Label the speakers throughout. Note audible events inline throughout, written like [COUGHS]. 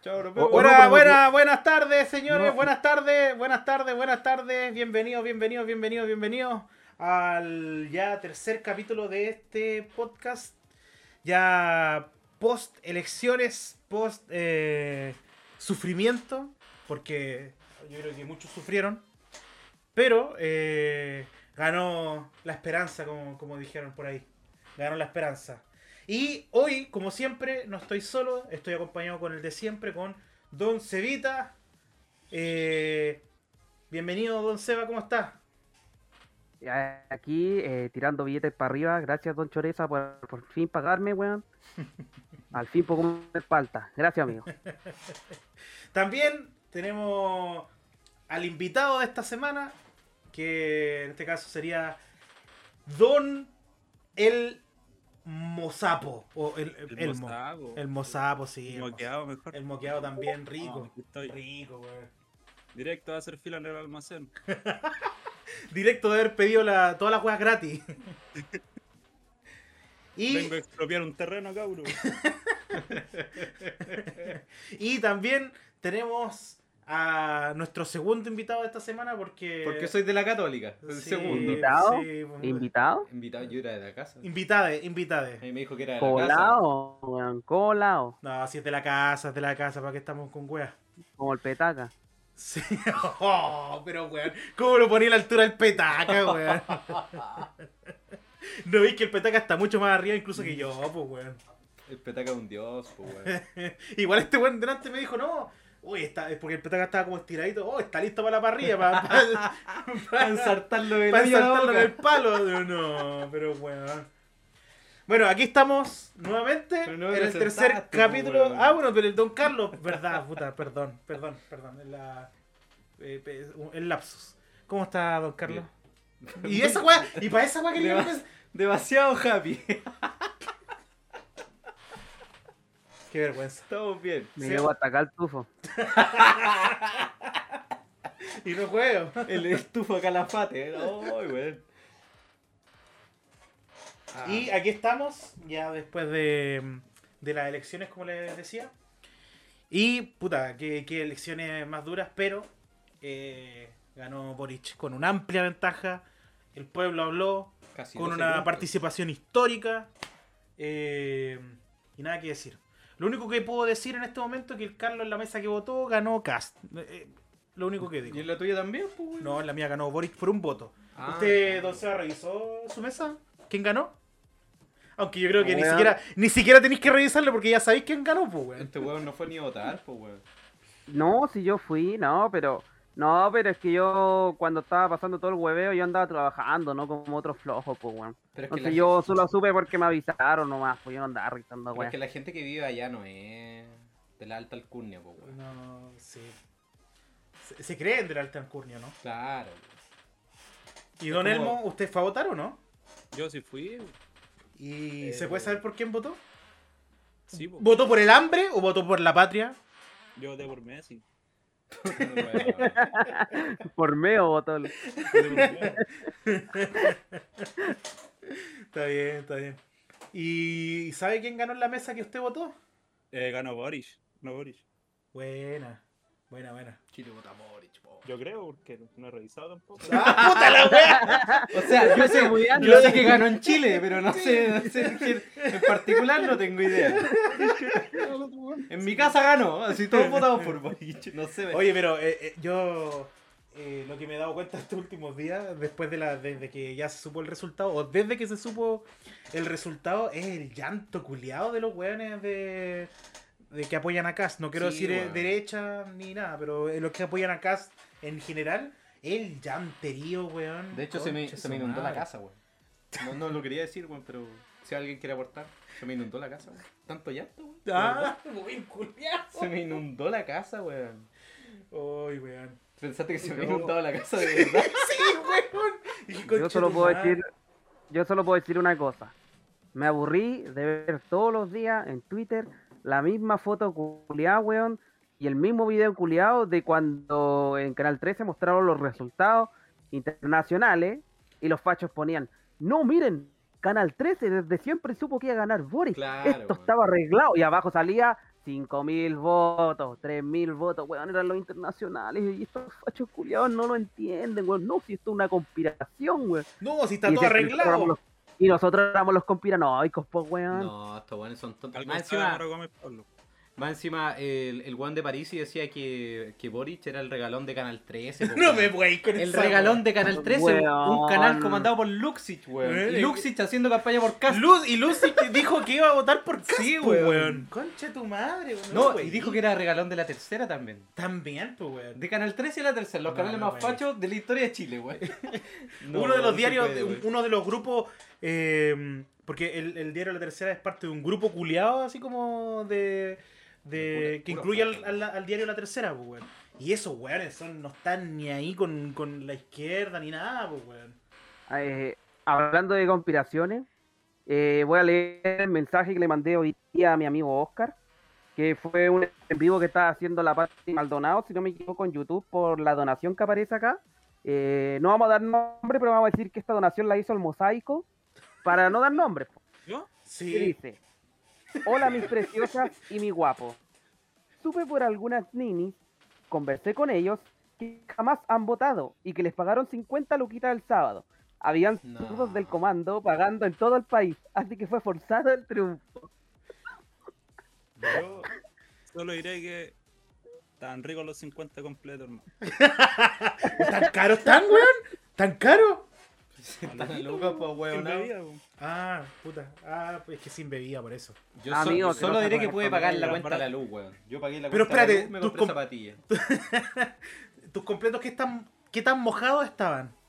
Speaker 1: Chao, nos vemos.
Speaker 2: Buenas, buenas, buenas tardes, señores. Buenas tardes, buenas tardes, buenas tardes. Bienvenidos, bienvenidos, bienvenidos, bienvenidos al ya tercer capítulo de este podcast. Ya post elecciones, post eh, sufrimiento, porque yo creo que muchos sufrieron. Pero eh, ganó la esperanza, como, como dijeron por ahí. Ganó la esperanza. Y hoy, como siempre, no estoy solo, estoy acompañado con el de siempre, con Don Cevita. Eh, bienvenido, Don Seba, ¿cómo estás?
Speaker 3: Ya, Aquí eh, tirando billetes para arriba. Gracias, don Choreza, por por fin pagarme,
Speaker 4: [LAUGHS]
Speaker 3: weón. Al fin poco me falta. Gracias, amigo.
Speaker 2: También tenemos al invitado de esta semana, que en este caso sería Don El Mozapo. O el, el, el mo-
Speaker 1: mostago.
Speaker 2: el Mozapo, sí.
Speaker 1: El
Speaker 2: el
Speaker 1: moqueado
Speaker 2: mo-
Speaker 1: mejor.
Speaker 2: El moqueado también, rico.
Speaker 1: Ah, estoy
Speaker 2: Rico, weón.
Speaker 1: directo a hacer fila en el almacén.
Speaker 2: Directo de haber pedido la, todas las weas
Speaker 4: [LAUGHS]
Speaker 2: gratis. y,
Speaker 1: Vengo a expropiar un terreno, cabrón.
Speaker 2: y también tenemos a nuestro segundo invitado de esta semana porque...
Speaker 4: Porque soy de la católica. El
Speaker 2: Sí,
Speaker 4: segundo.
Speaker 3: Invitado,
Speaker 2: sí, pues,
Speaker 3: ¿Invitado?
Speaker 4: Invitado, yo era de la casa.
Speaker 2: Invitade, invitade.
Speaker 4: A mí me dijo que era de la casa.
Speaker 3: Colado, weón. Colado.
Speaker 2: No, si es de la casa, es de la casa, ¿para qué estamos con weas? [LAUGHS]
Speaker 3: Como el petaca.
Speaker 2: Sí, oh, pero weón, ¿cómo lo ponía a la altura del petaca, weón? [LAUGHS] No veis que el petaca está mucho más arriba incluso que yo, pues weón.
Speaker 4: El petaca es un dios, pues,
Speaker 2: [LAUGHS]
Speaker 4: weón. [LAUGHS]
Speaker 2: Igual este weón delante me dijo, no, uy, está, es porque el petaca estaba como estiradito, oh, está listo para la parrilla, para,
Speaker 4: [LAUGHS]
Speaker 2: para, para-
Speaker 4: saltarlo
Speaker 2: para saltarlo en el palo. Yo, No, pero weón. Bueno, aquí estamos nuevamente
Speaker 4: Pero no me
Speaker 2: en el tercer
Speaker 4: presentaste, pues,
Speaker 2: capítulo.
Speaker 4: weón.
Speaker 2: Ah, bueno, pero el Don Carlos, verdad, puta, perdón, perdón, perdón. en la- eh, pe- el lapsus. ¿Cómo está Don Carlos? Y esa weá, y para
Speaker 4: [LAUGHS]
Speaker 2: esa weá que
Speaker 4: Deba-
Speaker 2: le
Speaker 4: Demasiado happy. [LAUGHS]
Speaker 2: Qué vergüenza.
Speaker 4: Estamos bien.
Speaker 3: Me
Speaker 2: Sí.
Speaker 3: llevo hasta acá el tufo.
Speaker 2: Y no juego.
Speaker 4: El estufa calafate. Ay, weón. Ah,
Speaker 2: Y aquí estamos, ya después de, de las elecciones, como les decía. Y, puta, qué, qué elecciones más duras, pero eh, ganó Boric con una amplia ventaja. El pueblo habló
Speaker 4: casi
Speaker 2: con
Speaker 4: 12
Speaker 2: una
Speaker 4: minutos.
Speaker 2: participación histórica. eh, y nada que decir. Lo único que puedo decir en este momento es que el Carlos en la mesa que votó ganó Cast. Eh, lo único que
Speaker 4: ¿Y en
Speaker 2: digo.
Speaker 4: la tuya también, pues, weón?
Speaker 2: No, en la mía ganó Boric por un voto.
Speaker 4: Ah,
Speaker 2: ¿Usted, don Seba, revisó su mesa? ¿Quién ganó? Aunque yo creo que ni
Speaker 3: Weón.
Speaker 2: siquiera ni siquiera tenéis que revisarlo porque ya sabéis quién ganó, pues, weón.
Speaker 4: Este weón no fue ni a votar, pues, weón.
Speaker 3: Ah, No, si yo fui, no, pero. No, pero es que yo cuando estaba pasando todo el hueveo yo andaba trabajando, no como otros flojos, pues weón.
Speaker 4: Pero es que, la,
Speaker 3: Entonces yo solo supe porque me avisaron nomás, pues yo no andaba rizando,
Speaker 4: pero es
Speaker 3: weón.
Speaker 4: que la gente que vive allá no es de la alta alcurnia, pues,
Speaker 2: [LAUGHS]
Speaker 4: weón.
Speaker 2: No, sí. Se, se creen del Altancurnio, ¿no?
Speaker 4: Claro. [LAUGHS]
Speaker 2: Y don
Speaker 4: como-
Speaker 2: Elmo, ¿usted fue a votar o no?
Speaker 1: Yo sí fui.
Speaker 2: ¿Y
Speaker 4: Eh,
Speaker 2: se puede saber por quién votó?
Speaker 1: Sí, po.
Speaker 2: ¿Votó por el hambre o votó por la patria?
Speaker 1: yo voté por Messi.
Speaker 4: weón.
Speaker 3: Por meo, botón.
Speaker 1: Voté por Messi.
Speaker 2: Está bien, está bien. ¿Y sabe quién ganó en la mesa que usted votó?
Speaker 1: Eh, ganó Boris. No Boris.
Speaker 2: Buena, buena, buena.
Speaker 4: Chile vota Boric, po.
Speaker 1: Yo creo, porque no he revisado tampoco.
Speaker 2: ¡Ah, puta la wea!
Speaker 4: O sea, yo sé,
Speaker 3: Estudiando.
Speaker 4: yo sé que ganó en Chile, pero no sé, no sé quién- en particular no tengo idea. [LAUGHS] En mi casa ganó, así todos votamos por Boric, no sé. [LAUGHS]
Speaker 2: Oye, pero eh, eh, yo eh, lo que me he dado cuenta [LAUGHS] estos últimos días, después de la, desde que ya se supo el resultado, o desde que se supo el resultado, es el llanto culiado de los weones de, de que apoyan a Cast. No quiero
Speaker 4: Sí,
Speaker 2: decir eh,
Speaker 4: weón.
Speaker 2: derecha ni nada, pero eh, los que apoyan a Cast en general, el llanterío, weón.
Speaker 4: de hecho se me,
Speaker 2: Concha
Speaker 4: se me
Speaker 2: su
Speaker 4: inundó la
Speaker 2: madre.
Speaker 4: casa, weón. No, no lo quería decir, weón, pero si alguien quiere aportar, se me inundó la casa, weón. Tanto llanto, weón.
Speaker 2: Ah, muy culiado.
Speaker 4: Se me inundó la casa, weón.
Speaker 2: [LAUGHS] Ay, weón.
Speaker 4: Pensaste que se me
Speaker 2: No.
Speaker 4: había inundado la casa de verdad.
Speaker 2: Sí, weón. Y
Speaker 3: Yo
Speaker 2: concha
Speaker 3: solo
Speaker 2: tu
Speaker 3: puedo
Speaker 2: madre.
Speaker 3: decir, yo solo puedo decir una cosa. Me aburrí de ver todos los días en Twitter la misma foto culiada, weón, y el mismo video culiado de cuando en Canal 13 mostraron los resultados internacionales y los fachos ponían, no miren, Canal 13 desde siempre supo que iba a ganar Boris.
Speaker 4: [LAUGHS] Claro,
Speaker 3: Esto
Speaker 4: weón.
Speaker 3: estaba arreglado y abajo salía 5.000 votos, 3.000 votos, weón, eran los internacionales y estos fachos culiados no lo entienden, weón, no, si esto es una conspiración, weón.
Speaker 2: No, si está
Speaker 3: Y
Speaker 2: todo
Speaker 3: se- éramos
Speaker 2: arreglado.
Speaker 3: los- y nosotros éramos los conspiranoicos, pues, weón.
Speaker 4: No, estos buenos son tontos.
Speaker 1: Algo
Speaker 4: Más
Speaker 1: está
Speaker 4: encima,
Speaker 1: Álvaro Gómez Pablo.
Speaker 4: más encima, el, el Juan de París y decía que, que Boric era el regalón de Canal
Speaker 2: [LAUGHS]
Speaker 4: 13. po,
Speaker 2: [LAUGHS] No
Speaker 4: weón.
Speaker 2: me voy con
Speaker 4: El
Speaker 2: esa
Speaker 4: regalón de Canal 13, un
Speaker 3: Weón.
Speaker 4: canal comandado por Luxich, weón.
Speaker 2: Weón,
Speaker 4: Y
Speaker 2: y-
Speaker 4: Luxich haciendo campaña por
Speaker 2: weá.
Speaker 4: Castro.
Speaker 2: Luz, y Lucy que dijo que iba a votar por Castro,
Speaker 4: Sí,
Speaker 2: weón.
Speaker 4: weón.
Speaker 2: Concha tu madre, weón.
Speaker 4: No,
Speaker 2: weón.
Speaker 4: y dijo que era regalón de la tercera también.
Speaker 2: También, pues, weón.
Speaker 4: De Canal 13 y la tercera, los
Speaker 2: No,
Speaker 4: canales
Speaker 2: no,
Speaker 4: más
Speaker 2: weón.
Speaker 4: fachos de la historia de Chile,
Speaker 2: [LAUGHS]
Speaker 4: weón. No,
Speaker 2: uno de los
Speaker 4: no se
Speaker 2: diarios,
Speaker 4: puede, weón.
Speaker 2: uno de los grupos, eh, porque el, el diario La Tercera es parte de un grupo culiado, así como de... de que
Speaker 4: Pura- pura
Speaker 2: incluye al,
Speaker 4: facha,
Speaker 2: al- al diario La Tercera, pues, weón. Y esos weones son, no están ni ahí con, con la izquierda ni nada, pues, weón.
Speaker 3: Eh, hablando de conspiraciones, eh, voy a leer el mensaje que le mandé hoy día a mi amigo Oscar, que fue un en vivo que estaba haciendo la parte de Maldonado, si no me equivoco, en YouTube, por la donación que aparece acá. Eh, no vamos a dar nombre, pero vamos a decir que esta donación la hizo el mosaico para no dar nombre. po.
Speaker 1: ¿Yo?
Speaker 3: Y
Speaker 2: Sí.
Speaker 3: dice: Hola, mis preciosas y mi guapo. Supe por algunas ninis, conversé con ellos, que jamás han votado y que les pagaron 50 luquitas el sábado. Habían
Speaker 4: No.
Speaker 3: zurdos del comando pagando en todo el país, así que fue forzado el triunfo.
Speaker 1: Yo solo diré que tan ricos los 50 completos, hermano.
Speaker 2: ¿Tan caro están, weón? ¿Tan caro?
Speaker 4: Están locos, po,
Speaker 1: Sin
Speaker 4: weón.
Speaker 1: bebida, po.
Speaker 2: Ah, puta. Ah, pues es que sin bebida por eso.
Speaker 4: Yo so-
Speaker 3: Amigo, que
Speaker 4: solo
Speaker 3: no
Speaker 4: diré
Speaker 3: se
Speaker 4: que
Speaker 3: puede
Speaker 4: pude pagar
Speaker 3: responder,
Speaker 4: la cuenta de
Speaker 1: aparte-
Speaker 4: la luz, weón. Yo pagué la
Speaker 2: Pero
Speaker 4: cuenta de la
Speaker 2: espérate,
Speaker 4: luz, me
Speaker 2: tus
Speaker 4: compré
Speaker 2: com-
Speaker 4: zapatillas.
Speaker 2: ¿Tus completos qué tan, qué tan mojados estaban? [LAUGHS]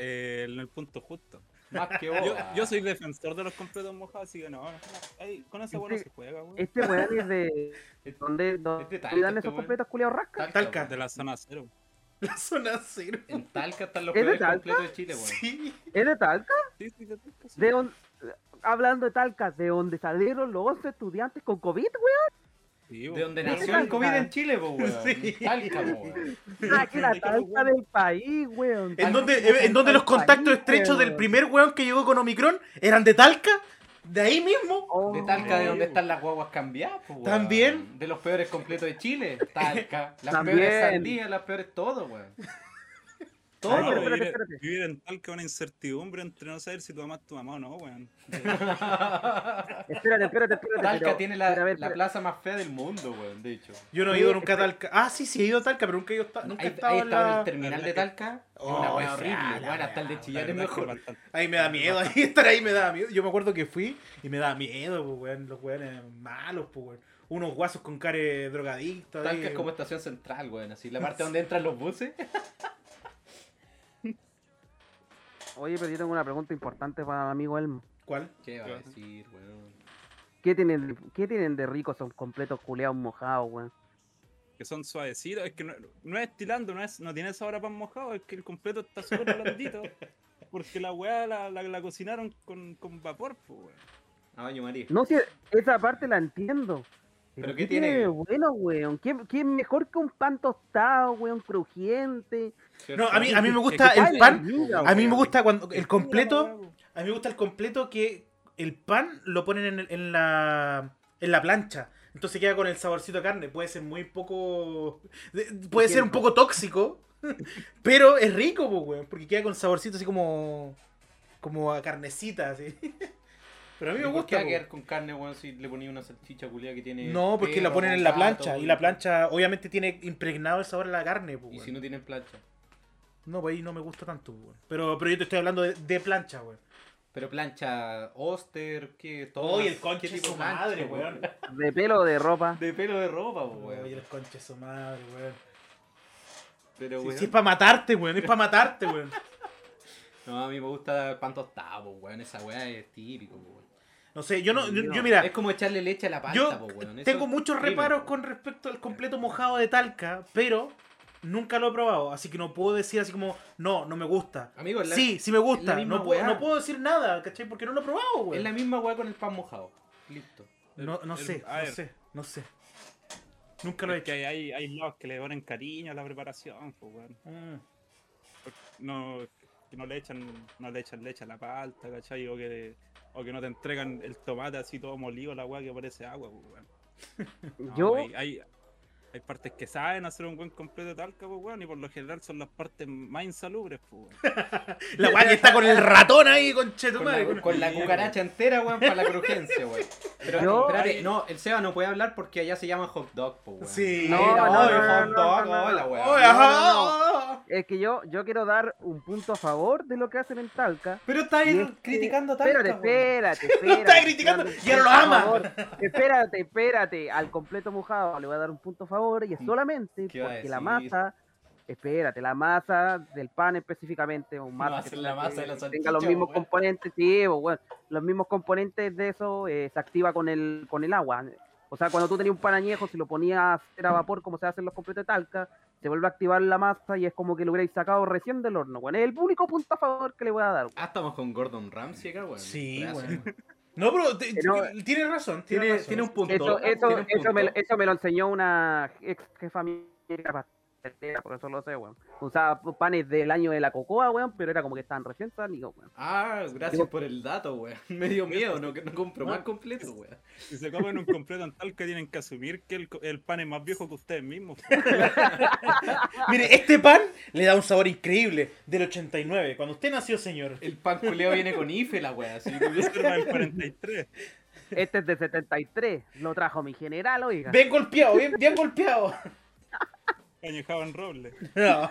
Speaker 1: Eh, en el punto justo.
Speaker 4: Más que vos.
Speaker 1: Yo, yo soy defensor de los completos mojados, así que no. no, ahí, con ese bueno se juega, weón.
Speaker 3: Este weón es
Speaker 4: [LAUGHS]
Speaker 3: de. ¿Dónde,
Speaker 4: es de
Speaker 3: dónde
Speaker 4: Talca
Speaker 3: cuidan
Speaker 4: este
Speaker 3: esos
Speaker 4: weón.
Speaker 3: completos culiados rasca?
Speaker 2: Talca.
Speaker 1: De la zona cero.
Speaker 2: La zona cero.
Speaker 4: En Talca están los
Speaker 3: ¿Es de
Speaker 4: peores
Speaker 3: Talca?
Speaker 4: completos de Chile, weón.
Speaker 2: Sí.
Speaker 3: ¿Es de Talca?
Speaker 1: Sí, sí, sí, sí, sí.
Speaker 3: ¿De dónde- Hablando de Talca, ¿de dónde salieron los 11 estudiantes con COVID,
Speaker 4: [LAUGHS]
Speaker 3: weón?
Speaker 1: Sí,
Speaker 4: De
Speaker 1: weón.
Speaker 4: donde
Speaker 3: ¿Es de
Speaker 4: nació el
Speaker 3: Talca?
Speaker 4: COVID en Chile, po, weón.
Speaker 2: Sí.
Speaker 4: Talca, po, weón.
Speaker 3: Ah, que
Speaker 4: [LAUGHS]
Speaker 3: la Talca del país, weón.
Speaker 2: ¿En
Speaker 3: Talca
Speaker 2: donde,
Speaker 3: del
Speaker 2: en donde los
Speaker 3: país,
Speaker 2: contactos estrechos del
Speaker 3: weón.
Speaker 2: primer weón que llegó con Omicron eran de Talca? ¿De ahí mismo?
Speaker 3: Oh,
Speaker 4: De Talca, de donde
Speaker 1: weón.
Speaker 4: están las guaguas cambiadas, po, weón.
Speaker 2: También.
Speaker 4: De los peores completos
Speaker 2: [LAUGHS]
Speaker 4: de Chile. Talca. Las
Speaker 3: También.
Speaker 4: peores sandías, las peores todo, weón. Todo,
Speaker 1: Ah,
Speaker 3: Ay,
Speaker 1: pero
Speaker 4: weón.
Speaker 3: espérate,
Speaker 1: vivir,
Speaker 3: espérate.
Speaker 1: vivir en tal que una incertidumbre entre no saber si tu mamá es tu mamá o no, weón.
Speaker 3: Espérate, espérate, espérate.
Speaker 4: Talca
Speaker 3: pero-
Speaker 4: tiene la,
Speaker 3: pero a ver,
Speaker 4: la
Speaker 3: espérate.
Speaker 4: plaza más fea del mundo, weón, de hecho.
Speaker 2: Yo no he ido nunca a Talca. Ah, sí, sí he ido a Talca, pero nunca he, ido, a- nunca he
Speaker 4: Ahí,
Speaker 2: estado
Speaker 4: ahí
Speaker 2: en
Speaker 4: estaba
Speaker 2: la...
Speaker 4: el terminal
Speaker 1: la
Speaker 4: de
Speaker 1: que-
Speaker 4: Talca. Es
Speaker 2: Oh,
Speaker 4: una
Speaker 2: esa
Speaker 4: weá horrible,
Speaker 2: la
Speaker 4: weón. Hasta
Speaker 2: weá,
Speaker 4: el de
Speaker 1: La
Speaker 4: Chillar es
Speaker 1: verdad que
Speaker 4: mejor.
Speaker 1: bastante.
Speaker 2: Ahí me da miedo, ahí estar ahí me da miedo. Yo me acuerdo que fui y me da miedo, pues, weón. Los weones malos, pues, weón. Unos guasos con care drogadictos.
Speaker 4: Talca
Speaker 2: ahí.
Speaker 4: es como estación central, weón. Así, la parte donde entran
Speaker 2: [LAUGHS]
Speaker 4: los buses.
Speaker 3: Oye, pero yo tengo una pregunta importante para mi amigo Elmo.
Speaker 2: ¿Cuál?
Speaker 4: ¿Qué va
Speaker 1: Yo-
Speaker 4: a decir, weón?
Speaker 3: ¿Qué tienen, ¿Qué tienen de rico son completos culeados mojados, weón?
Speaker 1: Que son suavecitos. Es que no, no es estilando, no, es, no tiene sabor a pan mojado. Es que el completo está súper blandito. Porque la weá la, la, la cocinaron con, con vapor, pues, weón.
Speaker 4: A baño María.
Speaker 3: No sé, esa parte la entiendo.
Speaker 4: ¿Pero qué tiene?
Speaker 3: de bueno, weón? ¿Qué, qué mejor que un pan tostado, weón, crujiente?
Speaker 2: No, a mí, a mí me gusta
Speaker 1: Es
Speaker 4: Ah,
Speaker 1: que
Speaker 2: el
Speaker 3: sale
Speaker 2: pan.
Speaker 3: amiga,
Speaker 2: A mí me gusta cuando
Speaker 1: Es
Speaker 2: el
Speaker 1: que la
Speaker 2: completo.
Speaker 1: weá, po.
Speaker 2: A mí me gusta el completo que el pan lo ponen en, el- en la en la plancha. Entonces queda con el saborcito de carne. Puede ser muy poco. de- Puede ser un poco tóxico. [LAUGHS] Pero es rico, pues, weón. Porque queda con saborcito así como. Como a carnecita, así. [LAUGHS] Pero a mí me
Speaker 4: ¿Por qué
Speaker 2: gusta.
Speaker 4: va a
Speaker 2: po.
Speaker 4: quedar con carne, weón, si le ponía una salchicha culia que tiene.
Speaker 2: No, porque la
Speaker 4: perro,
Speaker 2: ponen en la
Speaker 4: gato,
Speaker 2: plancha. Y
Speaker 4: weón?
Speaker 2: la plancha, obviamente, tiene impregnado el sabor a la carne, pues,
Speaker 4: Y
Speaker 2: weón.
Speaker 4: si no tienen plancha.
Speaker 2: No, pues ahí no me gusta tanto, pues, weón. Pero, pero yo te estoy hablando de, de plancha, weón.
Speaker 4: Pero plancha, Oster, ¿qué? Todo.
Speaker 2: Oye, el conche de su madre, weón.
Speaker 3: De pelo, de ropa.
Speaker 4: De pelo de ropa, po,
Speaker 2: Oye,
Speaker 4: weón.
Speaker 2: el conche de su madre, weón.
Speaker 4: Pero,
Speaker 2: Si,
Speaker 4: weón.
Speaker 2: si es para matarte, weón, es para matarte, weón.
Speaker 4: No, a mí me gusta el pan tostado, po, weón. Esa weá es típico, po, weón.
Speaker 2: No sé, yo no, yo,
Speaker 3: Dios.
Speaker 2: yo mira,
Speaker 4: Es como echarle leche a la pasta,
Speaker 2: yo
Speaker 4: po, weón. Eso
Speaker 2: tengo
Speaker 4: es
Speaker 2: muchos
Speaker 4: horrible,
Speaker 2: reparos
Speaker 4: po.
Speaker 2: con respecto al completo mojado de Talca, pero nunca lo he probado, así que no puedo decir así como, no, no me gusta.
Speaker 4: Amigo, es la,
Speaker 2: Sí, sí me gusta,
Speaker 4: misma
Speaker 2: no puedo,
Speaker 4: weá.
Speaker 2: no puedo decir nada, ¿cachai? Porque no lo he probado,
Speaker 4: es la
Speaker 2: weón.
Speaker 4: misma weá con el pan mojado. Listo.
Speaker 2: No, no
Speaker 1: El-
Speaker 2: sé,
Speaker 1: a
Speaker 2: no
Speaker 1: ver.
Speaker 2: sé, no sé. Nunca lo he
Speaker 1: Es que
Speaker 2: hecho.
Speaker 1: hay, hay, hay lados que le ponen cariño a la preparación, pues, weón.
Speaker 2: Mm.
Speaker 1: no, que no le echan, no le echan leche a la palta, ¿cachai? O que, o que no te entregan el tomate así todo molido, la weá que parece agua, pues, weón. No,
Speaker 3: Yo,
Speaker 1: wey, hay, hay partes que saben hacer un buen completo de talca, pues, weón, y por lo general son las partes más insalubres, pues, weón.
Speaker 2: La weá que está con el ratón ahí,
Speaker 4: Con
Speaker 2: conchetumare.
Speaker 4: la, con la
Speaker 1: Sí,
Speaker 4: cucaracha entera, weón, para la crujencia, weón. Pero
Speaker 3: Yo-
Speaker 4: espérate, no, el Seba no puede hablar porque allá se llama hot dog, po, weón.
Speaker 2: Sí.
Speaker 4: no,
Speaker 3: No,
Speaker 4: no,
Speaker 3: no,
Speaker 4: el
Speaker 3: no,
Speaker 4: hot
Speaker 3: no,
Speaker 4: dog,
Speaker 3: no, no.
Speaker 4: hola, weón.
Speaker 2: Oye,
Speaker 3: no,
Speaker 2: ajá,
Speaker 3: no,
Speaker 2: ah, ah,
Speaker 3: es que yo, yo quiero dar un punto a favor de lo que hacen en Talca.
Speaker 4: Pero está
Speaker 3: Y
Speaker 4: ahí
Speaker 3: es que-
Speaker 4: criticando tanto.
Speaker 3: Espérate,
Speaker 4: weón.
Speaker 3: espérate,
Speaker 2: [LAUGHS] Lo
Speaker 3: espérate.
Speaker 2: está criticando,
Speaker 3: dando un
Speaker 2: ya no lo
Speaker 3: punto a
Speaker 2: ama.
Speaker 3: favor. Espérate, espérate. Al completo mojado le voy a dar un punto a favor y es solamente
Speaker 4: Mm. ¿Qué va a
Speaker 3: porque la
Speaker 4: decir?
Speaker 3: masa, espérate, la masa del pan específicamente, un masa
Speaker 4: hacer [LAUGHS] la masa de la
Speaker 3: tenga los
Speaker 4: salchicha,
Speaker 3: mismos
Speaker 4: weón.
Speaker 3: componentes, sí, pues, weón, los mismos componentes de eso eh, se activa con el, con el agua. O sea, cuando tú tenías un pan añejo, si lo ponías a hacer a vapor, como se hacen los completos de talca, se vuelve a activar la masa y es como que lo hubierais sacado recién del horno, weón. Es el único punto a favor que le voy a dar, weón.
Speaker 4: Ah, estamos con Gordon Ramsay acá, weón.
Speaker 2: Sí,
Speaker 4: Gracias,
Speaker 2: weón. No, pero te-
Speaker 3: Pero-
Speaker 2: tiene razón. Tiene,
Speaker 4: Tiene,
Speaker 2: razón.
Speaker 4: tiene un punto.
Speaker 3: Eso,
Speaker 4: tiene
Speaker 3: eso,
Speaker 4: un punto.
Speaker 3: eso, me, lo- eso me lo enseñó una ex jefa mía pastelera, por eso lo sé, weón. Usaba panes del año de la cocoa, weón, pero era como que estaban recién salidos, weón.
Speaker 4: Ah, gracias por el dato, weón. [LAUGHS] Me dio miedo, no, no compro más completo, weón.
Speaker 1: Si se comen un completo en Talca, tienen que asumir que el, co- el pan es más viejo que ustedes mismos, pues.
Speaker 2: Mire, este pan le da un sabor increíble del 89, cuando usted nació, señor.
Speaker 4: El pan culeo viene con IFE, la weón. Así que- [LAUGHS]
Speaker 1: Este era del 43.
Speaker 3: Este es de 73, lo trajo mi general, oiga.
Speaker 2: Bien golpeado, bien, bien golpeado. [LAUGHS]
Speaker 1: Añejado en roble.
Speaker 2: No.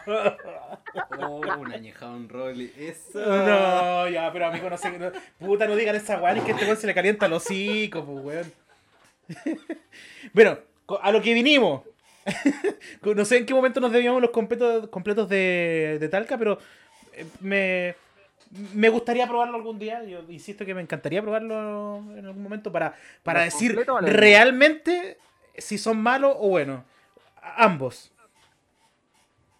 Speaker 4: Oh, un añejado en roble. Eso.
Speaker 2: No, ya, pero amigo, no sé. no- puta, no digan esa weá, es que este weón se le calienta los hocico, pues weón. [LAUGHS] Bueno, co- a lo que vinimos. [LAUGHS] No sé en qué momento nos debíamos los completos, completos de, de Talca, pero eh, me, me gustaría probarlo algún día. Yo insisto que me encantaría probarlo en algún momento para, para
Speaker 3: ¿Los
Speaker 2: decir
Speaker 3: completos o los-
Speaker 2: realmente si son malos o buenos. A- Ambos.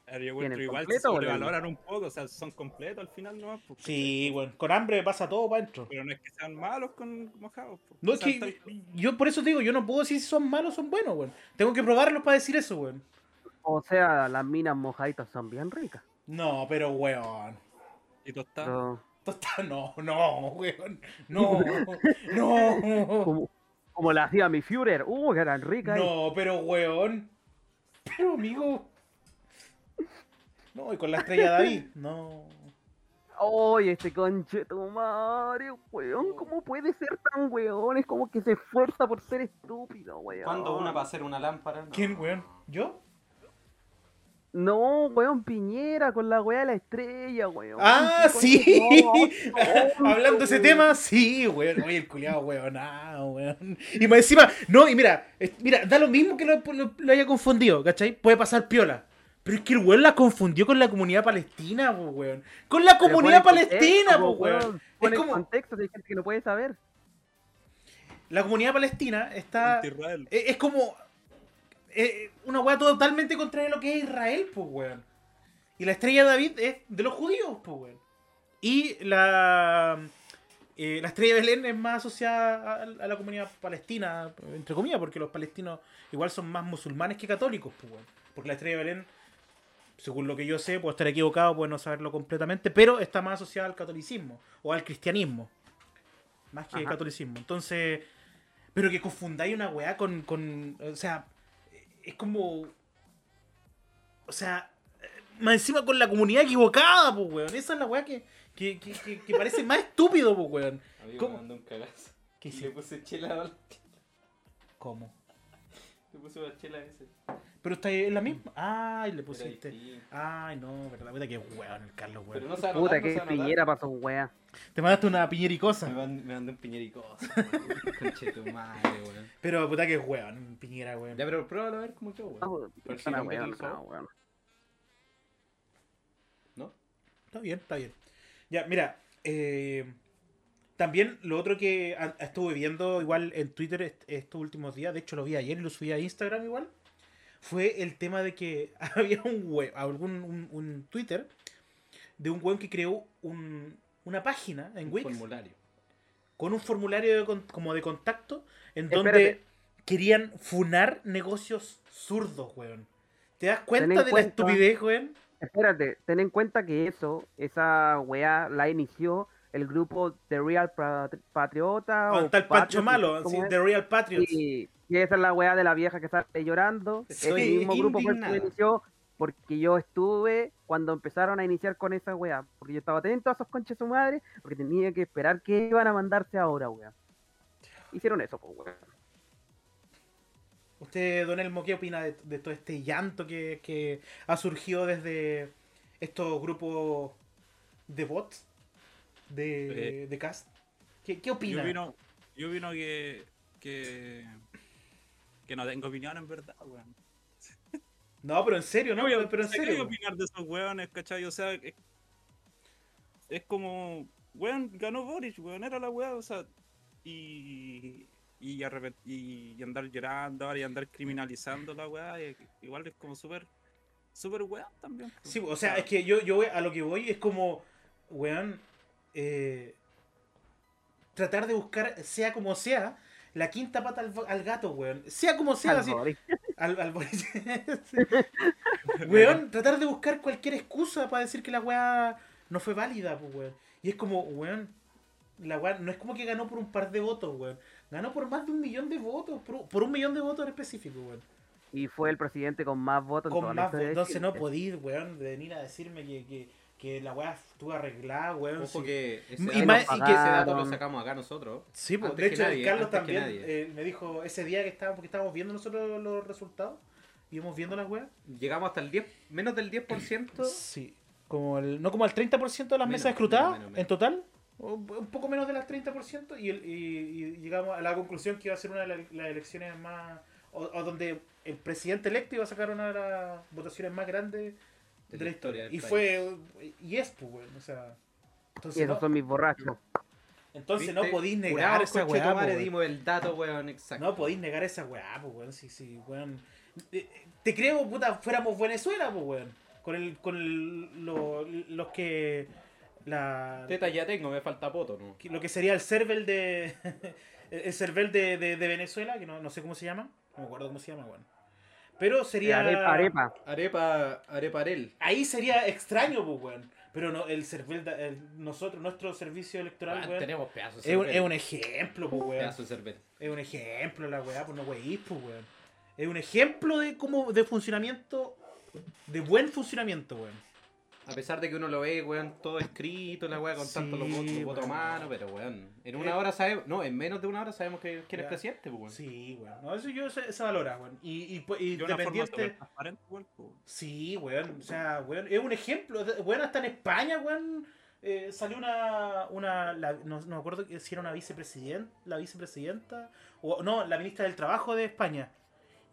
Speaker 1: Ahora yo encuentro
Speaker 3: ¿Tienen
Speaker 1: igual se
Speaker 3: completo o no?
Speaker 1: sobrevaloran un poco, o sea, son completos al final nomás, pues,
Speaker 2: Sí, bueno, con hambre pasa todo para adentro.
Speaker 1: pero no es que sean malos con mojados. pues.
Speaker 2: No,
Speaker 1: O
Speaker 2: es
Speaker 1: sea,
Speaker 2: que
Speaker 1: tal-
Speaker 2: yo por eso te digo, yo no puedo decir si son malos o son buenos, weón. Tengo que probarlos para decir eso, weón.
Speaker 3: O sea, las minas mojaditas son bien ricas.
Speaker 2: No, pero weón.
Speaker 1: Y
Speaker 4: Ah.
Speaker 1: tostado.
Speaker 3: pero
Speaker 2: Tosta- No, no, weón. [LAUGHS] No, no.
Speaker 3: como, como la hacía mi Führer, uh, que eran ricas. eh.
Speaker 2: No, pero weón. Pero amigo. No, y con la estrella David. No.
Speaker 3: Oye, este conche tu madre, weón, ¿cómo puede ser tan weón? Es como que se esfuerza por ser estúpido, weón.
Speaker 4: ¿Cuándo una para hacer una lámpara? No.
Speaker 2: ¿Quién, weón? ¿Yo?
Speaker 3: No, weón, Piñera con la weá de la estrella, weón.
Speaker 2: Ah,
Speaker 3: Qué
Speaker 2: sí. [LAUGHS]
Speaker 3: coño, no,
Speaker 2: Hablando de ese
Speaker 3: weón.
Speaker 2: tema, sí, weón. Oye, el culiado, weón. Ah, weón. Y más encima, no, y mira, es- mira, da lo mismo que lo, lo- lo haya confundido, ¿cachai? Puede pasar piola. Pero es que el weón la confundió con la comunidad palestina, po, weón. Con la
Speaker 3: Pero
Speaker 2: comunidad
Speaker 3: pon en
Speaker 2: palestina,
Speaker 3: contexto,
Speaker 2: po,
Speaker 3: po,
Speaker 2: weón. Es
Speaker 3: Pon en
Speaker 2: como,
Speaker 3: contexto, si hay gente que no puede saber.
Speaker 2: la comunidad palestina está.
Speaker 1: Anti-Israel.
Speaker 2: Es, es como. eh, una weá totalmente contraria a lo que es Israel, pues, weón. Y la estrella de David es de los judíos, pues, weón. Y la. eh, la estrella de Belén es más asociada a, a la comunidad palestina, entre comillas, porque los palestinos igual son más musulmanes que católicos, pues, weón. Porque la estrella de Belén, según lo que yo sé, puedo estar equivocado, puedo no saberlo completamente, pero está más asociada al catolicismo o al cristianismo, más que
Speaker 3: Ajá.
Speaker 2: catolicismo. Entonces, pero que confundáis una weá con, con. O sea, es como. O sea, eh, más encima con la comunidad equivocada, pues, weón. Esa es la weá que, que, que, que- que parece más estúpido, pues, weón.
Speaker 4: Amigo,
Speaker 2: ¿Cómo?
Speaker 4: me mandó un cagazo.
Speaker 2: ¿Qué
Speaker 4: Y
Speaker 2: hice?
Speaker 4: Le puse chela al-
Speaker 2: ¿Cómo?
Speaker 4: Le puse una chela a ese.
Speaker 2: Pero está en la misma. Ay, le
Speaker 4: Era
Speaker 2: pusiste.
Speaker 4: distinto.
Speaker 2: Ay, no, verdad, puta que weón el Carlos,
Speaker 4: Pero
Speaker 2: weón.
Speaker 4: no se va a notar,
Speaker 3: Puta,
Speaker 4: no se
Speaker 3: que
Speaker 4: va a notar.
Speaker 3: Piñera pasó, weón.
Speaker 2: Te mandaste una
Speaker 4: Me
Speaker 2: piñericosa.
Speaker 4: mand- me mandó un piñericoso. weón. [LAUGHS] Conche tu madre, weón.
Speaker 2: Pero puta que weón, piñera,
Speaker 4: Ya,
Speaker 2: weón.
Speaker 4: pero pruébalo a ver cómo quedó, Ah, weón.
Speaker 3: Pero
Speaker 4: si
Speaker 3: una
Speaker 4: cambian
Speaker 3: weá,
Speaker 4: el sabor.
Speaker 3: no, weón.
Speaker 4: ¿No?
Speaker 2: Está bien, está bien. Ya, mira, eh, también lo otro que a- estuve viendo igual en Twitter est- estos últimos días, de hecho lo vi ayer y lo subí a Instagram igual, fue el tema de que [LAUGHS] había un web, algún un, un Twitter de un web que creó un- una página en
Speaker 4: Un
Speaker 2: Wix
Speaker 4: formulario.
Speaker 2: con un formulario de con- como de contacto en donde
Speaker 3: Espérate.
Speaker 2: querían funar negocios zurdos, weón. ¿Te das cuenta
Speaker 3: Ten en
Speaker 2: de la
Speaker 3: cuenta-
Speaker 2: estupidez, weón?
Speaker 3: Espérate, ten en cuenta que eso, esa weá la inició el grupo The Real Patri- Patriota.
Speaker 2: Ah,
Speaker 3: o
Speaker 2: tal Pancho
Speaker 3: Patriots,
Speaker 2: Malo,
Speaker 3: ¿cómo
Speaker 2: así,
Speaker 3: es?
Speaker 2: The Real Patriots.
Speaker 3: Y, que esa es la weá de la vieja que sale llorando.
Speaker 2: Sí,
Speaker 3: el mismo grupo fue el que
Speaker 4: indignada.
Speaker 3: inició, porque yo estuve cuando empezaron a iniciar con esa weá. Porque yo estaba atento a esos conches de su madre, porque tenía que esperar que iban a mandarse ahora, weá. Hicieron eso, pues, weón.
Speaker 2: Usted, Don Elmo, ¿qué opina de, de todo este llanto que, que ha surgido desde estos grupos de bots de, de cast? ¿Qué, qué
Speaker 1: Yo
Speaker 2: Ah, opina?
Speaker 1: vino, yo vino que, que. que no tengo opinión en verdad, weón.
Speaker 2: No, pero en serio, ¿no?
Speaker 1: voy a-
Speaker 2: pero en
Speaker 1: ¿qué voy a
Speaker 2: serio.
Speaker 1: opinar de esos weones, cachai? O sea, es, es como. Weón, ganó Boric, weón, era la weá, o sea. Y. Y, arrepent- y, y andar llorando ahora y andar criminalizando la weá, y- igual es como súper. súper weón también. pues.
Speaker 2: Sí, o sea, es que yo, yo voy- a lo que voy es como, weón, eh, tratar de buscar, sea como sea, la quinta pata al, al gato, weón. Sea como sea,
Speaker 3: Al
Speaker 2: así,
Speaker 3: Boris.
Speaker 2: al, al Boris. [LAUGHS] Sí.
Speaker 4: [LAUGHS]
Speaker 2: Weón, tratar de buscar cualquier excusa para decir que la weá no fue válida, pues, weón. Y es como, weón, la weá no es como que ganó por un par de votos, weón. Ganó por más de un millón de votos, por, por un millón de votos en específico, weón.
Speaker 3: Y fue el presidente con más votos. en toda
Speaker 2: Con
Speaker 3: la
Speaker 2: más
Speaker 3: historia
Speaker 2: votos.
Speaker 3: de
Speaker 2: Entonces no pues,
Speaker 3: Chile.
Speaker 2: podís, weón, venir a decirme que, que, que la weá estuvo arreglada, weón.
Speaker 4: Ojo
Speaker 2: sí.
Speaker 4: que ese,
Speaker 2: Y
Speaker 4: dato,
Speaker 2: más-
Speaker 4: ese
Speaker 3: y que-
Speaker 4: dato lo sacamos acá nosotros.
Speaker 2: Sí, pues,
Speaker 4: Antes
Speaker 2: de
Speaker 4: que
Speaker 2: hecho, el
Speaker 4: nadie,
Speaker 2: Carlos
Speaker 4: antes que
Speaker 2: también
Speaker 4: nadie.
Speaker 2: eh, me dijo ese día que estábamos, porque estábamos viendo nosotros los resultados, íbamos viendo las weas.
Speaker 4: Llegamos hasta el 10, menos del 10%.
Speaker 2: Sí. Como el, no como el 30% de las
Speaker 4: Menos,
Speaker 2: mesas escrutadas
Speaker 4: menos, menos, menos.
Speaker 2: en total. o Un un poco menos de las 30% y, el- y- y llegamos a la conclusión que iba a ser una de las, las elecciones más... O, o donde el presidente electo iba a sacar una de las votaciones más grandes de,
Speaker 4: De la
Speaker 2: la
Speaker 4: historia
Speaker 2: historia.
Speaker 4: del
Speaker 2: y
Speaker 4: país.
Speaker 2: fue... Y es, pues, weón, O sea...
Speaker 3: Y
Speaker 2: Entonces,
Speaker 3: esos son
Speaker 2: no,
Speaker 3: mis borrachos.
Speaker 2: entonces no
Speaker 4: ¿Viste?
Speaker 2: podéis negar
Speaker 4: Jurados,
Speaker 2: esa
Speaker 4: conchetumare,
Speaker 2: weá, po, weón.
Speaker 4: dimos el dato, weón, exacto.
Speaker 2: No podéis negar esa weá, pues, weón. Sí, sí, weón. Eh, Te creo, puta, fuéramos Venezuela, pues, weón. Con, el, con el- lo- los que. La,
Speaker 4: Teta ya tengo, me falta poto, ¿no?
Speaker 2: que- lo que sería el cervel de. [LAUGHS] el- el cervel de, de, de Venezuela, que no, no sé cómo se llama. No me acuerdo cómo se llama, weón. Pero sería.
Speaker 3: Arepa, arepa.
Speaker 4: Arepa, areparel.
Speaker 2: Ahí sería extraño, pues, weón. Pero no, el cervel. de- el- nosotros, nuestro servicio electoral,
Speaker 4: Ah,
Speaker 2: weón.
Speaker 4: tenemos pedazos de
Speaker 2: Es un,
Speaker 4: cerveza.
Speaker 2: es un ejemplo, pues, weón.
Speaker 4: Pedazo de cerveza.
Speaker 2: Es un ejemplo la weá, pues no weís, pues weón. Es un ejemplo de cómo, de funcionamiento, de buen funcionamiento, weón.
Speaker 4: A pesar de que uno lo ve, weón, todo escrito, la weá, con
Speaker 2: Sí,
Speaker 4: tanto los votos, los votos a
Speaker 2: weón.
Speaker 4: mano, pero weón. En una
Speaker 2: Eh.
Speaker 4: hora sabemos, no, en menos de una hora sabemos que, quién es
Speaker 2: Ya.
Speaker 4: presidente, pues, weón.
Speaker 2: Sí, weón. No, eso yo se, se valora, weón. Y, y, pues, y
Speaker 1: De una forma
Speaker 2: dependiente-
Speaker 1: súper transparente, igual, pues.
Speaker 2: Sí, weón. O sea, weón. Es un ejemplo. de- Weón, hasta en España, weón. eh, salió una. una la- no, no me acuerdo si era una vicepresidenta. La vicepresidenta. O, no, la ministra del Trabajo de España.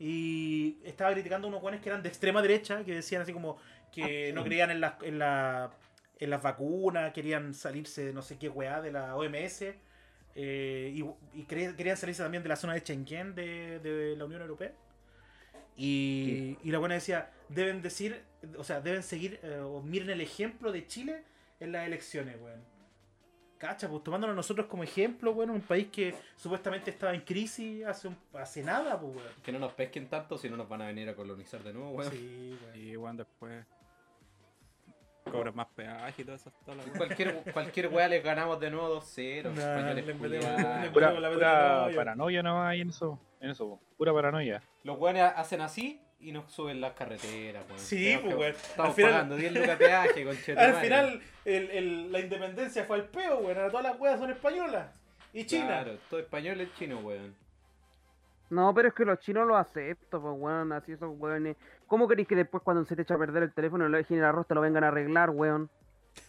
Speaker 2: Y estaba criticando a unos weones que eran de extrema derecha. Que decían así como. Que no creían en las, en, la- en las vacunas. Querían salirse de no sé qué weá de la OMS. eh, y y cre- querían salirse también de la zona de Schengen de, de la Unión Europea. Y, y la buena decía, deben decir, o sea, deben seguir eh, o miren el ejemplo de Chile en las elecciones, weón. Cacha, pues tomándonos nosotros como ejemplo, weón, un país que supuestamente estaba en crisis hace, un- hace nada, pues, weón.
Speaker 4: Que no nos pesquen tanto si no nos van a venir a colonizar de nuevo, weón.
Speaker 2: Sí, weón.
Speaker 1: Y weón, después. cobran más peaje y todas esas todas las weas.
Speaker 4: Cualquier, cualquier weá les ganamos de nuevo 2-0.
Speaker 2: Nah,
Speaker 4: españoles
Speaker 2: le metemos-
Speaker 4: culiados.
Speaker 2: le metemos-
Speaker 5: Pura,
Speaker 2: Pero la verdad
Speaker 5: pura
Speaker 2: no, yo-
Speaker 5: paranoia nomás ahí en eso. En eso, po. pura paranoia.
Speaker 4: Los weones hacen así y nos suben las carreteras, weón.
Speaker 2: Sí,
Speaker 4: Tenemos
Speaker 2: pues,
Speaker 4: que-
Speaker 2: weón.
Speaker 4: Estamos
Speaker 2: Al final-
Speaker 4: pagando 10 lucas de peaje, conchetumare.
Speaker 2: [LAUGHS] Al final, el- el- la independencia fue al peo, weón. Ahora todas las weas son españolas. Y China.
Speaker 4: Claro, todo español es chino, weón.
Speaker 3: No, pero es que los chinos lo aceptan, pues, weón, así esos weones. ¿Cómo queréis que después cuando se te echa a perder el teléfono el general arroz te lo vengan a arreglar, weón?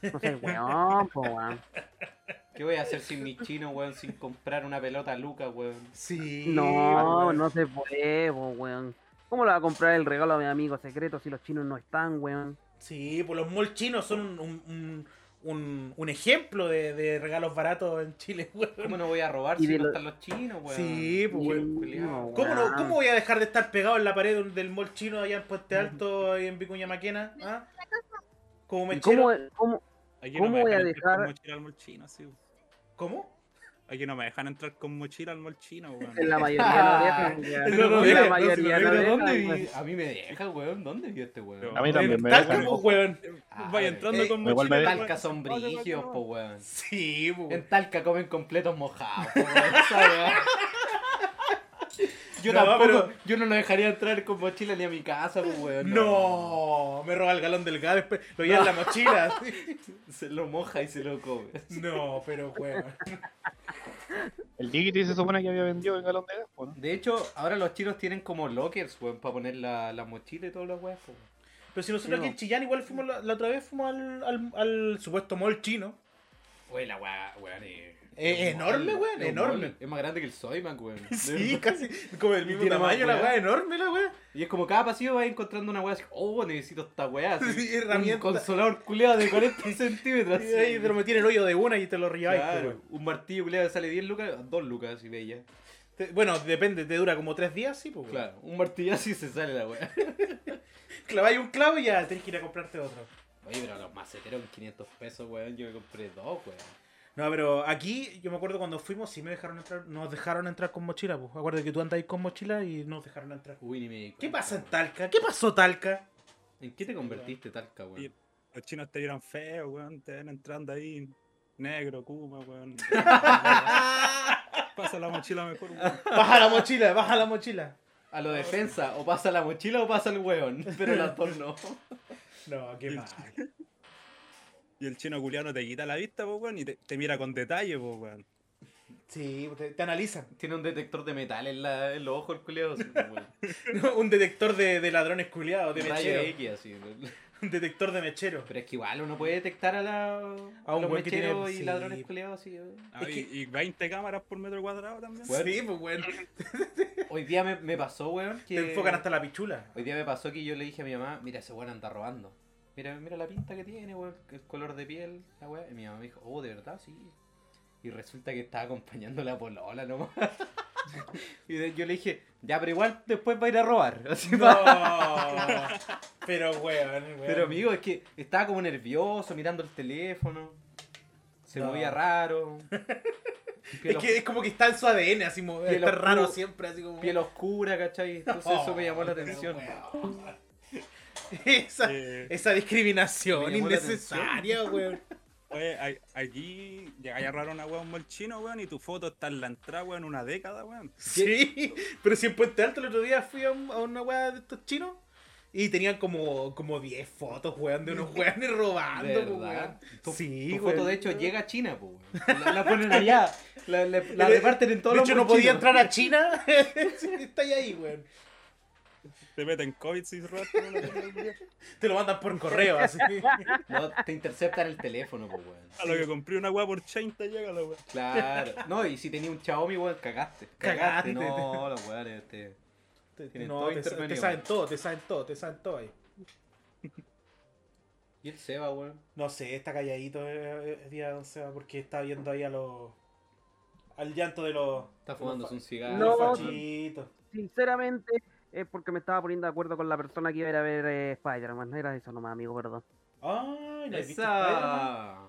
Speaker 3: No sé, weón, pues, weón.
Speaker 4: ¿Qué voy a hacer sin mi chino, weón? Sin comprar una pelota Luca, weón.
Speaker 2: [LAUGHS] Sí.
Speaker 3: No,
Speaker 2: weón.
Speaker 3: no se puede, pues, weón. ¿Cómo le va a comprar el regalo a mi amigo secreto si los chinos no están, weón?
Speaker 2: Sí, pues los malls chinos son un, un- un- un- un ejemplo de, de regalos baratos en Chile, [LAUGHS] weón.
Speaker 4: ¿Cómo no voy a robar
Speaker 3: Y
Speaker 4: si
Speaker 3: de
Speaker 4: no
Speaker 3: lo-
Speaker 4: están los chinos, weón?
Speaker 2: Sí, pues, weón.
Speaker 3: Sí,
Speaker 4: culiao.
Speaker 2: ¿Cómo, no-
Speaker 3: weón.
Speaker 2: ¿Cómo voy a dejar de estar pegado en la pared de un- del mall chino allá en Puente Alto y en Vicuña Maquena? ¿ah? Como
Speaker 3: ¿Y
Speaker 2: mechero.
Speaker 3: ¿Cómo,
Speaker 2: ¿Cómo? [LAUGHS]
Speaker 3: cómo-
Speaker 1: Aquí
Speaker 3: ¿Cómo
Speaker 1: no me
Speaker 3: voy a
Speaker 1: dejan
Speaker 3: dejar-
Speaker 1: entrar con mochila al mall chino, sí. weón. Aquí no me dejan entrar con mochila al mall chino, weón.
Speaker 3: en la mayoría no dejan, weón.
Speaker 2: [LAUGHS] No, no
Speaker 3: En
Speaker 2: dejan,
Speaker 3: la
Speaker 2: no,
Speaker 3: mayoría
Speaker 2: si no
Speaker 3: no
Speaker 2: dejan,
Speaker 3: dejan,
Speaker 2: ¿dónde
Speaker 3: weón.
Speaker 4: A mí me deja, weón. ¿Dónde vio este weón?
Speaker 5: A mí
Speaker 1: Oye,
Speaker 5: también me
Speaker 2: Talca,
Speaker 5: dejan.
Speaker 2: pues, weón.
Speaker 4: Ah,
Speaker 1: Vaya
Speaker 4: eh,
Speaker 1: entrando con mochila.
Speaker 5: igual me
Speaker 1: al
Speaker 5: dejan.
Speaker 1: mall
Speaker 4: Talca son
Speaker 1: chino, weón.
Speaker 4: brígidos, po,
Speaker 2: [LAUGHS]
Speaker 4: weón.
Speaker 2: Sí, pues,
Speaker 4: En
Speaker 2: weón.
Speaker 4: [LAUGHS] Talca comen completos mojados, po, weón. Esa weá. Yo
Speaker 2: No,
Speaker 4: tampoco,
Speaker 2: pero-
Speaker 4: yo no lo dejaría entrar con mochila ni a mi casa, pues, weón.
Speaker 2: No, me roba el galón del gas, después lo lleva en la mochila. [LAUGHS] así.
Speaker 4: [LAUGHS] Se lo moja y se lo come.
Speaker 2: No, pero weón.
Speaker 5: El Diggity se supone que había vendido el galón de gas, po, ¿no?
Speaker 4: De hecho, ahora los chinos tienen como lockers, weón, para poner la, la mochila y todas las weas, pues, weón.
Speaker 2: Pero si nosotros
Speaker 3: Sí,
Speaker 2: aquí
Speaker 3: no.
Speaker 2: en Chillán igual fuimos la, la otra vez fuimos al, al, al supuesto mall chino.
Speaker 4: Güey, la weá, weón. Es
Speaker 2: Eh, enorme, weón, enorme.
Speaker 4: Es más grande que el Soyman, [LAUGHS] weón.
Speaker 2: Sí, casi como del mismo
Speaker 4: tiene más
Speaker 2: tamaño, la
Speaker 4: weá.
Speaker 2: weá enorme, la weá.
Speaker 4: Y es como cada pasillo vas encontrando una weá así, oh, necesito esta weá. [LAUGHS] Así,
Speaker 2: Sí, herramienta.
Speaker 4: Un consolador culeado de 40 [LAUGHS] centímetros.
Speaker 2: Y ahí te lo metí en el hoyo de una y te lo
Speaker 4: Ah, Claro,
Speaker 2: ribáis. pues,
Speaker 4: un martillo culeado que sale 10 lucas, 2 lucas, así bella.
Speaker 2: weón. Te- Bueno, depende, te dura como tres días, sí, pues. weón.
Speaker 4: Claro, un martillazo y se sale
Speaker 2: [LAUGHS]
Speaker 4: la weá.
Speaker 2: Claváis un clavo y ya tenés que ir a comprarte otro.
Speaker 4: Oye, pero los maceteros con 500 pesos, weón, yo me compré dos, weón.
Speaker 2: No, pero aquí yo me acuerdo cuando fuimos sí me dejaron entrar, nos dejaron entrar con mochila, pues. Acuérdate que tú andáis con mochila y nos dejaron entrar.
Speaker 4: Uy, ni me di
Speaker 2: ¿Qué
Speaker 4: cuenta,
Speaker 2: pasa en
Speaker 4: weón.
Speaker 2: Talca? ¿Qué pasó Talca?
Speaker 4: ¿En qué te convertiste, Talca, weón?
Speaker 1: Y- Los chinos te vieron feo, weón. Te ven entrando ahí. Negro, Kuma,
Speaker 3: [LAUGHS]
Speaker 1: weón.
Speaker 4: Ah.
Speaker 1: Pasa la mochila mejor, weón.
Speaker 2: Baja la mochila, baja la mochila.
Speaker 4: A lo defensa, o pasa la mochila o pasa el weón, [LAUGHS] pero las dos no.
Speaker 2: No, qué mal.
Speaker 1: Y el chino culiano te quita la vista, po, weón. Y te, te mira con detalle, po, weón.
Speaker 2: Sí, te, te analizan. [LAUGHS]
Speaker 4: Tiene un detector de metal en, la, en los ojos el culeo. así, weón.
Speaker 2: Un detector de, de ladrones culiados, [LAUGHS] de
Speaker 4: Rayo
Speaker 2: mechero.
Speaker 4: X, así. weón.
Speaker 2: Un detector de mechero.
Speaker 4: Pero es que igual uno puede detectar a, la,
Speaker 2: A un
Speaker 4: los
Speaker 2: weón que tiene-
Speaker 4: mecheros y
Speaker 2: sí.
Speaker 4: ladrones culeados. así, weón.
Speaker 1: Ah, y, y 20 cámaras por metro cuadrado también.
Speaker 2: Sí, pues bueno.
Speaker 4: Hoy día me, me pasó, weón, que...
Speaker 2: Te enfocan hasta la pichula.
Speaker 4: Hoy día me pasó que yo le dije a mi mamá, mira, ese weón anda robando. Mira, mira la pinta que tiene, weón, el color de piel, la weá. Y mi mamá me dijo, oh, de verdad, sí. Y resulta que estaba acompañando la polola nomás. [LAUGHS] y de- yo le dije, ya, pero igual después va a ir a robar. [LAUGHS] Así va. [LAUGHS]
Speaker 2: No. Pero weón, weón.
Speaker 4: Pero amigo, es que estaba como nervioso, mirando el teléfono. Se
Speaker 2: No. [LAUGHS]
Speaker 4: movía raro.
Speaker 2: Es
Speaker 4: Piel,
Speaker 2: que es como que está en su ADN, así mo-
Speaker 4: Piel
Speaker 2: está raro
Speaker 4: oscuro.
Speaker 2: siempre, así como.
Speaker 4: os- piel oscura, ¿cachai? Entonces
Speaker 2: Oh,
Speaker 4: eso me
Speaker 2: [LAUGHS]
Speaker 4: llamó la
Speaker 2: pero
Speaker 4: atención.
Speaker 2: weón. [LAUGHS] Esa,
Speaker 1: Eh,
Speaker 2: esa discriminación
Speaker 4: Me llamó la
Speaker 2: innecesaria,
Speaker 4: [LAUGHS]
Speaker 2: weón.
Speaker 1: Oye, a- aquí llegáis a agarrar una weón mall chino, weón, y tu foto está en la entrada, weón, una década, weón.
Speaker 2: Sí, pero si en Puente Alto el otro día fui a, un- a una weá de estos chinos y tenían como, como 10 fotos, weón, de unos
Speaker 4: [LAUGHS]
Speaker 2: weones robando,
Speaker 4: ¿De
Speaker 2: pues,
Speaker 4: verdad?
Speaker 2: weón.
Speaker 4: Tu-
Speaker 2: sí,
Speaker 4: tu
Speaker 2: weón.
Speaker 4: foto, de hecho, llega a China, po, weón. La, la ponen allá. La, la- la
Speaker 2: De-
Speaker 4: reparten en todos
Speaker 2: de
Speaker 4: los
Speaker 2: hecho, no
Speaker 4: mochilos.
Speaker 2: podía entrar a China.
Speaker 4: [LAUGHS]
Speaker 2: [LAUGHS] Sí, está ahí, weón.
Speaker 1: Te meten COVID si robaste
Speaker 3: [LAUGHS]
Speaker 1: una weón.
Speaker 2: Te lo mandan por correo, así.
Speaker 4: No, te interceptan el teléfono, po, weón.
Speaker 1: A lo que compré una weón por 80 llega la weón.
Speaker 4: Claro. No, y si tenía un Xiaomi, weón, cagaste.
Speaker 2: Cagaste.
Speaker 4: Cagaste. No, los weones, este. Tienen
Speaker 2: no,
Speaker 4: todo
Speaker 2: te, sa- te
Speaker 4: intervenido.
Speaker 2: saben todo, te saben todo, te saben todo ahí.
Speaker 4: Y el Seba, weón.
Speaker 2: No sé, está calladito eh, eh, día 11 porque está viendo ahí a los. al llanto de los.
Speaker 4: Está fumándose un cigarro.
Speaker 3: No,
Speaker 2: No,
Speaker 4: fachito.
Speaker 3: Sinceramente, es porque me estaba poniendo de acuerdo con la persona que iba a ir a ver eh, Spider-Man. Era eso nomás, amigo, perdón.
Speaker 2: Ay, no he visto Spider-Man.
Speaker 4: Esa.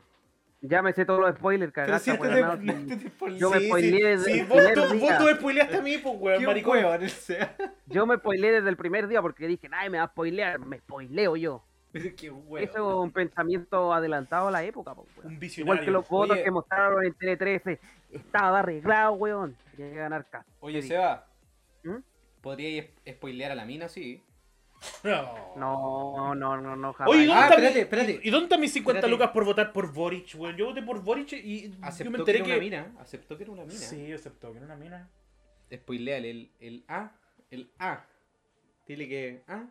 Speaker 3: Ya me sé todos los spoilers,
Speaker 4: Pero
Speaker 3: cagaste,
Speaker 4: si este
Speaker 3: weón.
Speaker 4: te-
Speaker 2: [LAUGHS]
Speaker 3: no,
Speaker 4: no,
Speaker 3: sí.
Speaker 4: este te spoileó.
Speaker 3: Yo me
Speaker 2: Sí,
Speaker 3: spoileé
Speaker 2: sí,
Speaker 3: desde
Speaker 2: sí,
Speaker 3: el
Speaker 2: vos,
Speaker 3: primer
Speaker 2: tú, vos
Speaker 3: día.
Speaker 2: tú me spoileaste a mí, pues, weón,
Speaker 4: Qué
Speaker 2: maricón.
Speaker 4: weón, el Seba.
Speaker 3: Yo me spoileé desde el primer día porque dije, ay, me va a spoilear. Me spoileo yo.
Speaker 4: [LAUGHS] Qué weón.
Speaker 3: Eso es un pensamiento adelantado a la época, po, weón.
Speaker 2: Un
Speaker 3: Igual que
Speaker 2: visionario.
Speaker 3: los votos
Speaker 4: Oye.
Speaker 3: que mostraron en Tele 13. Estaba arreglado, weón. Llegué a ganar casi.
Speaker 4: Oye, Seba.
Speaker 3: ¿Mm?
Speaker 4: Podríais spoilear a la mina, sí.
Speaker 2: No.
Speaker 3: No, no, no, no, jamás.
Speaker 2: Oye, ¿y dónde
Speaker 4: Ah,
Speaker 2: está
Speaker 4: espérate,
Speaker 2: mi-
Speaker 4: espérate.
Speaker 2: ¿Y dónde están mis 50
Speaker 4: Espérate.
Speaker 2: lucas por votar por Boric, weón? Yo voté por Boric y yo me
Speaker 4: Aceptó que
Speaker 2: enteré
Speaker 4: era una
Speaker 2: que.
Speaker 4: mina. Aceptó que era una mina.
Speaker 2: Sí, aceptó que era una mina.
Speaker 4: Spoileale el, el A. El A. Dile que. ¿Ah?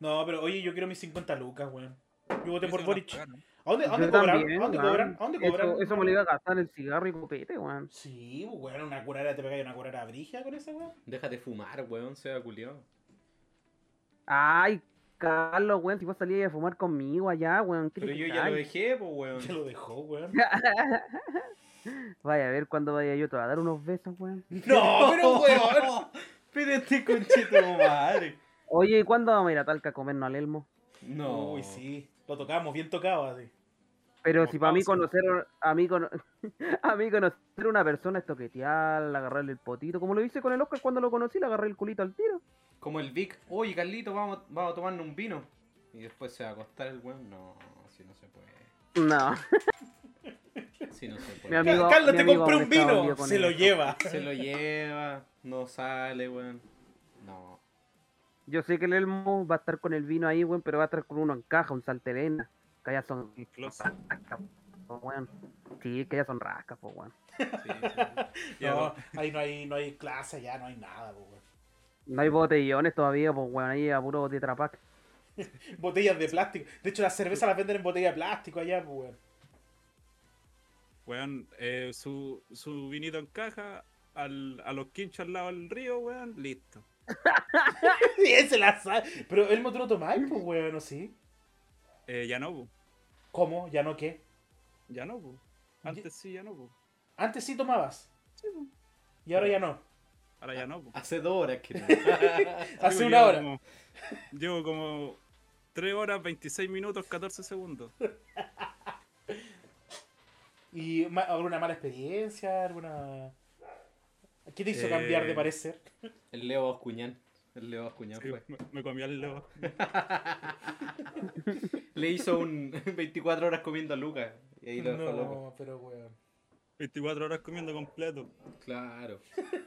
Speaker 2: No, pero oye, yo quiero mis 50 lucas, weón. Yo voté por
Speaker 1: Eso
Speaker 2: Boric.
Speaker 1: no,
Speaker 2: ¿A
Speaker 1: weón.
Speaker 2: dónde, a dónde
Speaker 3: Yo
Speaker 2: cobran?
Speaker 3: también,
Speaker 2: ¿A dónde
Speaker 3: weón.
Speaker 2: cobran? ¿A dónde cobran?
Speaker 3: Eso, eso me lo iba a gastar el cigarro y copete, weón.
Speaker 2: Sí, weón, una curara, te pegáis una curara brigia con esa weón.
Speaker 4: Déjate fumar, weón, se va culiado.
Speaker 3: Ay, Carlos, weón, si vos salías a fumar conmigo allá, weón. ¿qué
Speaker 4: Pero
Speaker 3: te
Speaker 4: yo ya lo
Speaker 3: crees?
Speaker 4: dejé, pues, weón. [LAUGHS]
Speaker 2: Ya lo dejó,
Speaker 3: [LAUGHS]
Speaker 2: weón.
Speaker 3: Vaya a ver cuándo vaya yo te voy a dar unos besos, weón.
Speaker 2: No, pero weón.
Speaker 4: Pero este conchito madre.
Speaker 3: Oye, ¿y cuándo vamos a ir a Talca a comernos al Elmo?
Speaker 4: No.
Speaker 2: Uy, sí. Lo tocamos, bien tocado así.
Speaker 3: Pero
Speaker 1: Como
Speaker 3: si para mí
Speaker 1: pausa.
Speaker 3: conocer a mí, cono- [LAUGHS] a mí conocer una persona es toquetearla, agarrarle el potito, como lo hice con el Oscar cuando lo conocí, le agarré el culito al tiro.
Speaker 4: Como el Vic. Oye, Carlito, vamos, vamos a tomarnos un vino. Y después se va a acostar el weón. No, si no se puede.
Speaker 3: No.
Speaker 4: Sí, no se
Speaker 3: Mi
Speaker 4: puede.
Speaker 3: amigo-
Speaker 2: Carlos,
Speaker 3: mi
Speaker 2: te
Speaker 3: amigo
Speaker 2: compré un
Speaker 3: me está
Speaker 2: vino.
Speaker 3: dolido con
Speaker 2: Se lo
Speaker 3: eso.
Speaker 4: [LAUGHS]
Speaker 2: lleva.
Speaker 4: Se lo lleva, no sale, weón. No.
Speaker 3: [LAUGHS] Yo sé que el Elmo va a estar con el vino ahí, weón, pero va a estar con uno en caja, un saltelena. Que allá son
Speaker 1: Un close.
Speaker 3: rascas, po, weón. Sí, que allá son rascas, po, weón.
Speaker 4: Sí, sí.
Speaker 1: Ya,
Speaker 2: No, ahí no hay, no hay clase, ya no hay nada, po, weón.
Speaker 3: No hay botellones todavía, pues, weón, ahí a puro botetrapac.
Speaker 2: Botellas de plástico. De hecho, las cervezas las venden en botella de plástico allá, po, weón. [LAUGHS]
Speaker 1: Weón, eh, su, su vinito en caja, al, a los quinchos al lado del río, weón, listo.
Speaker 2: Y ese la sabe. Pero el motor lo tomáis, pues, weón, ¿o sí?
Speaker 1: Eh, ya no, po.
Speaker 2: ¿Cómo? ¿Ya no qué?
Speaker 1: ya no, po. Antes sí, ya no, po.
Speaker 2: Antes sí tomabas.
Speaker 1: Sí, po.
Speaker 2: Y ahora ya no.
Speaker 1: Ahora ya no, po.
Speaker 4: Hace dos horas que no.
Speaker 2: Ah, Hace
Speaker 1: Llevo-
Speaker 2: una
Speaker 1: llevo
Speaker 2: hora.
Speaker 1: como- llevo como 3 horas, 26 minutos, 14 segundos.
Speaker 2: [LAUGHS] ¿Y ma- alguna mala experiencia? ¿Alguna.? ¿Qué te hizo
Speaker 1: Eh,
Speaker 2: cambiar de parecer?
Speaker 4: El Leo Bascuñán. El Leo Bascuñán
Speaker 1: Sí,
Speaker 4: fue.
Speaker 1: me, me comí al lado.
Speaker 4: Le hizo un [LAUGHS] 24 horas comiendo a Lucas. Y ahí lo dejó loco.
Speaker 2: No, pero weón. [LAUGHS]
Speaker 1: 24 horas comiendo completo.
Speaker 4: Claro.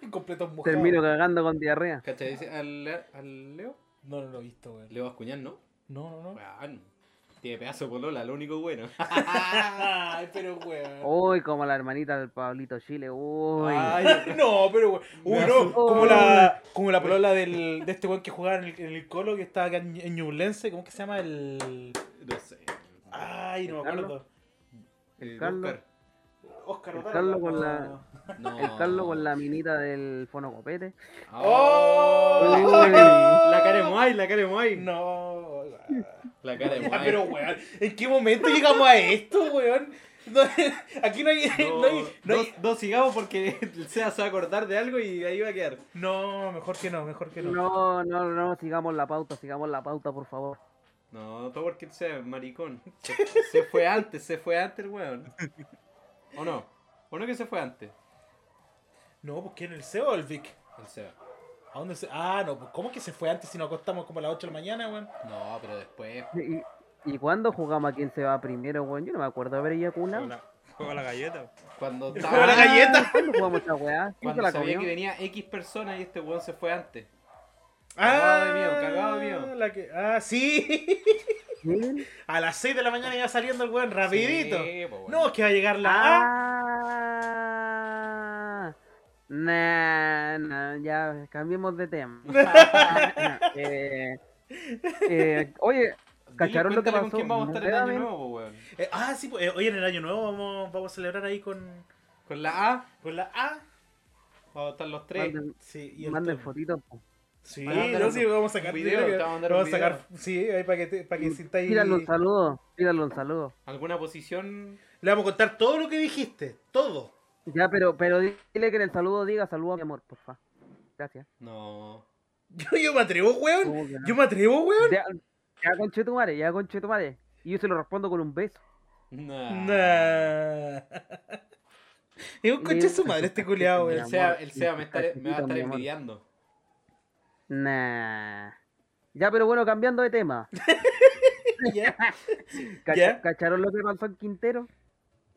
Speaker 2: Completos mojados.
Speaker 3: Termino cagando con diarrea.
Speaker 4: ¿Cachai? Dice, ¿Al, al Leo?
Speaker 2: No, no lo he visto, weón.
Speaker 4: Leo Bascuñán, ¿no?
Speaker 2: No, no,
Speaker 4: [LAUGHS]
Speaker 2: no.
Speaker 4: Weón. Tiene pedazo de polola, lo único bueno. [LAUGHS]
Speaker 2: Ay, pero weón.
Speaker 3: Uy, como la hermanita del Pablito Chile, uy.
Speaker 2: Ay, no, pero weón. Uy,
Speaker 4: Me
Speaker 2: no.
Speaker 3: asustó.
Speaker 2: Como la, como la polola del, de este weón que jugaba en el, en el Colo, que estaba acá en, en Ñublense. ¿Cómo que se llama el.?
Speaker 4: No sé.
Speaker 2: Ay, no me
Speaker 3: ¿El
Speaker 2: acuerdo.
Speaker 4: El
Speaker 3: Carlos.
Speaker 4: Oscar.
Speaker 2: Oscar
Speaker 3: El
Speaker 2: Otálora,
Speaker 3: Carlos con
Speaker 2: no.
Speaker 3: la-
Speaker 4: No. Ah.
Speaker 3: El Carlos con la minita del fonocopete.
Speaker 2: ¡Oh!
Speaker 3: Uy.
Speaker 4: La cara de Moai, la cara de Moai.
Speaker 2: No.
Speaker 4: La cara de
Speaker 2: Ya,
Speaker 4: Moai.
Speaker 2: pero [LAUGHS] weón, ¿en qué momento llegamos a esto, weón? No, [LAUGHS] aquí no hay. No,
Speaker 4: No,
Speaker 2: hay, no,
Speaker 4: no-
Speaker 2: hay-
Speaker 4: no sigamos porque [LAUGHS] el SEA se va a acordar de algo y ahí va a quedar.
Speaker 2: no, mejor que no, mejor que no.
Speaker 3: No, no, no, sigamos la pauta, sigamos la pauta, por favor.
Speaker 4: No, todo porque el SEA es maricón. Se, se fue antes, se fue antes el weón. ¿O no? ¿O no que se fue antes?
Speaker 2: No, pues ¿quién? ¿El CEO o el Vic?
Speaker 4: El SEA.
Speaker 2: ¿A dónde se.? Ah, no, pues ¿cómo que se fue antes si nos acostamos como a las 8 de la mañana, weón?
Speaker 4: No, pero después.
Speaker 3: ¿Y, y cuándo jugamos a quién se va primero, weón? Yo no me acuerdo haber
Speaker 1: Juega
Speaker 3: vacunado.
Speaker 1: la, juega la galleta.
Speaker 4: Cuando
Speaker 2: juego de la
Speaker 4: estaba.
Speaker 2: galleta. galleta!
Speaker 3: ¿Cuándo jugamos esa weá? ¿Quién se
Speaker 4: Cuando
Speaker 3: la
Speaker 4: sabía
Speaker 3: comió?
Speaker 4: que venía X personas y este weón se fue antes.
Speaker 2: ah,
Speaker 4: Cagado de miedo, cagado de miedo.
Speaker 2: la que- ah, sí. [LAUGHS]
Speaker 3: ¿Quién?
Speaker 2: A las 6 de la mañana iba saliendo el weón, rapidito.
Speaker 4: Sí, po, weón.
Speaker 2: No, es que va a llegar la. A.
Speaker 3: Ah, nah, nah, ya, cambiemos
Speaker 2: [LAUGHS]
Speaker 3: de tema. Eh, eh, oye,
Speaker 4: Dile,
Speaker 3: ¿cacharon lo que
Speaker 4: cuéntale con
Speaker 3: pasó?
Speaker 4: quién vamos a estar el año
Speaker 3: Nuevamente.
Speaker 4: nuevo, po, weón?
Speaker 2: Eh, ah, sí, pues, eh, hoy en el año nuevo vamos, vamos a celebrar ahí con,
Speaker 4: Con la A
Speaker 2: con la A.
Speaker 4: vamos a estar los tres.
Speaker 3: manden,
Speaker 2: Sí, y el
Speaker 3: manden
Speaker 2: Tom.
Speaker 3: fotitos. po.
Speaker 2: Sí,
Speaker 4: Van a mandar
Speaker 2: no,
Speaker 4: un-
Speaker 2: sí, vamos a sacar
Speaker 4: un video,
Speaker 2: yo creo que
Speaker 4: te van a mandar un
Speaker 2: vamos a
Speaker 4: video.
Speaker 2: sacar, sí, ahí para que, te- para que
Speaker 3: Mm,
Speaker 2: sintáis.
Speaker 3: Pídale un saludo, pídale un saludo.
Speaker 4: ¿Alguna posición?
Speaker 2: Le vamos a contar todo lo que dijiste, todo. [LAUGHS]
Speaker 3: Ya, pero, pero dile que en el saludo diga saludo a mi amor, porfa. Gracias.
Speaker 4: No.
Speaker 2: Yo, yo me atrevo, weón.
Speaker 3: ¿Cómo que no?
Speaker 2: Yo me atrevo, weón.
Speaker 3: Ya, ya con Chetumare, ya con Chetumare. Y yo se lo respondo con un beso.
Speaker 4: Nah.
Speaker 2: Nah. Es un coche su madre este culiado,
Speaker 3: Mira.
Speaker 2: weón.
Speaker 4: El SEA,
Speaker 3: amor,
Speaker 4: el SEA me, está- me va a
Speaker 3: cachito,
Speaker 4: estar
Speaker 3: mi amor.
Speaker 4: envidiando.
Speaker 3: Nah. Ya, pero bueno, cambiando de tema.
Speaker 2: [LAUGHS] Ya.
Speaker 3: Cacha-
Speaker 2: Ya.
Speaker 3: ¿Cacharon lo que pasó en Quintero?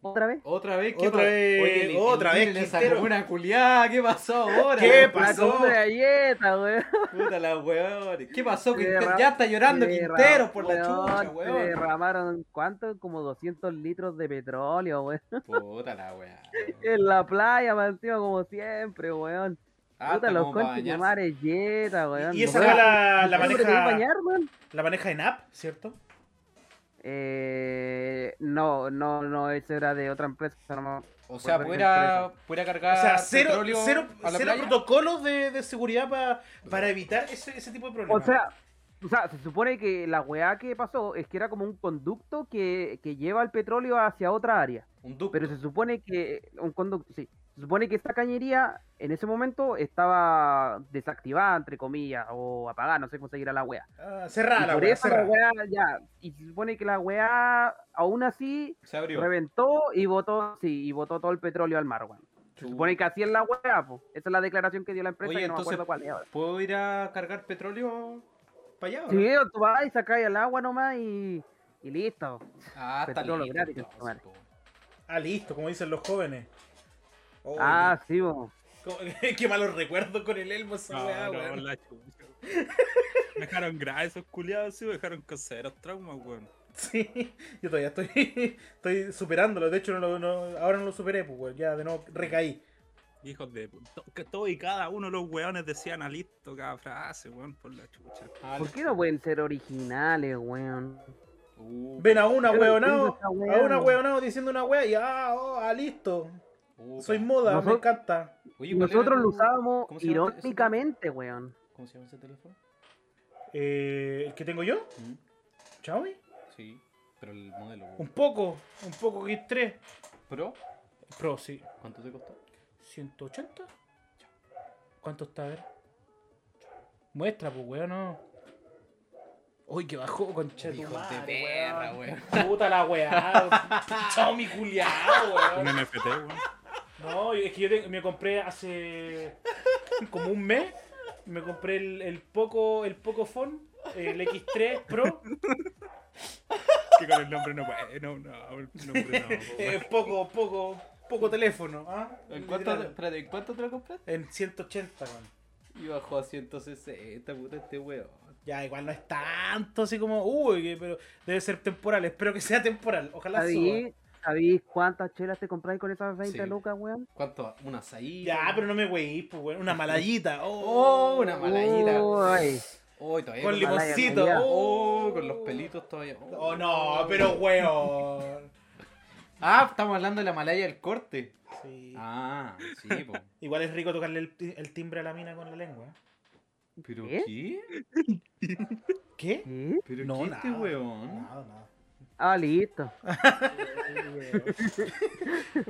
Speaker 3: ¿Otra vez?
Speaker 4: Otra vez, ¿qué
Speaker 2: Otra
Speaker 4: pa-
Speaker 2: vez,
Speaker 4: el- el
Speaker 2: otra
Speaker 4: Jimmy
Speaker 2: vez,
Speaker 4: le
Speaker 2: Quintero.
Speaker 4: sacó una culiada, ¿qué pasó ahora?
Speaker 2: ¿Qué
Speaker 3: La
Speaker 2: pasó?
Speaker 3: comida de galleta, weón.
Speaker 4: Puta la weón. ¿Qué pasó,
Speaker 3: Se
Speaker 4: Quintero?
Speaker 3: derra-
Speaker 4: Ya está llorando
Speaker 3: se derra-
Speaker 4: Quintero por la
Speaker 3: weón,
Speaker 4: chucha,
Speaker 3: se
Speaker 4: weón.
Speaker 3: derramaron, ¿cuánto? Como 200 litros de petróleo, weón. [LAUGHS]
Speaker 4: Puta la weón.
Speaker 3: En la playa, más encima, como siempre, weón.
Speaker 2: Ah,
Speaker 3: Puta, los conches de madre yeta, weón.
Speaker 2: Y esa
Speaker 3: Weón,
Speaker 2: fue la, la
Speaker 3: ¿no te querés
Speaker 2: maneja.
Speaker 3: bañar, weón?
Speaker 2: La maneja en app, ¿cierto?
Speaker 3: Eh, no, no, no, eso era de otra empresa. No, me-
Speaker 4: O sea,
Speaker 3: Por
Speaker 4: pudiera,
Speaker 3: ejemplo,
Speaker 4: pudiera
Speaker 2: O
Speaker 4: cargar
Speaker 2: sea, cero,
Speaker 4: Ah, petróleo
Speaker 2: cero,
Speaker 4: a la
Speaker 2: cero
Speaker 4: playa.
Speaker 2: protocolos de, de seguridad pa- para evitar ese, ese tipo de problemas.
Speaker 3: O sea, o sea, se supone que la weá que pasó es que era como un conducto que, que lleva el petróleo hacia otra área.
Speaker 4: Un ducto.
Speaker 3: Pero se supone que un conducto, sí. Se supone que esta cañería en ese momento estaba desactivada, entre comillas, o apagada, no sé cómo se dirá la weá.
Speaker 2: Ah,
Speaker 3: Y
Speaker 2: cerrada la
Speaker 3: por
Speaker 2: weá,
Speaker 3: eso la
Speaker 2: cerrada.
Speaker 3: weá, ya. Y se supone que la weá, aún así,
Speaker 4: Se abrió.
Speaker 3: reventó y botó, sí, y botó todo el petróleo al mar, weón. Se supone que así es la weá, po. Esa es la declaración que dio la empresa
Speaker 4: Oye,
Speaker 3: que no me
Speaker 4: entonces-
Speaker 3: acuerdo cuál es ahora.
Speaker 4: ¿Puedo ir a cargar petróleo para allá? o no?
Speaker 3: Sí, o tú vas y sacáis al agua nomás y, y listo.
Speaker 4: Ah, está
Speaker 3: Petróleo
Speaker 4: listo,
Speaker 3: gratis,
Speaker 4: entonces,
Speaker 3: madre.
Speaker 4: po.
Speaker 2: Ah, listo, como dicen los jóvenes. Oh,
Speaker 3: Ah, sí, bo.
Speaker 2: co- [LAUGHS] qué malos recuerdos con el Elmo esa weá,
Speaker 1: No, no,
Speaker 2: weón. [LAUGHS]
Speaker 1: la chucha. Me dejaron graves esos culiados, sí, me dejaron con severos traumas, weón.
Speaker 2: Sí, yo todavía estoy, [LAUGHS] estoy superándolo. De hecho, no lo- no- ahora no lo superé, pues, weón. Ya de nuevo recaí.
Speaker 1: Hijos de pu- to- que todo y cada uno de los weones decían a listo cada frase, weón, por la chucha.
Speaker 4: Ah,
Speaker 3: ¿Por qué no pueden ser originales, weón?
Speaker 4: Uh,
Speaker 2: Ven a una
Speaker 3: Pero
Speaker 2: weonao,
Speaker 3: esa
Speaker 2: a
Speaker 3: weá,
Speaker 2: una
Speaker 3: weón.
Speaker 2: weonao diciendo una wea y ah, oh, ah, listo.
Speaker 4: uh,
Speaker 2: Soy
Speaker 4: pa.
Speaker 2: moda, me
Speaker 3: Nosotros-
Speaker 2: encanta.
Speaker 4: Oye, ¿cuál era
Speaker 3: Nosotros
Speaker 4: tu-
Speaker 3: lo usábamos
Speaker 4: cómo se llama ese- ese
Speaker 3: irónicamente, weón.
Speaker 4: teléfono? ¿Cómo se llama ese teléfono?
Speaker 2: Eh, ¿El que tengo yo?
Speaker 4: Mm,
Speaker 2: ¿Xiaomi?
Speaker 4: Sí, pero el modelo. weón.
Speaker 2: Un poco, un poco Gear 3.
Speaker 4: ¿Pro?
Speaker 2: Pro, sí.
Speaker 4: ¿Cuánto te costó?
Speaker 2: 180. ¿Cuánto está? A ver. Muestra, pues, weón, no. Uy, que bajó, concha de tu
Speaker 4: Hijo de
Speaker 2: madre,
Speaker 4: perra, weón.
Speaker 2: weón. Puta la weá. Xiaomi culiao,
Speaker 1: Un
Speaker 2: weón.
Speaker 1: NFT, weón.
Speaker 2: No, es que yo te- me compré hace como un mes. Me compré el, el poco el poco phone, el X3 Pro,
Speaker 1: Que con el nombre no puede, no, no, el nombre no.
Speaker 2: eh,
Speaker 1: weón.
Speaker 2: poco poco poco teléfono, ¿ah?
Speaker 4: ¿En cuánto,
Speaker 2: Literal.
Speaker 4: te- espérate, ¿en cuánto te lo compraste?
Speaker 2: En 180, weón.
Speaker 4: Y bajó a 160, puta este weón.
Speaker 2: Ya, igual no es tanto así como, uy, que- pero debe ser temporal. Espero que sea temporal. Ojalá suba.
Speaker 3: ¿Sabéis sabéis cuántas chelas te compráis con esas 20
Speaker 4: Sí.
Speaker 3: lucas, weón?
Speaker 4: ¿Cuánto? ¿Una saí?
Speaker 2: Ya, pero no me weís, pues, weón. Una malayita. Oh,
Speaker 4: Oh, una malayita.
Speaker 3: Uy,
Speaker 4: Oh, y todavía
Speaker 2: Con
Speaker 4: la-
Speaker 2: limoncito.
Speaker 3: malaya,
Speaker 4: Oh, con los pelitos todavía.
Speaker 2: Oh, no, pero weón.
Speaker 4: Ah, estamos hablando de la malaya del corte.
Speaker 2: Sí.
Speaker 4: Ah, sí,
Speaker 2: [LAUGHS]
Speaker 4: po.
Speaker 2: Igual es rico tocarle el, ti- el timbre a la mina con la lengua. ¿eh?
Speaker 4: ¿Pero
Speaker 3: ¿Qué?
Speaker 4: qué?
Speaker 2: ¿Qué?
Speaker 3: ¿sí?
Speaker 4: ¿Pero
Speaker 2: No,
Speaker 4: qué
Speaker 2: nada.
Speaker 4: este weón?
Speaker 2: Nada, nada. [LAUGHS]
Speaker 3: Ah, listo.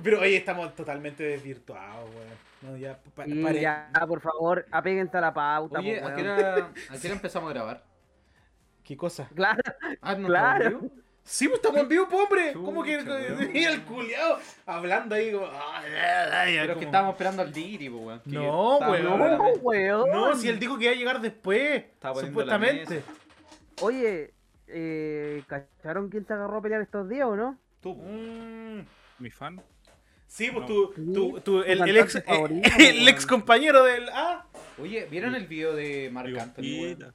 Speaker 2: Pero oye, estamos totalmente desvirtuados, weón. No, ya, pa-
Speaker 4: Mm,
Speaker 3: Sí,
Speaker 2: pare-
Speaker 3: ya, por favor, apéguense a la pauta,
Speaker 4: Oye,
Speaker 3: po,
Speaker 4: ¿a qué,
Speaker 3: weón.
Speaker 4: hora, ¿a qué hora empezamos a grabar?
Speaker 2: ¿Qué cosa?
Speaker 3: Claro,
Speaker 4: Ah, ¿no
Speaker 3: Claro.
Speaker 4: estamos en vivo?
Speaker 2: Sí, pues estamos en vivo, po, hombre.
Speaker 4: Chucha,
Speaker 2: ¿Cómo que
Speaker 4: weón.
Speaker 2: [LAUGHS] y el culiao hablando ahí como. "Ah, ay, ay, ay,
Speaker 4: Pero es que
Speaker 2: como-
Speaker 4: estábamos esperando al Diri, po, weón. Que
Speaker 2: No,
Speaker 4: estaba-
Speaker 2: weón.
Speaker 3: no, [LAUGHS] weón.
Speaker 2: No, si él dijo que iba a llegar después.
Speaker 4: Estaba poniendo la
Speaker 2: Supuestamente.
Speaker 3: Oye, eh, ¿cacharon quién se agarró a pelear estos días o no?
Speaker 4: Tú, po.
Speaker 2: Mm,
Speaker 1: Mi fan.
Speaker 2: Sí, pues
Speaker 1: No.
Speaker 2: tú, tú, tú, el, el
Speaker 3: cantante
Speaker 2: ex, [LAUGHS] eh,
Speaker 3: favorito,
Speaker 2: el
Speaker 3: weón.
Speaker 2: ex compañero del. Ah,
Speaker 4: Oye, ¿vieron el video de Marc
Speaker 1: Digo,
Speaker 4: Anthony,
Speaker 1: mira.
Speaker 4: weón?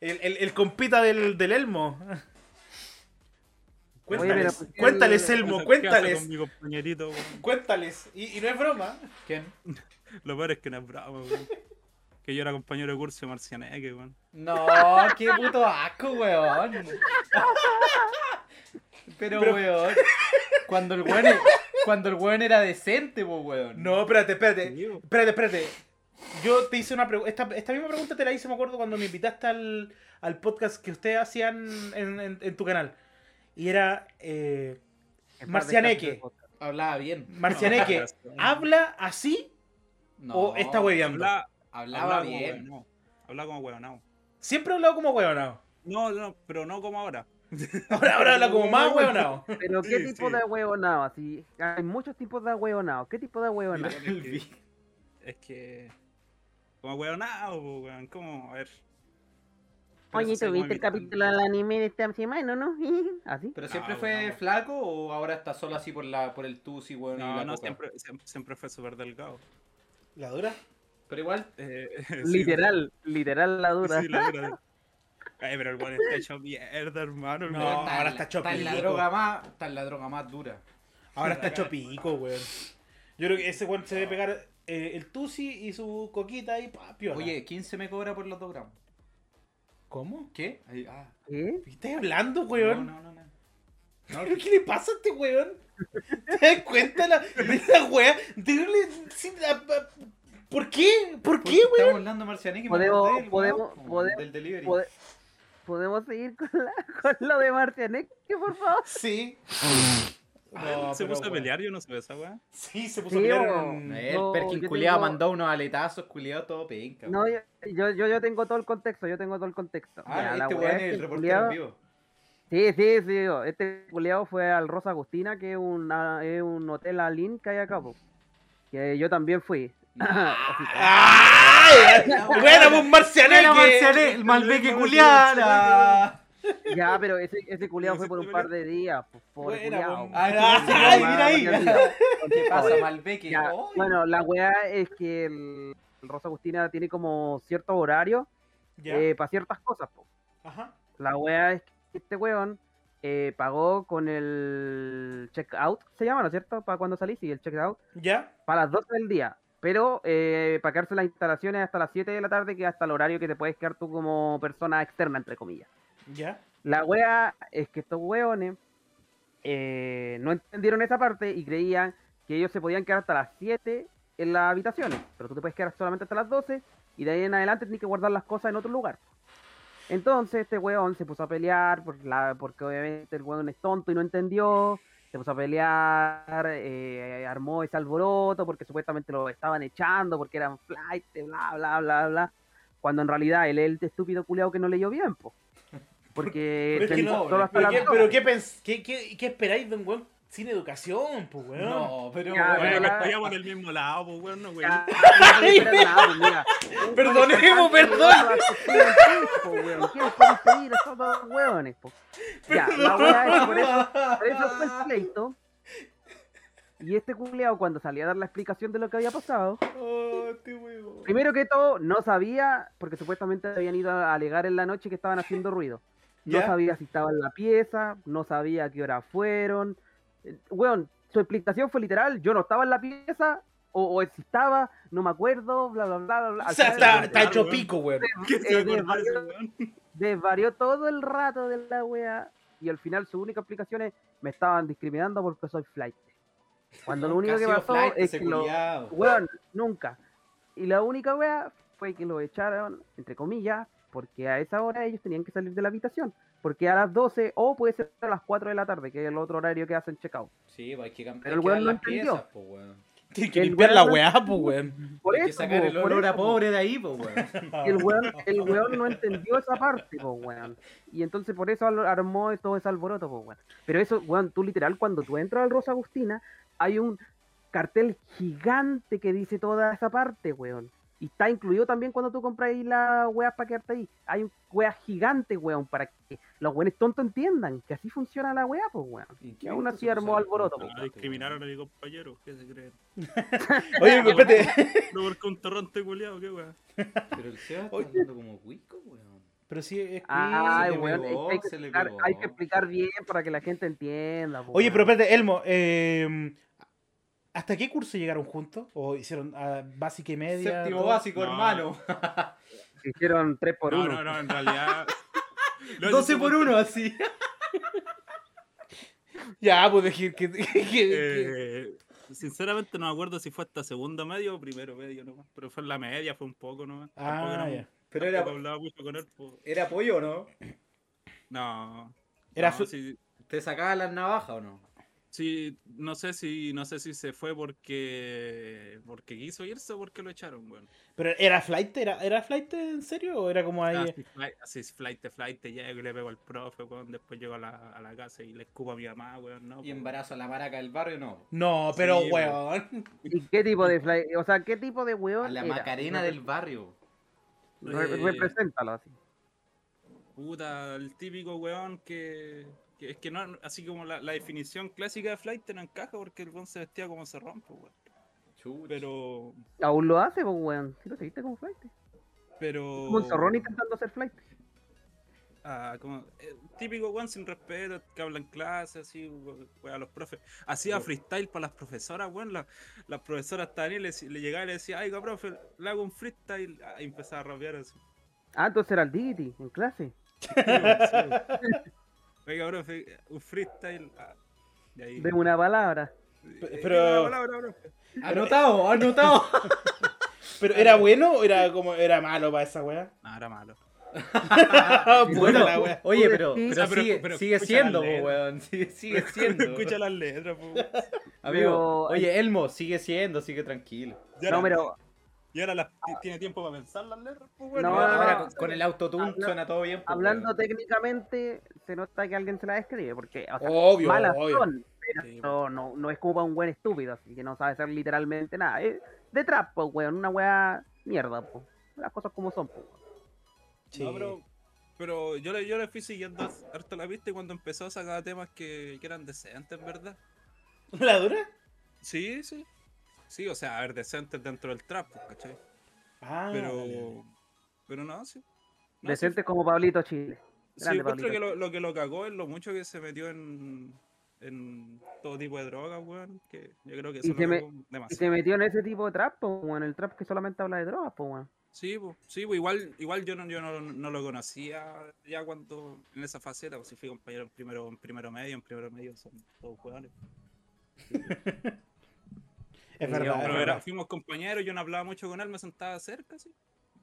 Speaker 2: el, el, el compita del, del Elmo. Cuéntales,
Speaker 3: pero-
Speaker 2: cuéntales,
Speaker 3: ¿qué
Speaker 2: Elmo,
Speaker 1: Eso, ¿qué hace
Speaker 2: cuéntales.
Speaker 1: con mi compañerito, weón?
Speaker 2: Cuéntales. Y, y no es broma.
Speaker 4: ¿Quién?
Speaker 1: Lo peor es que no es bravo, weón. Que yo era compañero de curso de Marcianeque, weón.
Speaker 4: No, qué puto asco, weón. Pero,
Speaker 2: Pero-
Speaker 4: weón, cuando el weón, e- cuando el weón era decente, po, weón.
Speaker 2: No, espérate, espérate.
Speaker 1: Sí, weón.
Speaker 2: Espérate, espérate. Yo te hice una pregunta. Esta, esta misma pregunta te la hice, me acuerdo, cuando me invitaste al, al podcast que ustedes hacían en, en- en tu canal. Y era. eh,
Speaker 3: En par de
Speaker 2: Marcianeque.
Speaker 3: casos de podcast.
Speaker 4: Hablaba bien.
Speaker 2: [LAUGHS] Marcianeque, Ah, ¿habla así
Speaker 4: No,
Speaker 2: o está hueveando?
Speaker 1: Habla,
Speaker 4: Hablaba
Speaker 1: como
Speaker 4: bien.
Speaker 1: weonao. Hablaba como weonao.
Speaker 2: Siempre ha hablado como huevonao.
Speaker 1: No, no, pero no como ahora.
Speaker 2: Ahora, ahora habla como más huevonao.
Speaker 4: [LAUGHS]
Speaker 3: Pero ¿qué
Speaker 1: Sí,
Speaker 3: tipo
Speaker 1: sí.
Speaker 3: de huevonao? Así, hay muchos tipos de huevonao. ¿Qué tipo de huevonao?
Speaker 4: Mira el vi-
Speaker 1: Es que. Como weonao, po, weón. ¿Cómo? A ver. Pero
Speaker 3: Oye,
Speaker 1: eso
Speaker 3: ¿tú
Speaker 1: soy
Speaker 3: viste
Speaker 1: muy
Speaker 3: el
Speaker 1: habitual.
Speaker 3: capítulo del anime de esta semana, no? [LAUGHS] ¿Ah, ¿Así?
Speaker 4: ¿Pero siempre
Speaker 2: Ah,
Speaker 1: No,
Speaker 4: fue
Speaker 1: weón, no.
Speaker 4: flaco o ahora está solo así por la por el tusi, weón? y
Speaker 1: No,
Speaker 4: la
Speaker 1: no,
Speaker 4: coca?
Speaker 1: siempre, siem- siempre fue súper delgado. [LAUGHS]
Speaker 2: ¿La dura?
Speaker 4: Pero igual,
Speaker 1: Eh,
Speaker 3: literal, literal la
Speaker 1: Sí,
Speaker 3: dura.
Speaker 1: [LAUGHS]
Speaker 3: [LAUGHS]
Speaker 1: sí, la dura. Ay, pero el weón está hecho mierda, hermano. el
Speaker 2: No,
Speaker 1: weón.
Speaker 4: en
Speaker 2: ahora
Speaker 4: la-
Speaker 2: está
Speaker 4: Está en la
Speaker 2: chopico.
Speaker 4: droga más, está en la droga más dura.
Speaker 2: Ahora está hecho pico, weón. Yo creo que ese weón se debe pegar eh, el tusi y su coquita y pa, piola.
Speaker 4: Oye, 15 me cobra por los dos gramos.
Speaker 2: ¿cómo?
Speaker 4: ¿Qué? Ahí, ah.
Speaker 3: ¿Qué?
Speaker 2: ¿Qué estás hablando, weón?
Speaker 4: No, no, no, no.
Speaker 2: ¿Pero ¿Qué le pasa a este weón? ¿Te das cuenta la, de la wea? Dígale, sí, la- la- ¿Por qué? ¿Por
Speaker 4: ¿Por
Speaker 2: qué, weón?
Speaker 4: Estamos hablando de Marcianeque. me
Speaker 3: Podemos-
Speaker 4: acordé del
Speaker 3: podemos-
Speaker 4: weón,
Speaker 3: podemos-
Speaker 4: Del delivery.
Speaker 3: Pode- ¿Podemos seguir con, la- [LAUGHS] con lo de Marcianeque, por favor?
Speaker 2: Sí.
Speaker 1: Ah,
Speaker 2: No,
Speaker 1: se
Speaker 2: pero,
Speaker 1: puso a
Speaker 2: weón.
Speaker 1: pelear, yo no sé esa weón.
Speaker 2: Sí, se puso
Speaker 3: Sí,
Speaker 2: a pelear
Speaker 3: o-
Speaker 2: en-
Speaker 4: No, El
Speaker 3: No,
Speaker 4: Perkin
Speaker 3: yo
Speaker 4: culiado
Speaker 3: tengo-
Speaker 4: mandó unos aletazos, culiado todo penca.
Speaker 3: No,
Speaker 4: weón.
Speaker 3: yo, yo, yo, yo tengo todo el contexto, yo tengo todo el contexto.
Speaker 4: Ah,
Speaker 3: Ya, la
Speaker 4: este
Speaker 3: weá
Speaker 4: weón
Speaker 3: es que
Speaker 4: es el
Speaker 3: el
Speaker 4: reportero
Speaker 3: culiao-
Speaker 4: en
Speaker 3: [LAUGHS]
Speaker 4: vivo.
Speaker 3: Sí, sí, sí, digo, este culiao fue al Rosa Agustina, que es, una, es un hotel alín que hay acá, po. que yo también fui.
Speaker 2: ¡Ay! ¡Buena, pues, Marcianeque!
Speaker 4: Malbeque culiara!
Speaker 3: Ya, pero ese,
Speaker 2: [LAUGHS]
Speaker 3: ese culiao fue
Speaker 1: Pero si
Speaker 3: por
Speaker 1: te
Speaker 3: un par
Speaker 1: peleas-
Speaker 3: de días. pues, Pobre
Speaker 1: Buena,
Speaker 3: culiao.
Speaker 1: po.
Speaker 4: Ah,
Speaker 2: Ah,
Speaker 4: sí,
Speaker 2: [LAUGHS] ay,
Speaker 4: sí,
Speaker 2: mira ahí.
Speaker 4: sí, sí. ¿Qué pasa, Malbeque?
Speaker 3: Ya,
Speaker 4: Oh,
Speaker 3: Bueno, la weá es que el, el Rosa Agustina tiene como ciertos horarios
Speaker 2: Ya.
Speaker 3: para ciertas cosas. po.
Speaker 2: Ajá.
Speaker 3: La weá es que este weón eh, pagó con el check out, se llama, ¿no es cierto? Para cuando salís, y el check out,
Speaker 2: Ya.
Speaker 3: para las 12 del día. Pero eh, para quedarse en las instalaciones hasta las 7 de la tarde, que es hasta el horario que te puedes quedar tú como persona externa, entre comillas.
Speaker 2: Ya.
Speaker 3: La wea es que estos weones eh, no entendieron esa parte y creían que ellos se podían quedar hasta las 7 en las habitaciones, pero tú te puedes quedar solamente hasta las 12 y de ahí en adelante tienes que guardar las cosas en otro lugar. Entonces este weón se puso a pelear por la- porque obviamente el weón es tonto y no entendió, se puso a pelear, eh, armó ese alboroto porque supuestamente lo estaban echando porque eran flight, bla, bla, bla, bla, cuando en realidad él es el estúpido culeado que no leyó bien, po. Porque
Speaker 2: Pero [LAUGHS] es que
Speaker 3: pensó
Speaker 4: no,
Speaker 3: solo hasta
Speaker 2: Pero,
Speaker 3: las
Speaker 2: qué,
Speaker 3: doce.
Speaker 2: pero qué, pens- qué- qué- qué esperáis de un weón sin educación, pues weón?
Speaker 4: No, pero
Speaker 3: Ya,
Speaker 1: Bueno,
Speaker 4: bueno,
Speaker 1: que
Speaker 3: ya.
Speaker 1: estudiamos en el mismo lado, pues, weón, no, weón.
Speaker 3: Ya, no puede esperar nada, pues, mira. Un
Speaker 2: Perdonemos,
Speaker 3: manifestante
Speaker 2: perdón.
Speaker 3: llevando a su tiempo, weón. ¿Qué les pueden pedir a estos dos hueones, po? Ya, la wea es por eso, por eso fue el pleito. Y este culeado cuando salía a dar la explicación de lo que había pasado,
Speaker 2: Oh, este weón.
Speaker 3: primero que todo no sabía, porque supuestamente habían ido a alegar en la noche que estaban haciendo ruido. No
Speaker 2: Ya.
Speaker 3: sabía si estaba en la pieza, no sabía a qué hora fueron. Eh, Weón, su explicación fue literal, yo no estaba en la pieza, o, o si estaba, no me acuerdo, bla, bla, bla, bla, bla.
Speaker 2: O
Speaker 3: Al
Speaker 2: sea,
Speaker 3: final,
Speaker 2: está,
Speaker 1: de
Speaker 2: está
Speaker 1: verdad,
Speaker 2: hecho
Speaker 1: weón.
Speaker 2: pico, weón.
Speaker 1: [LAUGHS] ¿Qué se
Speaker 3: eh,
Speaker 1: acordó de ese
Speaker 3: desvarió-
Speaker 1: weón?
Speaker 3: desvarió todo el rato de la wea y al final su única explicación es me estaban discriminando porque soy flight.
Speaker 2: [LAUGHS]
Speaker 3: Cuando lo único que pasó es que lo, weón, nunca. Y la única wea fue que lo echaron, entre comillas, porque a esa hora ellos tenían que salir de la habitación. Porque a las 12 o puede ser a las 4 de la tarde, que es el otro horario que hacen check-out.
Speaker 4: Sí, pues hay que cambiar
Speaker 3: Pero el weón no
Speaker 4: las
Speaker 3: entendió.
Speaker 4: piezas, pues, weón.
Speaker 2: Tiene
Speaker 3: El weón-
Speaker 2: pues weón.
Speaker 3: Por
Speaker 4: Hay que
Speaker 3: eso,
Speaker 4: sacar
Speaker 3: po,
Speaker 4: el
Speaker 3: por
Speaker 4: olor a
Speaker 3: eso, po.
Speaker 4: pobre de ahí, pues,
Speaker 3: el
Speaker 4: weón. [LAUGHS]
Speaker 3: weón, el weón no entendió esa parte, po, weón. Y entonces por eso al- armó todo ese alboroto, po, weón. Pero eso, weón, tú literal, cuando tú entras al Rosa Agustina, hay un cartel gigante que dice toda esa parte, weón. Y está incluido también cuando tú compras ahí las weas para quedarte ahí. Hay un wea gigante, weón, para que los weones tontos entiendan que así funciona la wea, pues, weón.
Speaker 4: ¿Y
Speaker 3: aún
Speaker 4: cosa
Speaker 3: así
Speaker 4: que
Speaker 3: armó
Speaker 4: sale
Speaker 3: alboroto,
Speaker 4: con
Speaker 1: Ah,
Speaker 4: tanto,
Speaker 1: discriminaron a
Speaker 4: weón?
Speaker 1: mi compañero, ¿qué se creen?
Speaker 2: Oye, espérate.
Speaker 1: No porque un torrante culiado, qué weón.
Speaker 4: Pero el Seba está
Speaker 2: Oye.
Speaker 4: hablando como cuico, weón.
Speaker 2: Pero sí, es que-
Speaker 3: Ay,
Speaker 4: le
Speaker 3: weón,
Speaker 4: pegó,
Speaker 3: hay, que
Speaker 4: se le
Speaker 3: explicar, hay
Speaker 4: pegó.
Speaker 3: que explicar bien para que la gente entienda, po,
Speaker 2: Oye,
Speaker 3: weón.
Speaker 2: pero espérate, Elmo, eh, ¿hasta qué curso llegaron juntos? ¿O hicieron a básica y media?
Speaker 4: Séptimo
Speaker 2: todo?
Speaker 4: básico,
Speaker 1: No.
Speaker 2: [LAUGHS]
Speaker 4: [LAUGHS] hermano.
Speaker 3: Hicieron 3 por 1.
Speaker 1: No, no, no, en realidad. [LAUGHS] No,
Speaker 4: 12 por
Speaker 1: sí,
Speaker 4: 1, así.
Speaker 2: [LAUGHS] Ya, pues dejé que. [LAUGHS] que- que-
Speaker 1: eh, sinceramente no me acuerdo si fue hasta segundo medio o primero medio nomás. Pero fue en la media, fue un poco nomás. Tampoco
Speaker 2: Ah,
Speaker 1: era
Speaker 2: ya.
Speaker 1: Tampoco
Speaker 4: Pero era,
Speaker 1: hablaba mucho con él, po.
Speaker 4: era pollo, ¿no?
Speaker 1: No.
Speaker 2: Era
Speaker 1: no,
Speaker 2: su-
Speaker 1: sí,
Speaker 4: ¿Te sacaba las navajas o no?
Speaker 1: sí, no sé si, no sé si se fue porque porque quiso irse o porque lo echaron, weón.
Speaker 2: ¿Pero era flight? ¿Era, era flight en serio? ¿O era como ahí?
Speaker 1: Así flight, así ah, flight, de flight, te llego y le pego al profe, weón. Después llego a la, a la casa y le escupo a mi mamá, weón. No,
Speaker 4: Y
Speaker 1: po.
Speaker 4: embarazo a la maraca del barrio, no.
Speaker 2: No, pero
Speaker 1: Sí,
Speaker 2: weón.
Speaker 3: ¿Y qué tipo de fly- O sea, ¿qué tipo de weón?
Speaker 4: A la
Speaker 3: era?
Speaker 4: macarena
Speaker 3: Re-
Speaker 4: del barrio.
Speaker 3: re-
Speaker 1: Eh,
Speaker 3: Represéntalo así.
Speaker 1: Puta, el típico weón que, que es que no, así como la, la definición clásica de flight no encaja porque el weón se vestía como se rompe, weón.
Speaker 4: Chucha.
Speaker 1: Pero,
Speaker 3: Aún lo hace, pues, weón. Si lo seguiste como flight.
Speaker 1: pero.
Speaker 3: Como un zorrón intentando ser flight.
Speaker 1: Ah, como, eh, típico weón sin respeto, que habla en clase, así, we- weón, a los profes. Hacía freestyle para las profesoras, weón. la- las profesoras estaban ahí, le, dec- le llegaba y le decía, ay, profe, le hago un freestyle. ah, Y empezaba a rapear así.
Speaker 3: Ah, entonces era el Diggity en clase.
Speaker 1: Oiga, profe, un freestyle. ah, y ahí.
Speaker 3: De una palabra.
Speaker 1: Eh,
Speaker 2: pero-
Speaker 1: diga la palabra, profe. [LAUGHS]
Speaker 4: Anotado, anotado.
Speaker 1: Ah,
Speaker 2: ¿Pero era bueno o era como era malo para esa
Speaker 1: [LAUGHS]
Speaker 2: weá?
Speaker 1: No, era malo. Ah,
Speaker 2: Puta
Speaker 4: bueno,
Speaker 2: la wea.
Speaker 4: oye, pero,
Speaker 3: Sí.
Speaker 4: pero
Speaker 1: O sea, Ah, pero-
Speaker 4: sigue,
Speaker 1: pero
Speaker 4: sigue
Speaker 1: escucha
Speaker 4: siendo,
Speaker 1: la
Speaker 4: po,
Speaker 1: letra.
Speaker 4: weón.
Speaker 1: [LAUGHS]
Speaker 4: Sigue, sigue siendo.
Speaker 1: Escucha las letras, po.
Speaker 4: Amigo,
Speaker 3: Pero- eh,
Speaker 4: oye, Elmo, sigue siendo, sigue tranquilo.
Speaker 1: Y ahora,
Speaker 3: No, pero.
Speaker 1: y ahora las- ti- tiene tiempo para pensar las letras, po, weón. Ah,
Speaker 3: No,
Speaker 4: Ahora-
Speaker 3: no,
Speaker 4: ahora
Speaker 3: no.
Speaker 4: con, con el autotune
Speaker 3: Habla-
Speaker 4: suena todo bien. po,
Speaker 3: Hablando
Speaker 4: weón.
Speaker 3: técnicamente, se nota que alguien se la describe. Porque, o sea,
Speaker 2: Obvio,
Speaker 3: malas
Speaker 2: obvio.
Speaker 3: son. Pero
Speaker 1: Sí,
Speaker 3: no, no, no es como para un buen estúpido, así que no sabe hacer literalmente nada. Es de trap, pues, weón. Una wea mierda, pues. Las cosas como son, pues.
Speaker 1: No, pero Pero yo le, yo le fui siguiendo harto la pista y cuando empezó sacaba temas que, que eran decentes, ¿verdad?
Speaker 2: ¿La dura?
Speaker 1: Sí, sí. Sí, o sea, a ver, decentes dentro del trap, pues, ¿cachai?
Speaker 2: Ah, dale.
Speaker 1: Pero. Pero no, sí. No,
Speaker 3: Decentes como Pablito Chile.
Speaker 1: Sí,
Speaker 3: Grande,
Speaker 1: yo encuentro
Speaker 3: Pablito.
Speaker 1: que lo, lo que lo cagó es lo mucho que se metió en, en todo tipo de drogas, weón. Que yo creo que eso
Speaker 3: Y se
Speaker 1: lo
Speaker 3: me-
Speaker 1: cagó
Speaker 3: Y
Speaker 1: demasiado.
Speaker 3: se metió en ese tipo de trap, po, weón, en el trap que solamente habla de drogas, po, weón.
Speaker 1: Sí, po, sí po, igual, igual yo, no, yo no, no lo conocía ya cuando en esa faceta, pues si fui compañero en primero, en primero medio, en primero medio son todos weones.
Speaker 2: Es
Speaker 3: Pero
Speaker 2: verdad. es
Speaker 1: Pero era,
Speaker 2: verdad.
Speaker 1: fuimos compañeros, yo no hablaba mucho con él, me sentaba cerca, sí.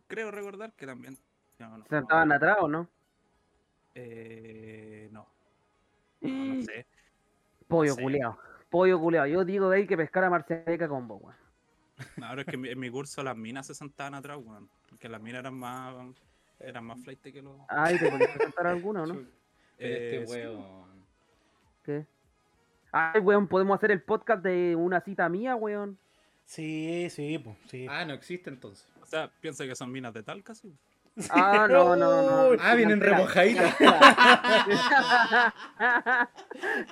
Speaker 1: Creo recordar que también. No, no,
Speaker 3: Se sentaban atrás o no?
Speaker 1: Eh, no. No, no sé.
Speaker 3: Pollo
Speaker 1: Sí.
Speaker 3: culeado. Pollo culeado. Yo digo de ahí que pescara Marcianeca con vos, weón.
Speaker 1: Ahora es que en mi, en mi curso las minas se sentaban atrás, weón. Porque las minas eran más. Eran más flight que los.
Speaker 3: Ay, te podías presentar alguno, ¿no?
Speaker 4: Pero
Speaker 1: Eh,
Speaker 4: este
Speaker 1: sí,
Speaker 4: weón.
Speaker 3: ¿Qué? Ay, weón, podemos hacer el podcast de una cita mía, weón.
Speaker 2: Sí, sí, pues, sí.
Speaker 4: Ah, no existe entonces.
Speaker 1: O sea, piensa que son minas de tal casi.
Speaker 3: Ah, no, no, no.
Speaker 2: Uy,
Speaker 4: Ah, vienen
Speaker 3: Cancela,
Speaker 4: remojaditas.
Speaker 3: cancela.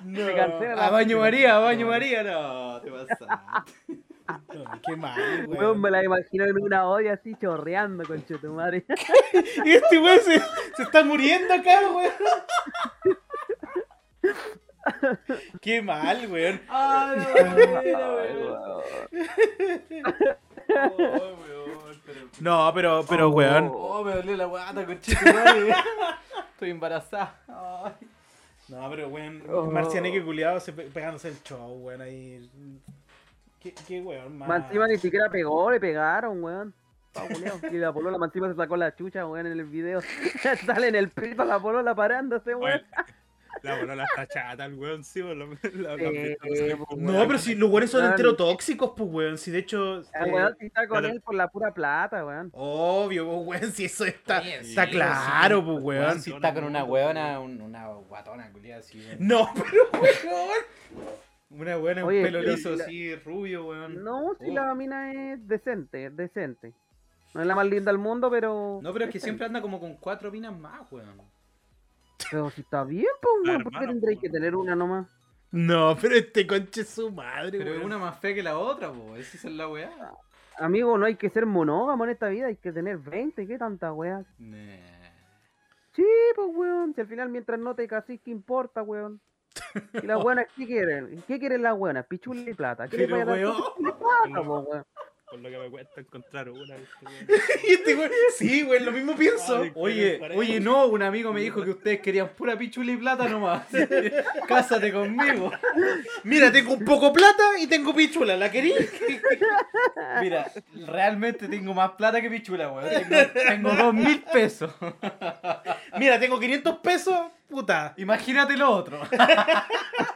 Speaker 3: Se cancela la-
Speaker 4: A baño María, a baño María, no, te pasa.
Speaker 2: No, qué mal, güey.
Speaker 3: Weón, me la imagino en una olla así chorreando, conche tu madre.
Speaker 2: Y este güey se, se está muriendo acá, güey. Qué mal, güey.
Speaker 4: Ah,
Speaker 2: No, pero, pero, weón.
Speaker 4: Oh, me dolió la guata, conchito, madre. Estoy embarazada. Ay.
Speaker 2: No, pero, weón.
Speaker 3: Oh.
Speaker 2: Marcianeque culiado se pe- pegándose el show, weón. Ahí. Qué, qué weón, más.
Speaker 3: [LAUGHS] Más encima ni siquiera pegó, le pegaron, weón. Pa' culiao. Y la polola, más encima se sacó la chucha, weón, en el video. [LAUGHS] Sale en el pito la polola parándose, weón.
Speaker 1: Weón, La bolola está chata, el weón, sí, weón, la- la- la-
Speaker 3: Eh,
Speaker 1: la-
Speaker 2: No, pero si los weones son
Speaker 3: Weón.
Speaker 2: entero tóxicos, pues, weón. Si de hecho.
Speaker 3: El
Speaker 2: eh,
Speaker 3: Ah, weón se está con
Speaker 1: pero-
Speaker 3: él por la pura plata, weón.
Speaker 2: Obvio, pues, weón. Si eso está,
Speaker 4: Oye,
Speaker 2: está
Speaker 4: sí,
Speaker 2: claro, pues,
Speaker 4: Weón,
Speaker 2: weón.
Speaker 4: si está con una weona, un- una guatona, culiada, así, weón.
Speaker 2: No, pero, weón. Una weona en
Speaker 3: Oye,
Speaker 2: pelo
Speaker 3: pero
Speaker 2: liso,
Speaker 3: la-
Speaker 2: así, rubio, weón.
Speaker 3: No, si
Speaker 4: Oh.
Speaker 3: la mina es decente, es decente. No es la más linda del mundo, pero.
Speaker 4: No, pero es que siempre anda como con cuatro minas más, weón.
Speaker 3: Pero si está bien, pues,
Speaker 1: La
Speaker 3: weón. ¿Por qué
Speaker 1: hermana,
Speaker 3: tendréis
Speaker 1: pues,
Speaker 3: que
Speaker 1: weón.
Speaker 3: tener una nomás?
Speaker 2: No, pero este conche es su madre,
Speaker 4: Pero es
Speaker 2: weón.
Speaker 4: una más fea que la otra, po. Esa es la weá.
Speaker 3: Amigo, no hay que ser monógamo en esta vida, hay que tener 20, qué tanta weá.
Speaker 4: Nah.
Speaker 3: Sí, pues, weón. Si al final, mientras no te casís, ¿qué importa, weón? ¿Y las buenas qué quieren? ¿Qué quieren las buenas? Pichula y plata. [LAUGHS] ¿Qué les
Speaker 2: Pero,
Speaker 3: vaya a dar
Speaker 2: weón.
Speaker 3: cosas? No, plata, po, weón.
Speaker 1: Por lo que me cuesta encontrar una. este weón.
Speaker 2: Y este weón- Sí, weón, lo mismo pienso.
Speaker 1: Ay,
Speaker 4: Oye,
Speaker 1: Pero
Speaker 4: oye, no, un amigo me dijo que ustedes querían pura pichula y plata nomás. [LAUGHS] Cásate conmigo.
Speaker 2: Mira, tengo un poco plata y tengo pichula, ¿la querí?
Speaker 4: [LAUGHS] Mira, realmente tengo más plata que pichula, weón. Tengo- Tengo dos mil pesos.
Speaker 2: [LAUGHS] Mira, tengo 500 pesos, puta.
Speaker 4: Imagínate
Speaker 2: [LAUGHS]
Speaker 4: lo otro. [LAUGHS]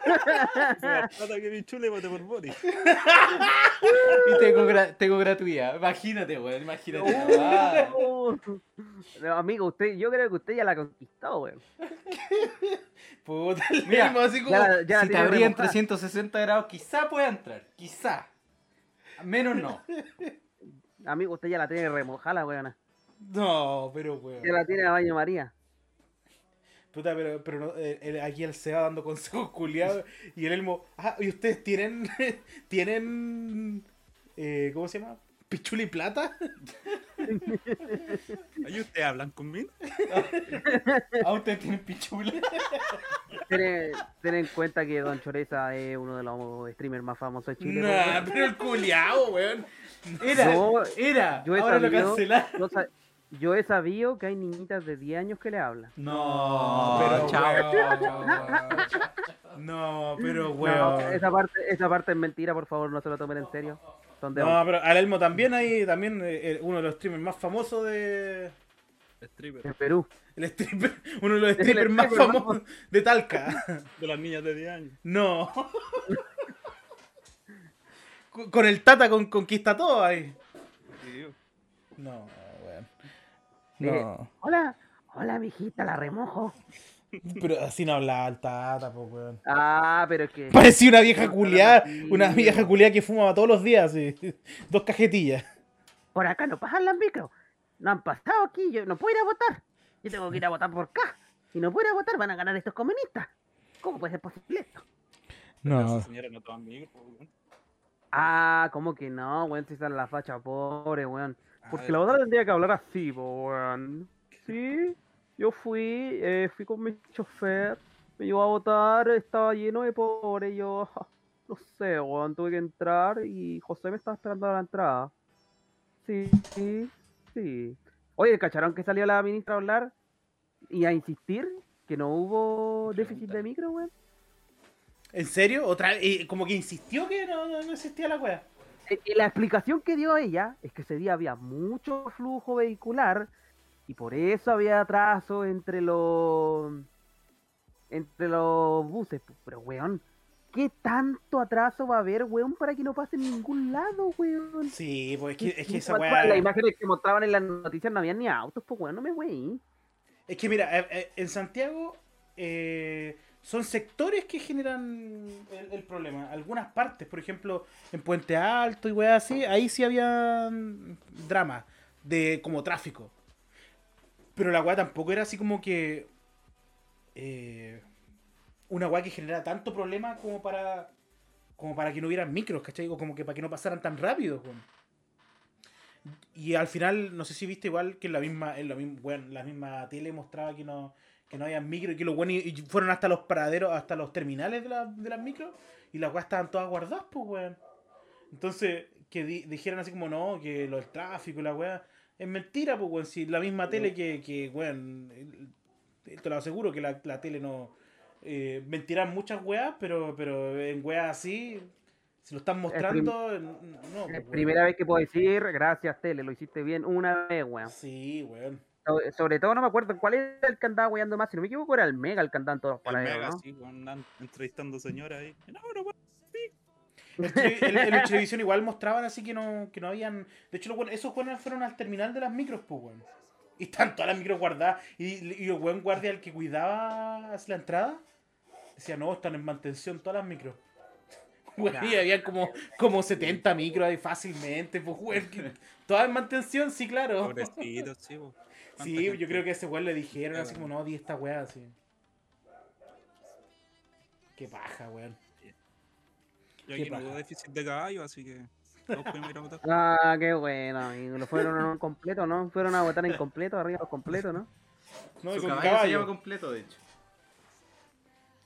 Speaker 1: Más plata que mi chule, bote por body.
Speaker 4: Y tengo, gra- tengo gratuidad. Imagínate, weón.
Speaker 2: Oh.
Speaker 4: Imagínate. la weá.
Speaker 3: No, amigo, usted, yo creo que usted ya la conquistó, weón.
Speaker 4: Puta,
Speaker 2: Mira,
Speaker 4: mira,
Speaker 2: así como.
Speaker 3: Ya, la- ya la
Speaker 4: si te
Speaker 3: tiene
Speaker 4: abrí en
Speaker 3: remojada.
Speaker 4: 360 grados, quizá pueda entrar. Quizá. Menos no. [LAUGHS]
Speaker 3: Amigo, usted ya la tiene remojada, la weona.
Speaker 2: No, pero
Speaker 3: Ya
Speaker 2: weón.
Speaker 3: la tiene a baño María.
Speaker 2: Puta, pero, pero no, eh, el- aquí el Seba dando consejos culiados y el Elmo. Ah, y ustedes tienen. [LAUGHS] tienen. eh, ¿Cómo se llama? ¿Pichula y plata?
Speaker 1: Ahí ustedes hablan conmigo.
Speaker 4: Ah, ustedes tienen
Speaker 2: [LAUGHS]
Speaker 4: pichula.
Speaker 3: Ten, ten en cuenta que Don Choreza es uno de los streamers más famosos de Chile. po, weón.
Speaker 2: Nah, pero el culiao, weón.
Speaker 4: Era,
Speaker 3: Yo-
Speaker 4: era.
Speaker 3: yo he
Speaker 4: Ahora lo
Speaker 3: sabido-
Speaker 4: cancelaron.
Speaker 3: Yo, sa- yo he sabido que hay niñitas de 10 años que le hablan.
Speaker 2: No,
Speaker 4: pero
Speaker 2: pero
Speaker 4: chao.
Speaker 2: weón. No, pero
Speaker 3: No,
Speaker 2: weón.
Speaker 3: esa, parte, esa parte es mentira, por favor, no se lo tomen en serio. Son de
Speaker 2: No, pero al Elmo también hay también eh, eh, uno de los streamers más famosos de
Speaker 1: Stripper.
Speaker 3: en Perú.
Speaker 2: el stripper, [LAUGHS] uno de los streamers más
Speaker 3: stripper más
Speaker 2: famosos de Talca.
Speaker 1: De las niñas de 10 años.
Speaker 2: No. Con- Con el Tata con conquista todo ahí.
Speaker 1: Sí, weón.
Speaker 2: No, weón.
Speaker 3: Mire,
Speaker 2: No.
Speaker 3: Hola, hola, mijita, la remojo.
Speaker 2: Pero así no hablaba el Tata, po, weón.
Speaker 3: Ah, pero es que.
Speaker 2: Parecía una vieja culiada,
Speaker 3: Sí.
Speaker 2: una vieja culiada que fumaba todos los días, así, [LAUGHS] dos cajetillas.
Speaker 3: Por acá no pasan las micros. No han pasado aquí, yo no puedo ir a votar. Yo tengo que ir a votar por acá. Si no puedo ir a votar, van a ganar estos comunistas. ¿Cómo puede ser posible esto?
Speaker 1: Esa
Speaker 6: No,
Speaker 1: señora no toma mi hijo, weón.
Speaker 3: Ah, ¿cómo que no, weón? Si están la facha, pobre, weón.
Speaker 1: Ah,
Speaker 3: Porque la otra tendría que hablar así, po, weón. Sí, yo fui, eh, fui con mi chofer, me llevó a votar, estaba lleno de pobre, yo, [LAUGHS] ja, no sé, weón, tuve que entrar y José me estaba esperando a la entrada. Sí, sí, sí. Oye, ¿cacharon que salió la ministra a hablar y a insistir que no hubo déficit de
Speaker 4: Pregunta.
Speaker 3: micro, weón?
Speaker 2: ¿En serio? ¿Otra, eh, como que insistió que no, no- no existía la wea.
Speaker 3: Eh, eh, La explicación que dio ella es que ese día había mucho flujo vehicular y por eso había atraso entre los entre los buses. Pu- Pero weón, ¿qué tanto atraso va a haber, weón, para que no pase en ningún lado, weón?
Speaker 2: Sí, pues es que, es que esa
Speaker 3: ¿Cuál- cuál? Las
Speaker 2: wea.
Speaker 3: imágenes que mostraban en las noticias no había ni autos, pues weón, no me weí.
Speaker 2: Es que mira, eh, eh, en Santiago eh, son sectores que generan el, el problema. Algunas partes, por ejemplo, en Puente Alto y weá así, ahí sí había mm, drama de como tráfico. Pero la weá tampoco era así como que. eh, una weá que generara tanto problema como para. como para que no hubieran micros, ¿cachai? O como que para que no pasaran tan rápido, weón. Y al final, no sé si viste igual que en la misma, en la misma, bueno, la misma tele mostraba que no, que no había micro y que los buenos y- y fueron hasta los paraderos, hasta los terminales de, la- de las micros y las weas estaban todas guardadas, pues weón. Entonces, que di- dijeran así como no, que lo del tráfico y la wea. Es mentira, pues weón. Si la misma tele que, que weón, eh, te lo aseguro que la, la tele no. Eh, mentirán muchas weas, pero, pero en weas así, si lo están mostrando, n- no. pues,
Speaker 3: Es
Speaker 2: weón.
Speaker 3: primera vez que puedo decir, gracias Tele, lo hiciste bien una vez, weón.
Speaker 2: Sí, weón.
Speaker 3: So- Sobre todo no me acuerdo cuál era el que andaba weando más, si no me equivoco era el Mega el que andaba en todos los
Speaker 1: El
Speaker 3: paraderos,
Speaker 1: mega,
Speaker 3: ¿no?
Speaker 1: sí, weón, andan entrevistando señoras ahí. No, no, weón.
Speaker 2: En tele- En en
Speaker 4: [LAUGHS]
Speaker 2: la televisión igual mostraban así que no, que no habían. De hecho, los weones- esos weones fueron al terminal de las micros, pues, weón. Y están todas las micros guardadas. Y, y el buen guardia, el que cuidaba hacia la entrada, decía, no, están en mantención todas las micros. [LAUGHS] Weón, y había como, como 70 micros ahí fácilmente, pues, weón. que- Todas en mantención, sí, claro.
Speaker 1: Pobrecitos, sí, weón. Cuánta
Speaker 2: Sí, yo
Speaker 1: gente.
Speaker 2: creo que a ese weón le dijeron
Speaker 1: Ya,
Speaker 2: así como, no, di esta weá, así. Qué baja, weón.
Speaker 1: Yo
Speaker 2: Qué
Speaker 1: aquí no
Speaker 2: paja.
Speaker 1: hubo déficit de caballo, así que. Todos pudimos ir
Speaker 3: [LAUGHS]
Speaker 1: a votar.
Speaker 3: Ah, qué bueno, amigo. Lo fueron a un completo, ¿no? Fueron a votar en completo, arriba los completos, ¿no?
Speaker 2: No, y
Speaker 4: Su
Speaker 2: con
Speaker 4: caballo se llama
Speaker 2: caballo.
Speaker 4: completo, de hecho.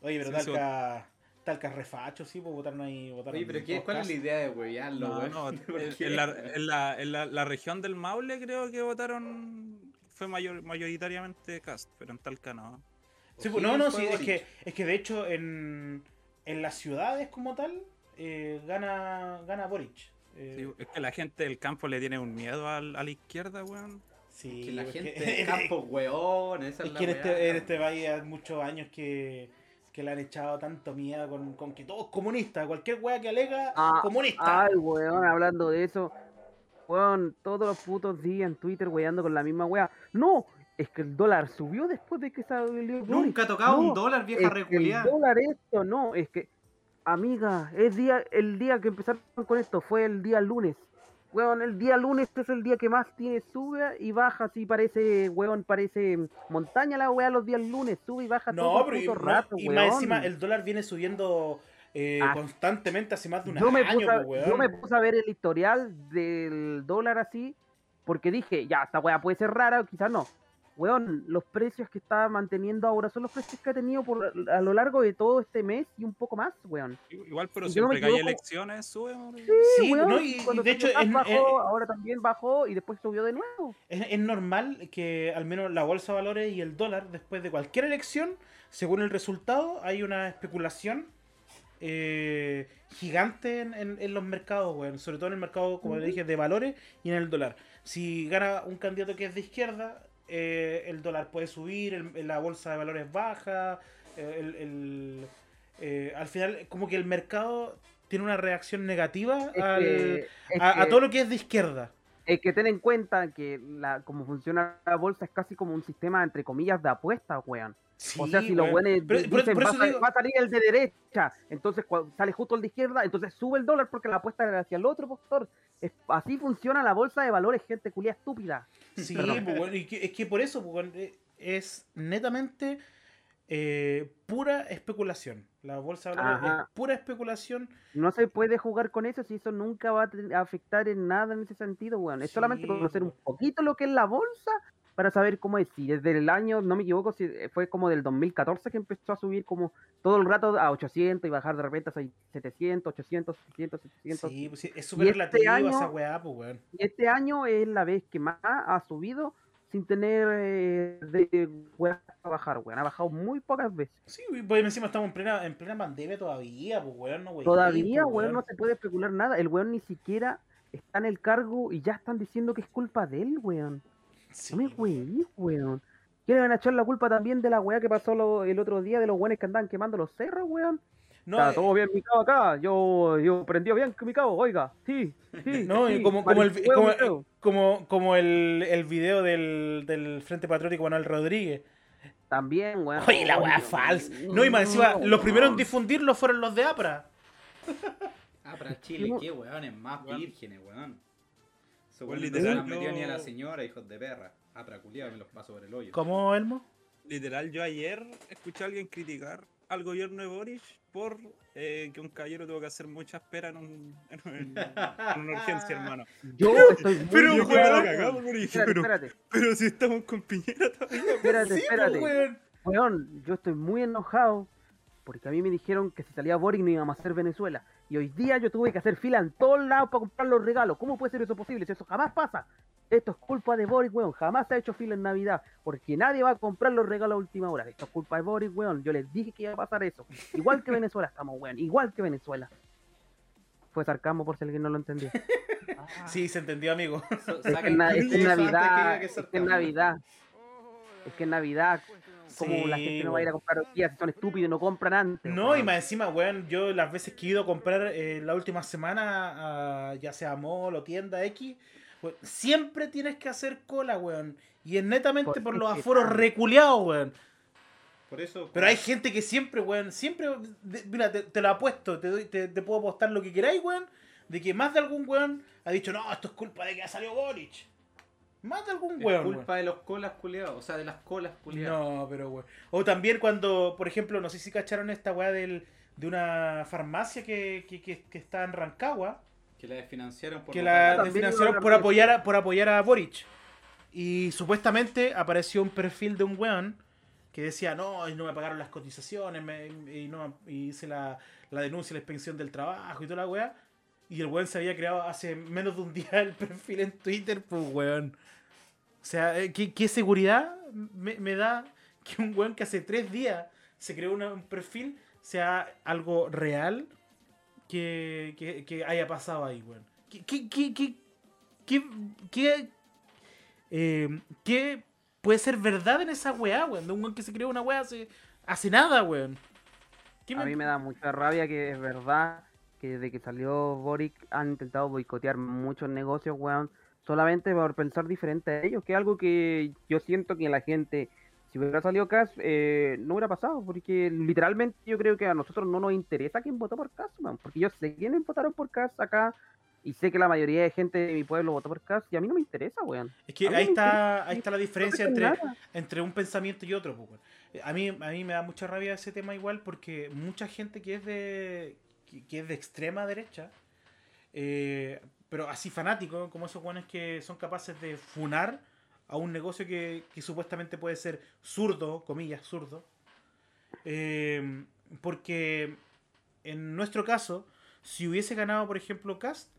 Speaker 2: Oye, pero
Speaker 1: Sí, sí,
Speaker 2: Talca. Talca es refacho, sí, pues votaron ahí. Votaron
Speaker 4: Oye, pero
Speaker 2: en
Speaker 4: ¿qué,
Speaker 2: todos
Speaker 4: ¿cuál es la
Speaker 2: casos.
Speaker 4: idea de huevearlo,
Speaker 1: No,
Speaker 4: weón?
Speaker 1: no,
Speaker 4: [LAUGHS] ¿Por
Speaker 1: en,
Speaker 4: qué?
Speaker 1: en la, en la- en la- la región del Maule creo que votaron. Fue mayor, mayoritariamente cast, pero en Talca no.
Speaker 2: Sí, pues, no,
Speaker 4: O'Higgins
Speaker 2: no,
Speaker 4: fue
Speaker 2: sí, es
Speaker 4: Boric.
Speaker 2: que, es que de hecho en, en las ciudades como tal eh, gana, gana Boric. Eh,
Speaker 1: Sí,
Speaker 4: pues,
Speaker 1: es que la gente del campo le tiene un miedo al- a la izquierda, weón.
Speaker 2: sí,
Speaker 4: Que la
Speaker 2: [LAUGHS] es
Speaker 4: gente
Speaker 2: que-
Speaker 4: del campo, weón, esa es
Speaker 2: Es
Speaker 4: la
Speaker 2: que en
Speaker 4: weá.
Speaker 2: este, en este país hay muchos años que, que le han echado tanto miedo con, con que todo es comunista. Cualquier wea que alega,
Speaker 3: Ah,
Speaker 2: comunista.
Speaker 3: Ay, weón, hablando de eso. Weón, todos los putos días en Twitter weando con la misma wea. No, es que el dólar subió después de que salió Boric.
Speaker 4: Nunca ha tocado
Speaker 3: No,
Speaker 4: un dólar, vieja
Speaker 3: es que
Speaker 4: reculeada.
Speaker 3: El dólar esto, no, es que, amiga, es día, el día que empezaron con esto fue el día lunes. Weón, el día lunes es el día que más tiene sube y baja, así parece, weón, parece montaña la weá los días lunes, sube y baja
Speaker 2: no,
Speaker 3: todo el
Speaker 2: pero y,
Speaker 3: puto
Speaker 2: no,
Speaker 3: rato,
Speaker 2: y más
Speaker 3: weón.
Speaker 2: encima el dólar viene subiendo eh,
Speaker 3: Ah.
Speaker 2: constantemente hace más de un
Speaker 3: yo me,
Speaker 2: año,
Speaker 3: puse a,
Speaker 2: pues, weón.
Speaker 3: yo me puse a ver el historial del dólar así, porque dije, ya, esta weá puede ser rara o quizás no. Weón, los precios que está manteniendo ahora son los precios que ha tenido por, a lo largo de todo este mes y un poco más, weón.
Speaker 1: Igual, pero
Speaker 3: Yo no
Speaker 1: siempre
Speaker 3: me
Speaker 1: que hay
Speaker 3: equivoco.
Speaker 1: elecciones, sube, weón.
Speaker 2: Sí,
Speaker 3: weón,
Speaker 2: no, y,
Speaker 3: cuando
Speaker 2: y de hecho
Speaker 3: salió
Speaker 2: es,
Speaker 3: más
Speaker 2: es-
Speaker 3: bajó, ahora también bajó y después subió de nuevo.
Speaker 2: es- es normal que al menos la bolsa de valores y el dólar, después de cualquier elección, según el resultado, hay una especulación eh, gigante en, en- en los mercados, weón. Sobre todo en el mercado, como le dije, de valores y en el dólar. Si gana un candidato que es de izquierda, eh, el dólar puede subir, el- la bolsa de valores baja, eh, el- el- eh, al final, como que el mercado tiene una reacción negativa
Speaker 3: Es
Speaker 2: al-
Speaker 3: que, es
Speaker 2: a- a
Speaker 3: que-
Speaker 2: todo lo que es de izquierda.
Speaker 3: es que ten en cuenta que la, como funciona la bolsa es casi como un sistema, entre comillas, de apuestas, weón.
Speaker 2: Sí,
Speaker 3: O sea, si los
Speaker 2: weón.
Speaker 3: buenos
Speaker 2: Pero-
Speaker 3: dicen,
Speaker 2: por- por
Speaker 3: va,
Speaker 2: eso
Speaker 3: a sal-
Speaker 2: digo-
Speaker 3: va a salir el de derecha, entonces cua- sale justo el de izquierda, entonces sube el dólar porque la apuesta era hacia el otro postor. Es- así funciona la bolsa de valores, gente culia estúpida.
Speaker 2: Sí,
Speaker 3: Perdón.
Speaker 2: pues, weón, y que- es que por eso, pues, weón, eh, es netamente eh, pura especulación. La bolsa de valores
Speaker 3: Ajá.
Speaker 2: es pura especulación.
Speaker 3: No se puede jugar con eso si eso nunca va a te- a afectar en nada en ese sentido, weón. Es solamente
Speaker 2: Sí,
Speaker 3: conocer un
Speaker 2: pues.
Speaker 3: poquito lo que es la bolsa para saber cómo es. Y desde el año, no me equivoco, si eh, fue como del 2014 que empezó a subir como todo el rato a 800 y bajar de repente a 700, 800, 700, 700.
Speaker 2: Sí, pues sí, es
Speaker 3: Y
Speaker 2: súper
Speaker 3: este
Speaker 2: relativo
Speaker 3: año-
Speaker 2: a esa weá, pues weón.
Speaker 3: Y este año es la vez que más ha subido sin tener eh, de weón a bajar, weón. Ha bajado muy pocas veces.
Speaker 2: Sí, pues encima estamos en plena, en plena pandemia todavía, pues weón, no pues, weón.
Speaker 3: Todavía, pues, weón, no se puede especular nada. El weón ni siquiera está en el cargo y ya están diciendo que es culpa de él, weón.
Speaker 2: Sí,
Speaker 3: No me weí, weón. Quieren echar la culpa también de la weá que pasó lo- el otro día de los weones que andaban quemando los cerros, weón.
Speaker 2: no,
Speaker 3: Está
Speaker 2: eh,
Speaker 3: todo bien mi cabo acá. Yo, yo prendió bien mi cabo, oiga. Sí, sí.
Speaker 2: [LAUGHS] No, y
Speaker 3: sí,
Speaker 2: como, como, el, vi-
Speaker 3: marihueo,
Speaker 2: como,
Speaker 3: marihueo.
Speaker 2: como, como el, el video del, del Frente Patriótico Manuel Rodríguez.
Speaker 3: También, weón.
Speaker 2: [LAUGHS] Oye, la weá falsa. No, y más encima, los primeros en difundirlo fueron los de APRA.
Speaker 4: Ah, para Chile,
Speaker 3: Yo-
Speaker 4: qué weones más
Speaker 1: Weón.
Speaker 4: vírgenes, weón. Esos
Speaker 1: Weón,
Speaker 4: weones no se
Speaker 1: literal,
Speaker 4: las metió ni a la
Speaker 1: yo-
Speaker 4: señora, hijos de perra. Ah, para culiado, me los paso por el hoyo.
Speaker 2: ¿Cómo, Elmo?
Speaker 1: Literal, yo ayer escuché a alguien criticar al gobierno de Boris por eh, que un caballero tuvo que hacer muchas peras en, un- en un- en una urgencia, hermano.
Speaker 2: [LAUGHS]
Speaker 3: Yo estoy muy
Speaker 1: Pero,
Speaker 3: enojado,
Speaker 1: weón, la
Speaker 3: weón.
Speaker 1: cagamos, porque dije,
Speaker 3: Espérate,
Speaker 1: pero,
Speaker 3: espérate,
Speaker 1: pero si estamos con Piñera todavía.
Speaker 3: espérate,
Speaker 2: Sí, pues,
Speaker 3: espérate.
Speaker 2: weón.
Speaker 3: Weón, yo estoy muy enojado porque a mí me dijeron que si salía Boric no íbamos a hacer Venezuela. Y hoy día yo tuve que hacer fila en todos lados para comprar los regalos. ¿Cómo puede ser eso posible? Si eso jamás pasa. Esto es culpa de Boric, weón. Jamás se ha hecho fila en Navidad porque nadie va a comprar los regalos a última hora. Esto es culpa de Boric, weón. Yo les dije que iba a pasar eso. Igual que Venezuela estamos, weón. Igual que Venezuela. Fue sarcasmo por si alguien no lo entendió.
Speaker 2: Sí, se entendió, amigo.
Speaker 4: [LAUGHS] So-
Speaker 3: Es que,
Speaker 4: saquen
Speaker 3: na- es que
Speaker 4: clips antes
Speaker 3: Navidad,
Speaker 4: diga
Speaker 3: es que
Speaker 4: sarcasmo.
Speaker 3: Navidad, es que Navidad, [LAUGHS] como
Speaker 2: Sí,
Speaker 3: la gente no va a ir a
Speaker 2: weón.
Speaker 3: comprar hoy día, si son estúpidos, no compran antes.
Speaker 2: No,
Speaker 3: weón.
Speaker 2: y más encima, weón, yo las veces que he ido a comprar eh, la última semana, a, ya sea mall o tienda X, weón, siempre tienes que hacer cola, weón. Y es netamente
Speaker 3: Por
Speaker 2: por los
Speaker 3: ese
Speaker 2: aforos
Speaker 3: cambio.
Speaker 2: reculeados, weón.
Speaker 4: Por eso.
Speaker 2: Pero hay gente que siempre, weón, siempre, de- mira, te, te lo apuesto, te, doy- te, te puedo apostar lo que queráis, weón, de que más de algún weón ha dicho, no, esto es culpa de que ha salido Boric. Más de algún
Speaker 4: Es
Speaker 2: weón.
Speaker 4: culpa de los colas culiados, o sea, de las colas
Speaker 2: weón.
Speaker 4: culiadas.
Speaker 2: No, pero weón. O también cuando, por ejemplo, no sé si cacharon esta weá del, de una farmacia que, que, que, que está en Rancagua,
Speaker 4: Que la desfinanciaron por
Speaker 2: que
Speaker 4: los
Speaker 2: la
Speaker 4: bacanes.
Speaker 3: también iba a
Speaker 2: desfinanciaron
Speaker 3: hablar
Speaker 2: por
Speaker 3: de
Speaker 2: apoyar, a, por apoyar a Boric. Y supuestamente apareció un perfil de un weón que decía, no, y no me pagaron las cotizaciones, me- y no y hice la, la denuncia, la expensión del trabajo y toda la weá. Y el weón se había creado hace menos de un día el perfil en Twitter, pues weón. O sea, eh, ¿qué, qué seguridad me, me da que un weón que hace tres días se creó una- un perfil sea algo real que, que- que haya pasado ahí, weón? ¿Qué, qué, qué, qué, qué, qué, eh, qué puede ser verdad en esa weá, weón? De un weón que se creó una weá hace, hace nada, weón. ¿Qué
Speaker 3: A mí me da mucha rabia que es verdad que desde que salió Boric han intentado boicotear muchos negocios, weón, solamente por pensar diferente a ellos, que es algo que yo siento que la gente, si hubiera salido Cas, eh, no hubiera pasado, porque literalmente yo creo que a nosotros no nos interesa quién votó por Cas, weón, porque yo sé quiénes votaron por Cas acá. Y sé que la mayoría de gente de mi pueblo votó por Cas y a mí no me interesa, weón.
Speaker 2: Es que
Speaker 3: A mí
Speaker 2: ahí
Speaker 3: me
Speaker 2: está, ahí está la
Speaker 3: No
Speaker 2: diferencia
Speaker 3: creo en
Speaker 2: entre,
Speaker 3: nada.
Speaker 2: entre un pensamiento y otro. pues, weón. Eh, A mí, a mí me da mucha rabia ese tema igual porque mucha gente que es de, que, que es de extrema derecha, eh, pero así fanático, como esos guanes que son capaces de funar a un negocio que, que supuestamente puede ser zurdo, comillas, zurdo. Eh, porque en nuestro caso, si hubiese ganado, por ejemplo, Cast,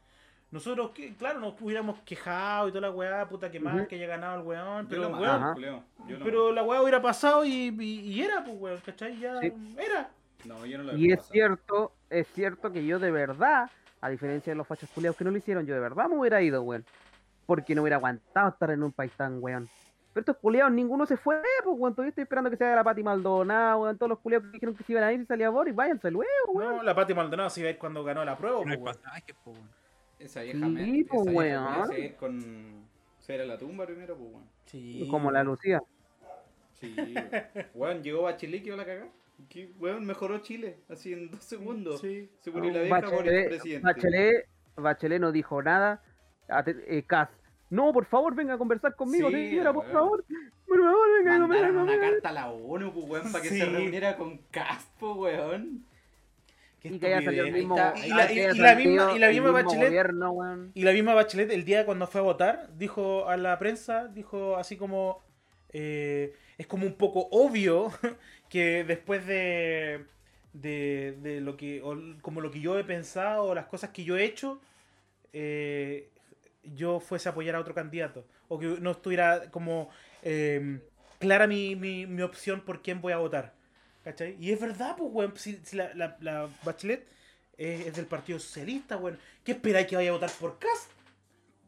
Speaker 2: nosotros, que- claro, nos hubiéramos quejado y toda la weá, puta que mal
Speaker 3: Ujú.
Speaker 2: que haya ganado el weón,
Speaker 4: Yo
Speaker 2: pero
Speaker 4: lo
Speaker 2: la
Speaker 4: mataba,
Speaker 2: weá,
Speaker 3: Ajá.
Speaker 4: culiao. Yo lo
Speaker 2: pero la weá hubiera pasado y, y- y era, pues weón, ¿cachai? Ya
Speaker 3: Sí.
Speaker 2: era.
Speaker 4: mataba. No, yo no lo
Speaker 3: Y
Speaker 4: había
Speaker 3: es cierto, es cierto que yo de verdad, a diferencia de los fachos culiados que no lo hicieron, yo de verdad me hubiera ido, weón. Porque no hubiera aguantado estar en un país tan weón. Pero estos culiados, ninguno se fue, pues weón. Todavía estoy esperando que se haga la Pati Maldonado, weón. Todos los culiados que dijeron que se iban a ir y salía Boris, váyanse luego, weón.
Speaker 2: No, la Pati Maldonado se iba a ir cuando ganó la prueba,
Speaker 1: No hay
Speaker 2: pues, weón.
Speaker 1: pasajes, po, weón.
Speaker 4: Esa vieja
Speaker 3: Sí, po,
Speaker 4: me. esa vieja
Speaker 3: weón.
Speaker 4: culiao se va a ir con. Se va a ir a la tumba primero, pues, weón.
Speaker 2: Sí.
Speaker 3: Como la Lucía.
Speaker 4: Sí, weón. Weón, llegó Bachelet que iba a la cagá. Que, Weón, mejoró Chile, así en dos segundos.
Speaker 2: Sí.
Speaker 4: Se murió la vieja por el
Speaker 3: Oh, Bachelet,
Speaker 4: presidente.
Speaker 3: Bachelet, Bachelet no dijo nada. Ate- eh, Cas, No, por favor, venga a conversar conmigo,
Speaker 4: Sí,
Speaker 3: señora, por
Speaker 4: weón.
Speaker 3: favor. Por favor, venga a comer.
Speaker 4: Mandaron una carta a la ONU, pues, weón, para que
Speaker 2: Sí.
Speaker 4: se reuniera con Caspo, weón.
Speaker 2: Qué
Speaker 3: Y que haya salido el
Speaker 2: estupidez.
Speaker 3: mismo.
Speaker 4: Ahí está.
Speaker 3: ahí
Speaker 4: Y la-
Speaker 3: que
Speaker 2: y-
Speaker 3: haya
Speaker 2: y la
Speaker 3: salido
Speaker 2: misma- y la
Speaker 3: el
Speaker 2: misma
Speaker 3: mismo
Speaker 2: Bachelet.
Speaker 3: gobierno, weón.
Speaker 2: Y la misma Bachelet, el día cuando fue a votar, dijo a la prensa, dijo así como, eh, es como un poco obvio [LAUGHS] que después de, de, de lo que, o l- como lo que yo he pensado, o las cosas que yo he hecho, eh, yo fuese a apoyar a otro candidato. O que no estuviera como eh, clara mi, mi, mi opción por quién voy a votar. ¿Cachai? Y es verdad, pues, weón, si, si la, la- la Bachelet es, es del Partido Socialista, weón. ¿Qué esperáis que vaya a votar por Cast?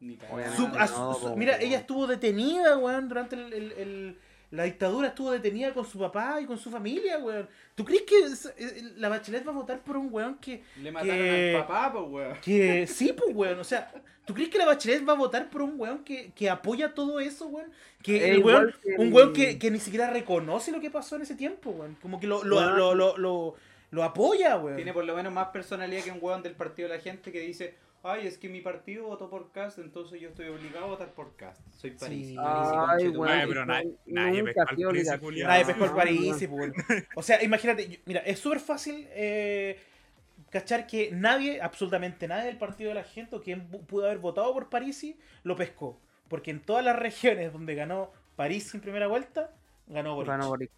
Speaker 4: Ni
Speaker 3: Obviamente
Speaker 2: Su-
Speaker 3: Ah, no,
Speaker 2: a su- su-
Speaker 3: po,
Speaker 2: mira,
Speaker 3: weón.
Speaker 2: ella estuvo detenida, weón, durante el- el- el- la dictadura, estuvo detenida con su papá y con su familia, weón. ¿Tú crees que es- eh, la Bachelet va a votar por un weón que...
Speaker 4: Le mataron
Speaker 2: Que-
Speaker 4: al papá, pues, weón.
Speaker 3: [LAUGHS]
Speaker 2: que sí, pues, weón, o sea... ¿Tú crees que la Bachelet va a votar por un weón que, que apoya todo eso, weón? Que
Speaker 3: Es
Speaker 2: el
Speaker 3: Eh, igual
Speaker 2: weón-
Speaker 3: que
Speaker 2: un
Speaker 3: el-
Speaker 2: weón que, que ni siquiera reconoce lo que pasó en ese tiempo, weón. Como que lo, lo,
Speaker 3: Weón.
Speaker 2: lo, lo, lo- lo apoya, weón.
Speaker 4: Tiene por lo menos más personalidad que un weón del partido de la gente que dice, ay, es que mi partido votó por Cast, entonces yo estoy obligado a votar por Cast. Soy París.
Speaker 3: Ay, weón.
Speaker 1: Ay, pero nadie- nadie
Speaker 3: nunca
Speaker 1: pescó
Speaker 3: ha sido
Speaker 1: al príncipe,
Speaker 3: obligación.
Speaker 1: culiao.
Speaker 2: Nadie
Speaker 1: Ah,
Speaker 2: pescó el
Speaker 1: no,
Speaker 2: París, weón. O sea, imagínate, yo- mira, es súper fácil eh, cachar que nadie, absolutamente nadie del partido de la gente o quien bu- pudo haber votado por Parisi, lo pescó. Porque en todas las [LAUGHS] regiones donde ganó París en primera vuelta, ganó Boric.
Speaker 3: Ganó Boric.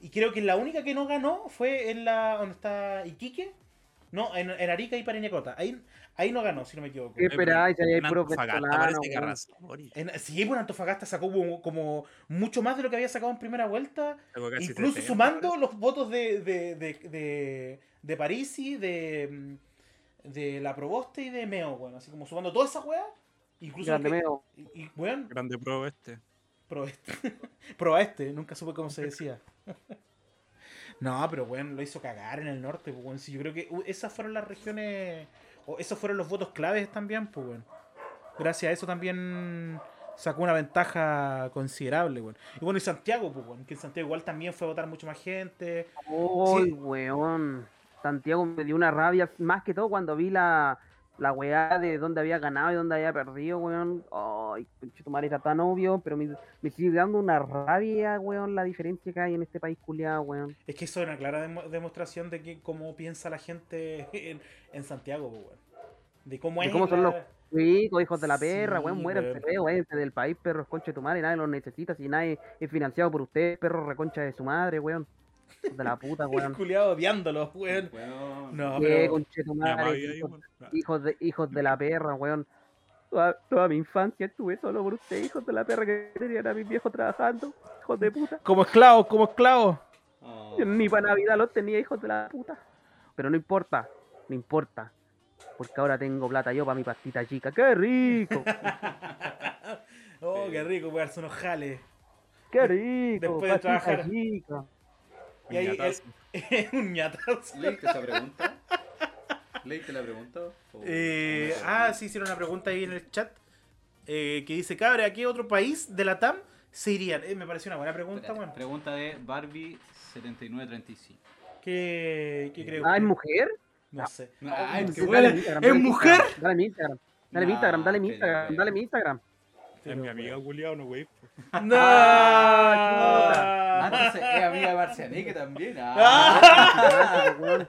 Speaker 2: Y creo que la única que no ganó fue en la donde está Iquique. No, en, en Arica y Parinacota. Ahí, ahí no ganó, si no me equivoco.
Speaker 3: ¿Qué esperáis? Ahí hay
Speaker 1: Un
Speaker 3: puro
Speaker 1: Antofagasta
Speaker 3: venezolano,
Speaker 1: parece que
Speaker 3: weón.
Speaker 1: arrasó, Boric.
Speaker 2: En- sí, bueno, Antofagasta sacó como, como mucho más de lo que había sacado en primera vuelta.
Speaker 1: Sacó casi
Speaker 2: Incluso
Speaker 1: 70,
Speaker 2: sumando los votos de, de, de, de, de Parisi, de, mm, de la Proboste y de Meo, bueno, así como sumando toda esa weá, incluso
Speaker 3: Grande
Speaker 2: lo que-
Speaker 3: meo.
Speaker 2: y, y, weón,
Speaker 1: Grande pro este.
Speaker 2: Proeste, [LAUGHS] Proeste, este. nunca supe cómo se decía. [LAUGHS] No, pero weón, lo hizo cagar en el norte, pues, weón. Sí, yo creo que u- esas fueron las regiones, o esos fueron los votos claves también, pues weón. Gracias a eso también sacó una ventaja considerable, weón. Y bueno, y Santiago, pues weón, que en Santiago igual también fue a votar mucho más gente.
Speaker 3: Ay, weón. Santiago me dio una rabia, más que todo cuando vi la, la weá de dónde había ganado y dónde había perdido, weón. Ay, pinche tu madre era tan obvio, pero me, me sigue dando una rabia, weón, la diferencia que hay en este país culiado, weón.
Speaker 2: Es que eso es una clara demo- demostración de que, cómo piensa la gente [LAUGHS] en, en Santiago, pues, weón. De cómo
Speaker 3: De
Speaker 2: es.
Speaker 3: cómo son
Speaker 2: la-
Speaker 3: los- Cuico, hijos de la perra,
Speaker 2: Sí,
Speaker 3: weón, muéranse,
Speaker 2: weón.
Speaker 3: weón, váyanse del país, perros, concha de tu madre, nadie los necesita, si nadie es financiado por usted, perro, reconcha de su madre, weón. Hijos de la
Speaker 2: [LAUGHS]
Speaker 3: puta,
Speaker 2: El
Speaker 3: weón.
Speaker 2: culiado odiándolos, weón.
Speaker 4: Weón.
Speaker 2: No,
Speaker 3: Qué
Speaker 2: pero.
Speaker 3: concha de tu
Speaker 1: Mira,
Speaker 3: madre,
Speaker 1: Mavi ahí,
Speaker 3: hijos
Speaker 1: weón.
Speaker 3: Hijos de, hijos
Speaker 2: [LAUGHS]
Speaker 3: de la perra, weón. Toda, toda mi infancia estuve solo por ustedes, hijos de la perra que tenían a mis viejos trabajando, hijos de puta.
Speaker 2: Como esclavos, como esclavos.
Speaker 4: Oh.
Speaker 3: Ni para Navidad los tenía, hijos de la puta. Pero no importa, no importa. Porque ahora tengo plata yo para mi pastita chica. ¡Qué
Speaker 2: [LAUGHS]
Speaker 3: rico!
Speaker 2: Oh,
Speaker 4: Sí.
Speaker 2: qué rico pegarse unos jales.
Speaker 3: ¡Qué rico!
Speaker 2: Después de
Speaker 3: pastita
Speaker 2: trabajar.
Speaker 3: chica.
Speaker 2: Y ahí eh, [LAUGHS] el-
Speaker 1: Piñatazo.
Speaker 2: un ñatazo.
Speaker 4: ¿Leíste esa pregunta? ¿Leíste la pregunta? ¿O-
Speaker 2: Eh,
Speaker 4: o no?
Speaker 2: ah, sí, hicieron una pregunta ahí en el chat. eh, que dice, cabre, ¿a qué otro país de la TAM se irían? Eh, me pareció una buena pregunta,
Speaker 4: Espérate,
Speaker 2: weón.
Speaker 4: Pregunta de Barbie7935.
Speaker 2: ¿Qué, qué creo?
Speaker 3: Ah, ¿es mujer?
Speaker 2: No sé.
Speaker 3: [LAUGHS]
Speaker 4: Ah, es que
Speaker 3: Dale
Speaker 4: huele.
Speaker 3: mi Instagram,
Speaker 2: ¿Es
Speaker 3: dale mi
Speaker 2: mujer?
Speaker 3: Instagram, Dale mi Instagram. Dale mi
Speaker 4: Nah,
Speaker 3: Instagram, dale mi Instagram, dale
Speaker 4: que yo vea.
Speaker 3: mi Instagram.
Speaker 1: Es mi amiga culiao, no wey.
Speaker 2: ¡No!
Speaker 4: Ah, entonces es amiga de Marcianeque también.
Speaker 2: Ah.
Speaker 4: Ah,
Speaker 3: Ah, weón.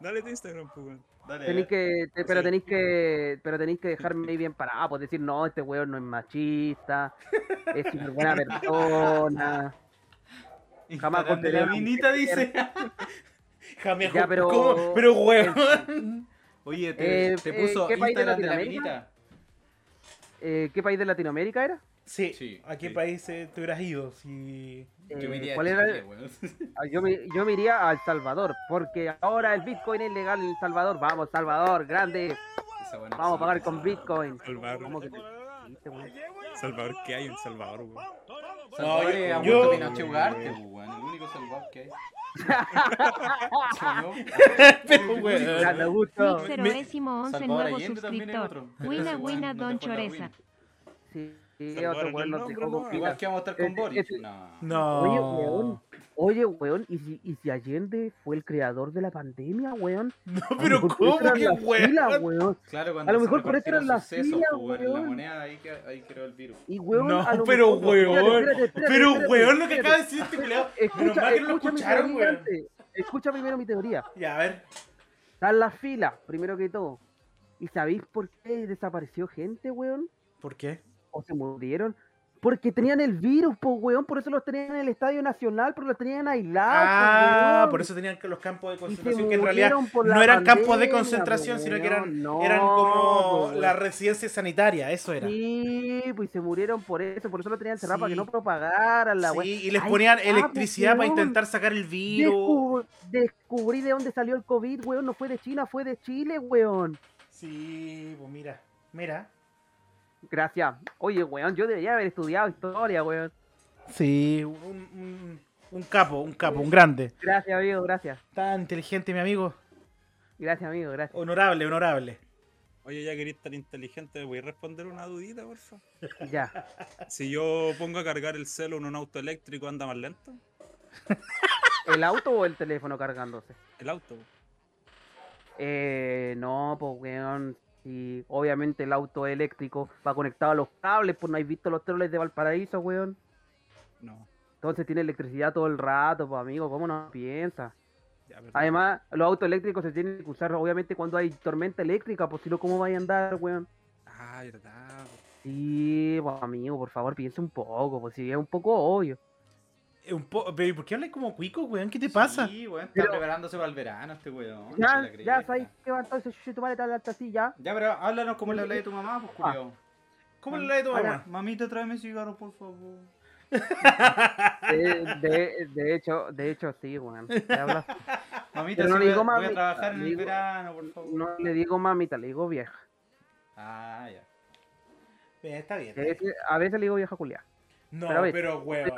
Speaker 1: Dale tu Instagram, pues, weón.
Speaker 4: [LAUGHS] dale.
Speaker 3: Tenéis que, te- pero
Speaker 1: Sí.
Speaker 3: tenéis que, pero tenéis que dejarme ahí bien parado, pues decir, no, este weón no es machista, es una buena persona. Jamás
Speaker 4: Instagram de la
Speaker 3: consideré-
Speaker 4: minita dice.
Speaker 2: Jamás.
Speaker 3: Ya, pero-
Speaker 2: ¿Cómo? Pero, weón.
Speaker 4: Oye, te,
Speaker 3: Eh,
Speaker 4: te
Speaker 3: eh,
Speaker 4: puso
Speaker 3: ¿qué país de
Speaker 4: Instagram de la
Speaker 3: Latinoamérica?
Speaker 4: minita.
Speaker 3: Eh, ¿Qué país de Latinoamérica era?
Speaker 2: [LAUGHS] Sí,
Speaker 4: Sí,
Speaker 2: ¿a qué
Speaker 4: sí.
Speaker 2: país eh, te hubieras ido? Si...
Speaker 4: Yo me
Speaker 3: Eh,
Speaker 4: iría a
Speaker 3: ¿Cuál era?
Speaker 4: Chile,
Speaker 3: el-
Speaker 4: weón. [LAUGHS]
Speaker 3: ah, Yo me, yo me iría a El Salvador, porque ahora el Bitcoin es legal en El Salvador. Vamos, Salvador, grande.
Speaker 4: Esa buena
Speaker 3: Vamos a pagar
Speaker 4: persona.
Speaker 3: con Bitcoin. ¿Cómo que
Speaker 1: Salvador.
Speaker 3: te- este weón?
Speaker 1: Salvador, ¿qué hay en Salvador, weón?
Speaker 4: Salvador es
Speaker 2: yo-
Speaker 4: a
Speaker 2: yo-
Speaker 4: Augusto Pinochet Ugarte, pues, weón, el único salvador [LAUGHS] que hay.
Speaker 2: Pero, weón.
Speaker 3: Grande, Augusto.
Speaker 6: Mixer once
Speaker 4: Salvador
Speaker 6: nuevo
Speaker 4: Allende también es
Speaker 6: suscriptor.
Speaker 4: otro. Pero
Speaker 6: Wina
Speaker 4: ese weón
Speaker 6: Wina
Speaker 4: no
Speaker 6: Don
Speaker 4: te juega la
Speaker 6: Choreza.
Speaker 4: win.
Speaker 3: Sí, Sí,
Speaker 1: Salvaron
Speaker 3: otro
Speaker 1: el
Speaker 3: weón nos
Speaker 1: nombre,
Speaker 3: dejó
Speaker 1: ¿no?
Speaker 3: con
Speaker 4: Igual que vamos a estar con
Speaker 3: Ese-
Speaker 4: Boris.
Speaker 3: ese-
Speaker 4: No.
Speaker 3: Oye,
Speaker 2: No.
Speaker 3: weón. Oye, weón, ¿y si, ¿y si Allende fue el creador de la pandemia, weón?
Speaker 2: [LAUGHS] No,
Speaker 3: A lo
Speaker 2: pero
Speaker 3: mejor por eso
Speaker 2: ¿cómo?
Speaker 3: eran
Speaker 2: ¿Qué
Speaker 3: las filas,
Speaker 2: weón?
Speaker 3: weón?
Speaker 4: Claro, cuando
Speaker 3: A lo
Speaker 4: se
Speaker 3: mejor por eso
Speaker 4: repartieron
Speaker 3: eran las
Speaker 4: sucesos,
Speaker 3: filas,
Speaker 4: pues, weón, la
Speaker 3: weón.
Speaker 4: moneda ahí, que- ahí creó el virus.
Speaker 3: Y weón,
Speaker 2: No,
Speaker 3: a lo
Speaker 2: pero
Speaker 3: mejor- espérate,
Speaker 2: weón,
Speaker 3: espérate, espérate,
Speaker 2: Pero,
Speaker 3: espérate,
Speaker 2: weón, lo que
Speaker 3: espérate.
Speaker 2: acaba de decir este culiao. Menos
Speaker 3: Escucha,
Speaker 2: mal que no lo
Speaker 3: escucha, mi
Speaker 2: escucharon,
Speaker 3: teoría
Speaker 2: weón.
Speaker 3: antes. escucha primero mi teoría.
Speaker 2: Ya, a ver.
Speaker 3: Están las filas, primero que todo. ¿Y sabéis por qué desapareció gente, weón?
Speaker 2: ¿Por qué?
Speaker 3: ¿O se murieron? Porque tenían el virus, po, weón. Por eso los tenían en el Estadio Nacional, porque los tenían aislados. po,
Speaker 2: Ah,
Speaker 3: weón.
Speaker 2: por eso tenían que los campos de
Speaker 3: pues, Y se
Speaker 2: concentración que en realidad
Speaker 3: murieron por
Speaker 2: no
Speaker 3: la
Speaker 2: eran campos de
Speaker 3: pandemia,
Speaker 2: concentración, sino que eran,
Speaker 3: weón. No,
Speaker 2: eran como
Speaker 3: po,
Speaker 2: la
Speaker 3: weón.
Speaker 2: residencia sanitaria, eso era. Sí,
Speaker 3: Sí, pues se murieron por eso, por eso lo tenían cerrado para que
Speaker 2: Sí.
Speaker 3: no propagaran la weá.
Speaker 2: y les
Speaker 3: Ahí
Speaker 2: ponían
Speaker 3: está, po,
Speaker 2: electricidad para
Speaker 3: weón.
Speaker 2: intentar sacar el virus.
Speaker 3: pues, Descu- descubrí de dónde salió el COVID, weón. No fue de China, fue de Chile, weón.
Speaker 2: Sí, pues mira, mira.
Speaker 3: Gracias. Oye, weón, yo debería haber estudiado historia, weón.
Speaker 2: Sí, un, un- un capo, un capo, un grande.
Speaker 3: Gracias, amigo, gracias.
Speaker 2: Tan inteligente, mi amigo.
Speaker 3: Gracias, amigo, gracias.
Speaker 2: Honorable, honorable.
Speaker 1: Oye, ya que eres tan inteligente, voy a responder una dudita, porfa.
Speaker 3: Ya.
Speaker 1: Si yo pongo a cargar el celo en un auto eléctrico, ¿anda más lento?
Speaker 3: ¿El auto o el teléfono cargándose?
Speaker 1: El auto.
Speaker 3: Eh, no, pues, weón. Sí, obviamente el auto eléctrico va conectado a los cables, pues no hay visto los troles de Valparaíso, weón.
Speaker 1: No.
Speaker 3: Entonces tiene electricidad todo el rato, pues, amigo, ¿cómo no piensa?
Speaker 1: Ya, perdón.
Speaker 3: Además, los autos eléctricos se tienen que usar, obviamente, cuando hay tormenta eléctrica, pues si no, ¿cómo vaya a andar, weón?
Speaker 1: Ah, verdad.
Speaker 3: Sí, pues, amigo, por favor, piensa un poco, pues si es un poco obvio.
Speaker 2: Eh, Un po- pero ¿y ¿Por qué hablas como cuico, weón? ¿Qué te pasa?
Speaker 3: ah,
Speaker 4: Sí, weón, está
Speaker 3: Pero-
Speaker 4: preparándose para el verano este weón. se
Speaker 3: Ya,
Speaker 4: la cresta.
Speaker 3: ya, ¿sabes qué va entonces? Yo tu madre tal, tal, así, ya.
Speaker 4: Ya, pero háblanos como le hablé de tu mamá, pues, culiao.
Speaker 3: Ah,
Speaker 2: ¿Cómo le la de tu
Speaker 3: Ahora-
Speaker 2: mamá?
Speaker 4: Mamita, tráeme cigarro, por favor.
Speaker 3: De, de- de hecho, de hecho, sí, weón. Le hablas-
Speaker 1: [LAUGHS]
Speaker 4: Mamita,
Speaker 3: Pero no le
Speaker 4: sí, voy,
Speaker 3: digo
Speaker 4: a- voy a
Speaker 3: mamita,
Speaker 4: trabajar en
Speaker 3: le
Speaker 4: el
Speaker 3: digo-
Speaker 4: verano, por favor.
Speaker 3: No le digo mamita, le digo vieja.
Speaker 4: Ah, ya.
Speaker 2: Eh, está bien.
Speaker 3: A veces, a veces le digo vieja culia.
Speaker 2: No,
Speaker 3: pero a ver,
Speaker 2: pero weón.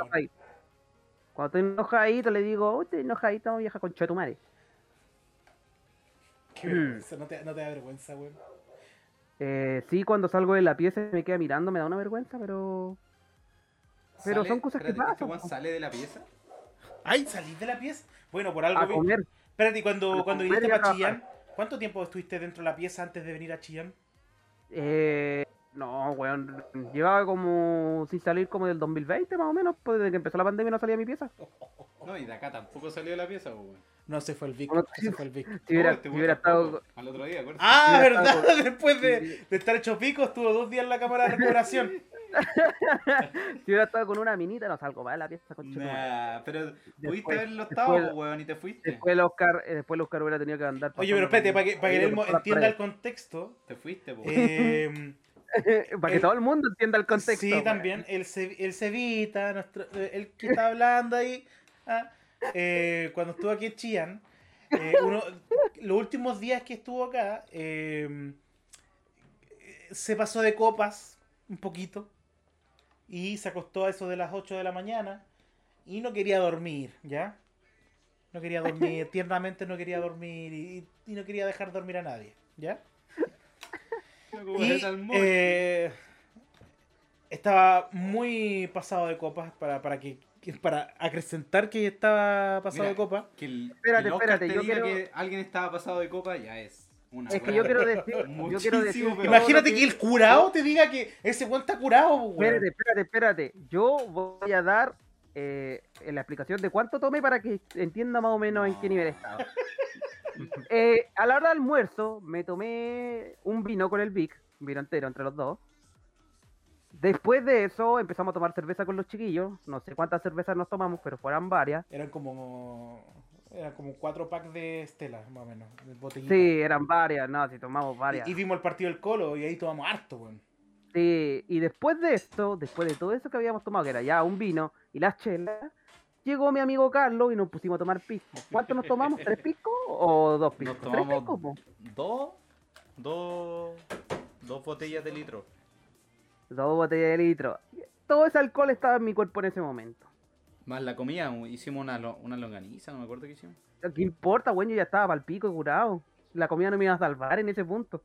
Speaker 3: Cuando estoy enojadito le digo, "Oh, estoy enojadito, vieja concha de tu madre. mm.
Speaker 2: Qué vergüenza, no te, no te da vergüenza, weón.
Speaker 3: Eh, sí, cuando salgo de la pieza y me queda mirando, me da una vergüenza, pero... Pero
Speaker 4: Sale-
Speaker 3: son cosas que
Speaker 4: espérate, ¿Este
Speaker 3: pasan,
Speaker 4: weón
Speaker 3: po.
Speaker 4: sale de la pieza?
Speaker 2: Ay, salís de la pieza. Bueno, por
Speaker 3: A
Speaker 2: algo. vi-
Speaker 3: comer.
Speaker 2: Espérate, ¿y cuando,
Speaker 3: a
Speaker 2: cuando
Speaker 3: comer
Speaker 2: viniste
Speaker 3: y a
Speaker 2: para
Speaker 3: trabajar.
Speaker 2: Chillán, ¿cuánto tiempo estuviste dentro de la pieza antes de venir a Chillán?
Speaker 3: Eh, no, weón. Llevaba como sin salir como del 2020 más o menos, pues desde que empezó la pandemia no salía de mi pieza.
Speaker 4: No, y de acá tampoco salió de la pieza, pues, weón.
Speaker 2: No, se fue el Vic.
Speaker 3: No,
Speaker 2: Se fue el
Speaker 3: [LAUGHS]
Speaker 2: Vic.
Speaker 3: Si hubiera,
Speaker 4: No, este
Speaker 3: si
Speaker 4: weón
Speaker 3: hubiera
Speaker 4: tampoco.
Speaker 3: estado...
Speaker 4: Al otro día, acuérdate.
Speaker 2: Ah,
Speaker 3: Mira,
Speaker 2: ¿verdad? [LAUGHS]
Speaker 3: estaba
Speaker 2: Después de, de estar hecho pico, estuvo dos días en la cámara de
Speaker 3: [LAUGHS]
Speaker 2: recuperación.
Speaker 3: Si hubiera estado con una minita, no salgo, ¿vale? La pieza con
Speaker 4: Nah, pero pudiste
Speaker 3: Después-
Speaker 4: haberlo estado,
Speaker 3: después-
Speaker 4: pues, weón, y te fuiste.
Speaker 3: Después el Oscar, eh, después el Oscar hubiera tenido que andar.
Speaker 2: Oye, pero espérate, para que, para que Nelmo entienda el
Speaker 3: el [LAUGHS]
Speaker 2: contexto.
Speaker 4: Te fuiste, pues.
Speaker 2: Eh,
Speaker 3: Para que todo el mundo entienda el contexto.
Speaker 2: Sí,
Speaker 3: weón.
Speaker 2: también. El, Ce- el Cevita, nuestro, eh, el que está hablando ahí, ah, eh, cuando estuvo aquí en Chillán, eh, uno- los últimos días que estuvo acá, eh, eh, se pasó de copas un poquito y se acostó a eso de las 8 de la mañana y no quería dormir, ¿ya? No quería
Speaker 3: [LAUGHS]
Speaker 2: dormir, tiernamente no quería dormir y, y no quería dejar dormir a nadie, ¿ya? Y, eh, estaba muy pasado de copas para, para que que- para acrecentar que estaba pasado
Speaker 4: Mira,
Speaker 2: de copas.
Speaker 4: Que el,
Speaker 3: Espérate,
Speaker 4: que el Oscar
Speaker 3: espérate,
Speaker 4: te
Speaker 3: yo
Speaker 4: diga
Speaker 3: quiero-
Speaker 4: que alguien estaba pasado de copa ya es una
Speaker 3: Es que
Speaker 4: weá.
Speaker 3: yo quiero decir... Yo quiero
Speaker 4: Muchísimo
Speaker 3: decir
Speaker 4: peor.
Speaker 3: que-
Speaker 2: Imagínate que el curado te diga que ese weón está curado, pues, weón.
Speaker 3: Espérate, espérate, espérate. Yo voy a dar eh, la explicación de cuánto tomé para que entienda más o menos en qué nivel está. Eh, a la hora del almuerzo me tomé un vino con el Vic, un vino entero entre los dos. Después de eso empezamos a tomar cerveza con los chiquillos. No sé cuántas cervezas nos tomamos, pero fueron varias.
Speaker 2: Eran como. Eran como cuatro packs de Estela, más o menos. de botellita.
Speaker 3: Sí, eran varias, no, sí, tomamos varias.
Speaker 2: Y, y vimos el partido del colo y ahí tomamos harto, weón.
Speaker 3: Sí, y después de esto, después de todo eso que habíamos tomado, que era ya un vino y las chelas, llegó mi amigo Carlos y nos pusimos a tomar pisco. ¿Cuánto nos tomamos?
Speaker 4: [LAUGHS]
Speaker 3: ¿Tres piscos o dos
Speaker 4: Nos
Speaker 3: piscos? Tres
Speaker 4: tomamos
Speaker 3: piscos, po.
Speaker 4: dos, dos, dos botellas de litro.
Speaker 3: Dos botellas de litro. Todo ese alcohol estaba en mi cuerpo en ese momento.
Speaker 4: Más la comida, hicimos una, lo- una longaniza, no me acuerdo qué hicimos.
Speaker 3: ¿Qué importa, bueno, Yo ya estaba pal pico curado. La comida no me iba a [LAUGHS]
Speaker 4: [LAUGHS]
Speaker 3: salvar en ese punto.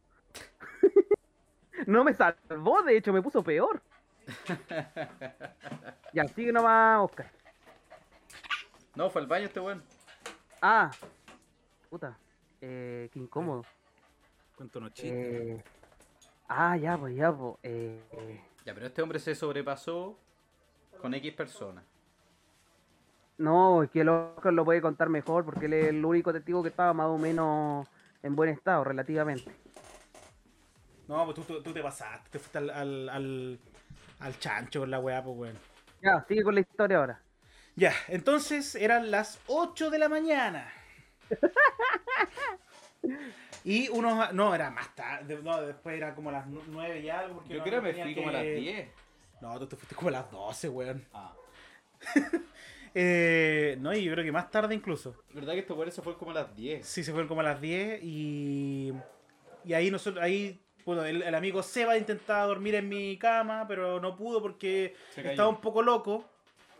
Speaker 3: no me salvó, de hecho, me puso peor. Ya, sigue nomás, Oscar.
Speaker 4: No, fue al baño este weón.
Speaker 3: Ah, puta. Eh, qué incómodo.
Speaker 1: Cuento unos chistes.
Speaker 3: Eh, ah, ya, pues, ya, pues. eh, eh,
Speaker 4: Ya, pero este hombre se sobrepasó con X personas.
Speaker 3: no, es que el Oscar lo puede contar mejor porque él es el único testigo que estaba más o menos en buen estado, relativamente.
Speaker 2: No, pues tú, tú, tú te pasaste, te fuiste al, al, al, al chancho con la weá, pues weón.
Speaker 3: Ya, sigue con la historia ahora. [LAUGHS]
Speaker 2: Ya, entonces eran las 8 de la mañana. Y unos. No, era más tarde. No, después era como las 9 y algo. Porque
Speaker 4: Yo
Speaker 2: no-
Speaker 4: creo
Speaker 2: no
Speaker 4: que me
Speaker 2: tenía
Speaker 4: fui como a las 10.
Speaker 2: No, tú te fuiste como a las 12, weón.
Speaker 4: Ah.
Speaker 2: Eh, no, y yo creo que más tarde incluso.
Speaker 4: ¿Verdad que estos weones se fue como a las 10?
Speaker 2: Sí, se fueron como a las 10 y. Y ahí nosotros. Ahí. Bueno, el, el amigo Seba intentaba dormir en mi cama, pero no pudo porque
Speaker 4: Se cayó.
Speaker 2: estaba un poco loco.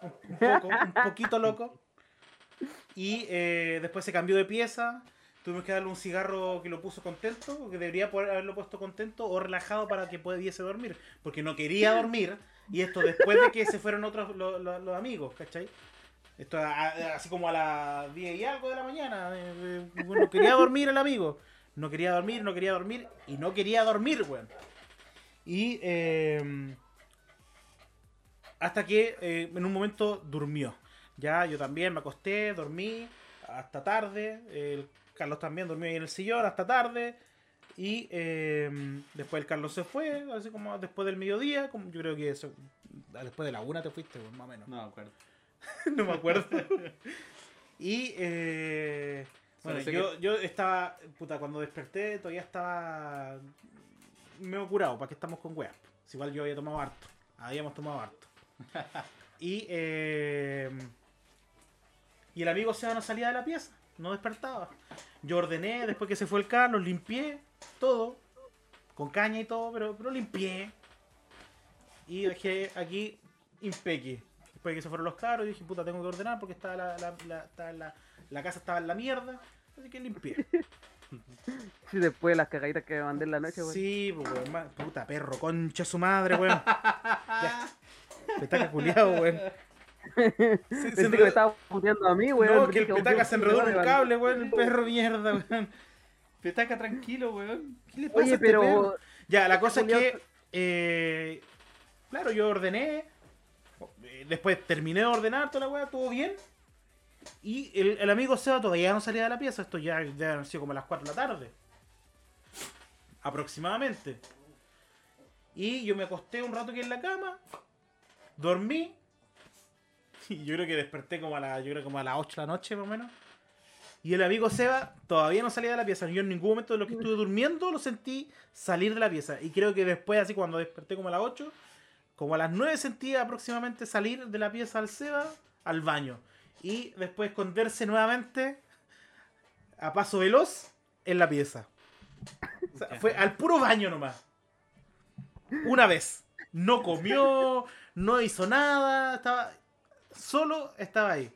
Speaker 2: Un, un poco, un poquito loco. Y eh, después se cambió de pieza. Tuvimos que darle un cigarro que lo puso contento, que debería poder haberlo puesto contento o relajado para que pudiese dormir, porque no quería dormir. Y esto después de que se fueron otros lo- lo- los amigos, ¿cachai? Esto a- a- así como a las 10 y algo de la mañana. eh, eh, no quería dormir el amigo. No quería dormir, no quería dormir y no quería dormir, weón. Y eh, hasta que eh, en un momento durmió. Ya yo también me acosté, dormí hasta tarde. El Carlos también durmió ahí en el sillón hasta tarde. Y eh, después el Carlos se fue, así como después del mediodía. Como yo creo que eso, después de la una te fuiste, weón, más o menos.
Speaker 4: No, me acuerdo.
Speaker 2: [LAUGHS] No me acuerdo. y eh,
Speaker 4: Solo
Speaker 2: bueno,
Speaker 4: sé
Speaker 2: yo, yo estaba, puta, cuando desperté todavía estaba medio curado, ¿para qué estamos con weas? Si igual yo había tomado harto, habíamos tomado
Speaker 4: [LAUGHS]
Speaker 2: harto. y, eh, y el amigo Seba no salía de la pieza, no despertaba. Yo ordené, después que se fue el Carlos, limpié todo, con caña y todo, pero, pero limpié. Y dejé aquí impeque. Después de que se fueron los caros, dije, puta, tengo que ordenar porque estaba la, la, la- estaba la- la casa estaba en la mierda. Así que
Speaker 3: [LAUGHS]
Speaker 2: limpié.
Speaker 3: Sí, después de las cagaditas que me mandé en la noche, güey.
Speaker 2: Sí, pues, weón, ma- puta perro, concha su madre, weón. Ya. Petaca culiado, weón. Se- se
Speaker 3: Pensé que
Speaker 2: enredó-
Speaker 3: me estaba puteando a mí, güey.
Speaker 2: no, que el petaca se enredó en un cable, weón. El perro mierda, weón.
Speaker 4: Petaca tranquilo, weón.
Speaker 2: ¿Qué le pasa a
Speaker 3: Oye,
Speaker 2: este perro?
Speaker 3: pero
Speaker 2: Ya, la cosa es
Speaker 3: Julián-
Speaker 2: que. eh, claro, yo ordené. eh, Después terminé de ordenar toda la weá, todo bien. Y el, el amigo Seba todavía no salía de la pieza. Esto ya debe haber sido como a las 4 de la tarde. Aproximadamente. Y yo me acosté un rato aquí en la cama. Dormí. [LAUGHS] Y yo creo que desperté como a las, yo creo como a las 8 de la noche más o menos. Y el amigo Seba todavía no salía de la pieza. Yo en ningún momento de lo que estuve durmiendo lo sentí salir de la pieza. Y creo que después, así cuando desperté como a las 8, como a las 9 sentí aproximadamente salir de la pieza al Seba al baño. Y después esconderse nuevamente a paso veloz en la pieza. O sea, fue al puro baño nomás. Una vez. No comió, no hizo nada, estaba solo estaba ahí.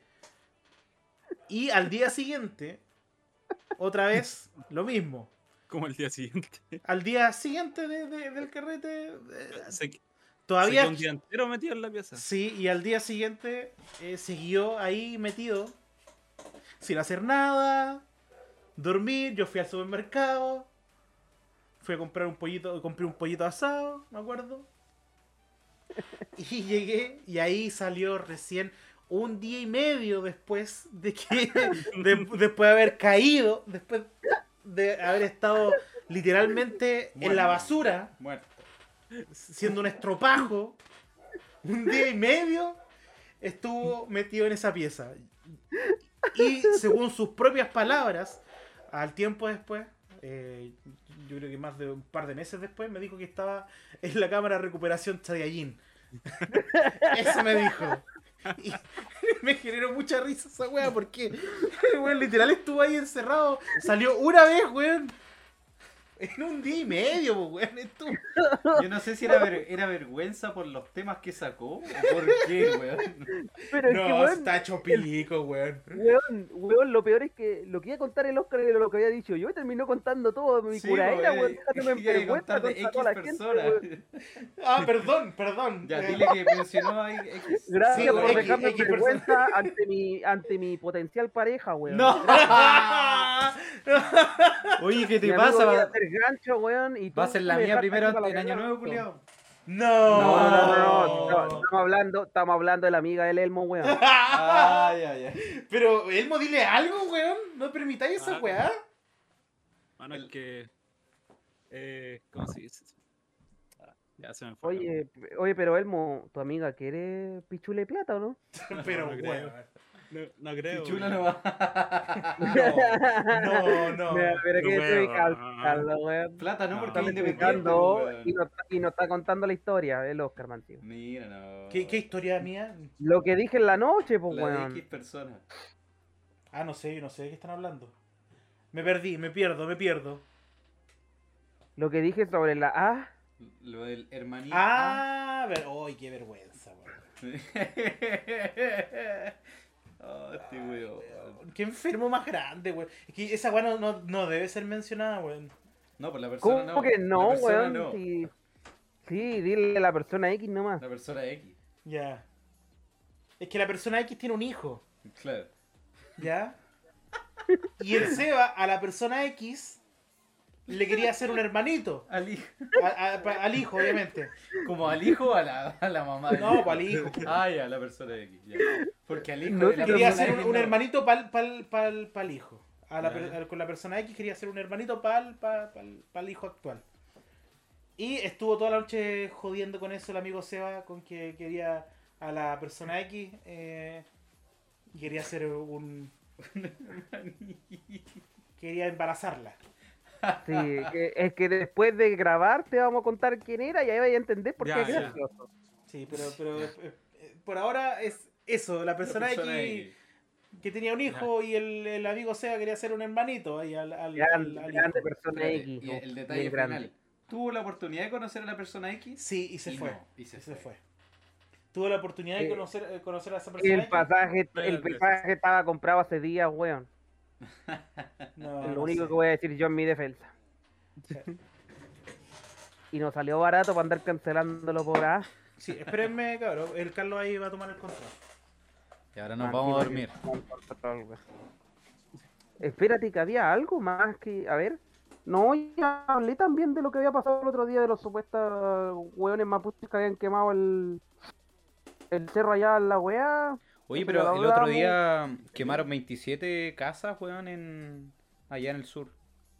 Speaker 2: Y al día siguiente, otra vez, lo mismo.
Speaker 1: Como el día siguiente. [LAUGHS]
Speaker 2: Al día siguiente de- de- del carrete, eh,
Speaker 1: Se, se quedó
Speaker 2: todavía...
Speaker 1: un día entero metido en la pieza.
Speaker 2: Sí, y al día siguiente eh, siguió ahí metido, sin hacer nada, dormir, yo fui al supermercado, fui a comprar un pollito, compré un pollito asado, me acuerdo. Y llegué y ahí salió recién un día y medio después de que de- después de haber caído, después de haber estado literalmente en la
Speaker 4: Muerto.
Speaker 2: basura
Speaker 4: Muerto.
Speaker 2: siendo un estropajo, un día y medio estuvo metido en esa pieza. Y según sus propias palabras, al tiempo después, eh, yo creo que más de un par de meses después, me dijo que estaba en la cámara de recuperación Saiyajin. [LAUGHS] Eso me dijo. Y me generó mucha risa esa wea porque el weón literal estuvo ahí encerrado. Salió una vez, weón. En un día y medio, pues, weón. es tú.
Speaker 4: Yo no sé si era, ver- era vergüenza por los temas que sacó o por
Speaker 3: [LAUGHS]
Speaker 4: qué, weón.
Speaker 3: Pero es que,
Speaker 2: No,
Speaker 3: weón,
Speaker 2: está hecho pico, weón.
Speaker 3: weón, weón, lo peor es que lo que iba a contar el Oscar era lo que había dicho yo y terminó contando todo mi
Speaker 4: Sí,
Speaker 3: curadera,
Speaker 2: pues,
Speaker 4: weón,
Speaker 3: weón.
Speaker 4: eh,
Speaker 2: [LAUGHS]
Speaker 3: dejándome en
Speaker 4: y hay que
Speaker 3: vergüenza
Speaker 4: contar de
Speaker 3: contra
Speaker 4: X
Speaker 3: toda la gente,
Speaker 4: personas. [LAUGHS]
Speaker 3: weón.
Speaker 2: Ah, perdón, perdón.
Speaker 4: Ya,
Speaker 2: Eh,
Speaker 4: dile que mencionó a X.
Speaker 3: [LAUGHS] Gracias
Speaker 2: Sí,
Speaker 3: por
Speaker 2: X-
Speaker 3: dejarme en
Speaker 2: X
Speaker 4: [LAUGHS]
Speaker 3: vergüenza ante mi, ante mi potencial pareja, weón. [LAUGHS]
Speaker 2: No.
Speaker 4: Oye, ¿qué
Speaker 3: Mi amigo iba a hacer gancho, weón, y tú
Speaker 4: Va a ser la
Speaker 3: me
Speaker 4: mía
Speaker 3: dejaste
Speaker 4: primero
Speaker 3: para la
Speaker 4: en Año
Speaker 3: cagada.
Speaker 2: [LAUGHS]
Speaker 4: Nuevo, culiao.
Speaker 2: No.
Speaker 3: No, no, no, no, no, estamos hablando, estamos hablando de la amiga del Elmo,
Speaker 4: [LAUGHS]
Speaker 3: weón.
Speaker 4: Ay, ay, ay.
Speaker 2: Ah, Pero, Elmo, dile algo, weón. No permitáis esa
Speaker 1: Ah,
Speaker 2: weá.
Speaker 1: Mano, es que. Eh, ¿Cómo se dice? Ah, Ya se me fue. la
Speaker 3: Oye, p- oye, pero Elmo, tu amiga quiere pichule plata, ¿o no?
Speaker 2: Pero,
Speaker 1: no creo.
Speaker 2: weón.
Speaker 1: No, no creo.
Speaker 4: Pichula
Speaker 1: weón.
Speaker 4: no va.
Speaker 3: [LAUGHS]
Speaker 2: No, no.
Speaker 3: Mira, pero
Speaker 1: no,
Speaker 3: que estoy
Speaker 1: weón.
Speaker 3: calzando, weón.
Speaker 4: Plata no,
Speaker 1: No,
Speaker 4: porque es
Speaker 1: está
Speaker 4: independiente, pues,
Speaker 3: Contando, y,
Speaker 4: weón.
Speaker 3: no, está- y no está contando la historia, el Oscar, man, tío.
Speaker 4: Mira, no.
Speaker 2: ¿Qué, ¿Qué historia mía?
Speaker 3: Lo que dije en la noche, pues,
Speaker 4: La de X
Speaker 3: weón.
Speaker 4: personas.
Speaker 2: Ah, no sé, yo no sé de qué están hablando. Me perdí, me pierdo, me pierdo.
Speaker 3: Lo que dije sobre la ah, A.
Speaker 4: Lo del hermanito.
Speaker 2: Ah, ver, ay, qué vergüenza, weón.
Speaker 4: Sí. [LAUGHS] oh, este weón.
Speaker 2: Qué enfermo más grande, weón. Es que esa weá no, no, no debe ser mencionada, weón.
Speaker 4: No, pues la persona
Speaker 3: ¿Cómo
Speaker 4: no.
Speaker 3: que no,
Speaker 4: la persona
Speaker 3: weón?
Speaker 4: no.
Speaker 3: Sí. sí, dile a la persona X nomás.
Speaker 4: La persona X.
Speaker 2: Ya. Es que la persona X tiene un hijo.
Speaker 4: Claro.
Speaker 2: ¿Ya? Y el Seba a la persona X le quería hacer un hermanito.
Speaker 4: Al hijo.
Speaker 2: A- a- pa- al hijo, obviamente.
Speaker 4: Como al hijo o a la, a la mamá. del
Speaker 2: No,
Speaker 4: hijo?
Speaker 2: pues al hijo.
Speaker 4: Ah, ya, la persona X. ya. Porque al hijo.
Speaker 3: No,
Speaker 4: de la
Speaker 3: te
Speaker 2: Quería
Speaker 4: persona
Speaker 2: hacer un,
Speaker 4: X
Speaker 2: un
Speaker 4: no.
Speaker 2: hermanito pa'l, pa'l, pa'l, pa'l hijo. A la per-
Speaker 4: Ya.
Speaker 2: al- con la persona X quería hacer un hermanito pa'l, pa'l, pa'l- pa'l hijo actual. Y estuvo toda la noche jodiendo con eso el amigo Seba, con que quería a la persona X. eh, quería hacer
Speaker 4: [LAUGHS]
Speaker 2: un. quería embarazarla.
Speaker 3: Sí, que- es que después de grabar te vamos a contar quién era y ahí vas a entender por qué
Speaker 1: Ya,
Speaker 3: es
Speaker 1: ya.
Speaker 3: gracioso.
Speaker 2: Sí, pero, pero eh, eh, por ahora es eso, la
Speaker 4: La
Speaker 2: persona,
Speaker 4: persona
Speaker 2: X,
Speaker 4: X.
Speaker 2: que tenía un hijo y el, el amigo Seba quería hacer un hermanito ahí al, al, al-
Speaker 3: Grande,
Speaker 2: al
Speaker 3: grande
Speaker 2: hijo.
Speaker 3: persona
Speaker 4: Espérate,
Speaker 3: X.
Speaker 4: y
Speaker 3: ¿no?
Speaker 4: el detalle
Speaker 3: Bien
Speaker 4: final.
Speaker 3: grande.
Speaker 4: ¿Tuvo la oportunidad de conocer a la persona X?
Speaker 2: Sí, y se
Speaker 4: Y
Speaker 2: fue.
Speaker 4: no, y se
Speaker 2: y se
Speaker 4: fue.
Speaker 2: fue. Tuve la oportunidad de
Speaker 3: Eh,
Speaker 2: conocer, eh, conocer a esa persona.
Speaker 3: El
Speaker 2: X.
Speaker 3: pasaje,
Speaker 1: Vaya
Speaker 3: el
Speaker 1: al beso.
Speaker 3: pasaje estaba comprado hace días, weón.
Speaker 2: No,
Speaker 3: Es
Speaker 2: Ah, no
Speaker 3: lo único
Speaker 2: sé.
Speaker 3: que voy a decir yo en mi defensa. [LAUGHS] Y nos salió barato para andar cancelándolo por A.
Speaker 2: Sí, espérenme, cabrón. El Carlos ahí va a tomar el control.
Speaker 4: Y ahora nos vamos a dormir.
Speaker 3: Espérate, que había algo más que. A ver. No, ya hablé también de lo que había pasado el otro día de los supuestos hueones mapuches que habían quemado el. El cerro allá en la weá.
Speaker 4: Oye,
Speaker 3: Pero
Speaker 4: pero
Speaker 3: lo
Speaker 4: el otro
Speaker 3: hablamos.
Speaker 4: día quemaron 27 casas, weón, en... allá en el sur.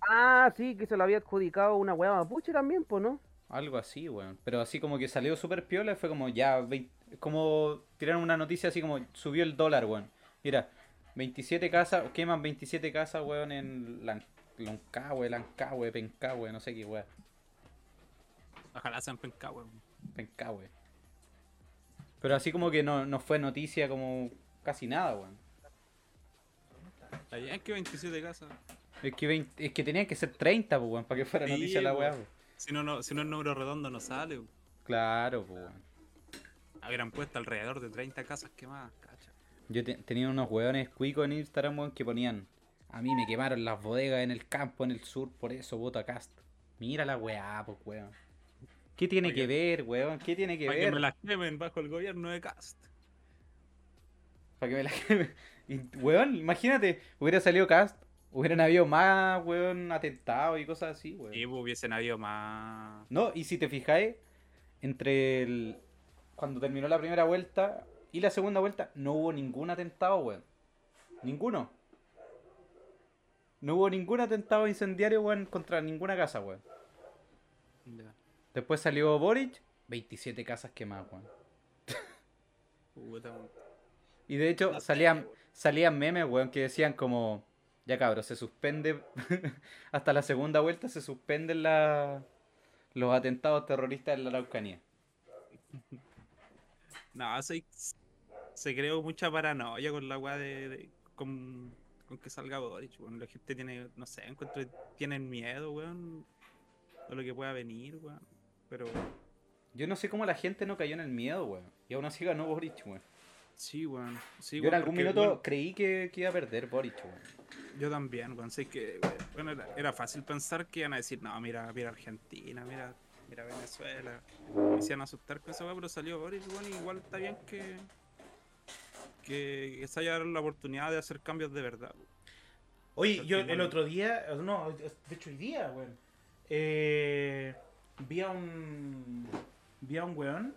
Speaker 3: Ah, sí, que se lo había adjudicado una weá mapuche también, pues, ¿no?
Speaker 4: Algo así, weón. Pero así como que salió súper piola, y fue como ya, 20 es como tiraron una noticia así como subió el dólar, weón. Mira, 27 casas, queman 27 casas, weón, en Lan- Loncahue, Lancahue, Pencahue, no sé qué, weón.
Speaker 1: Ojalá sean penca, weón.
Speaker 4: Pencahue. Pero así como que no, no fue noticia como casi nada, weón.
Speaker 1: Está bien que 27 casas.
Speaker 4: Es que, 20 es que tenían que ser 30, pues, weón, para que fuera
Speaker 1: Sí,
Speaker 4: noticia la weá,
Speaker 1: weón.
Speaker 4: weón.
Speaker 1: Si no, no, si no el número redondo no sale. weón.
Speaker 4: Claro, pues, weón.
Speaker 1: Habrán puesto alrededor de 30 casas quemadas, cacha.
Speaker 4: Yo te- tenía unos hueones cuicos en Instagram, weón, que ponían. A mí me quemaron las bodegas en el campo, en el sur, por eso voto a Cast. Mira la weá, pues, weón. ¿Qué tiene
Speaker 1: Pa'
Speaker 4: que
Speaker 1: que-
Speaker 4: ver, weón? ¿Qué tiene que
Speaker 1: Para que
Speaker 4: ver?
Speaker 1: me las quemen bajo el gobierno de Cast.
Speaker 4: Para que me la quemen. [LAUGHS] Y, weón, imagínate, hubiera salido Cast, hubieran habido más, weón, atentados y cosas así, weón.
Speaker 1: Y hubiesen habido más.
Speaker 4: No, y si te fijáis, entre el. Cuando terminó la primera vuelta y la segunda vuelta, no hubo ningún atentado, weón. Ninguno. No hubo ningún atentado incendiario, weón, contra ninguna casa, weón.
Speaker 1: Ya.
Speaker 4: Después salió Boric, 27 casas quemadas, weón.
Speaker 1: Puta, weón.
Speaker 4: Y de hecho, salían, salían memes, weón, que decían como. Ya cabrón, se suspende. [LAUGHS] hasta la segunda vuelta se suspenden la- los atentados terroristas en la Araucanía.
Speaker 1: No, se, se creó mucha paranoia con la weá de, de- con, con que salga Boric, weón. La gente tiene, no sé, encuentro, tienen miedo, weón. todo lo que pueda venir, weón. Pero
Speaker 4: Yo no sé cómo la gente no cayó en el miedo, weón. Y aún así ganó Boric, weón.
Speaker 1: sí, weón. Sí,
Speaker 4: Yo en
Speaker 1: weón,
Speaker 4: algún
Speaker 1: porque,
Speaker 4: minuto
Speaker 1: weón,
Speaker 4: creí que, que iba a perder Boric, weón.
Speaker 1: Yo también, weón. Sé que, weón, bueno, era, era fácil pensar que iban a decir, no, mira, mira Argentina, mira, mira Venezuela. Me hacían asustar con esa weón, pero salió Boris, weón. y Igual está bien que, que, que se haya dado la oportunidad de hacer cambios de verdad. weón.
Speaker 2: Oye, yo
Speaker 1: Porque
Speaker 2: el
Speaker 1: no-
Speaker 2: otro día, no, de hecho hoy día, weón, eh, vi a un, vi a un weón,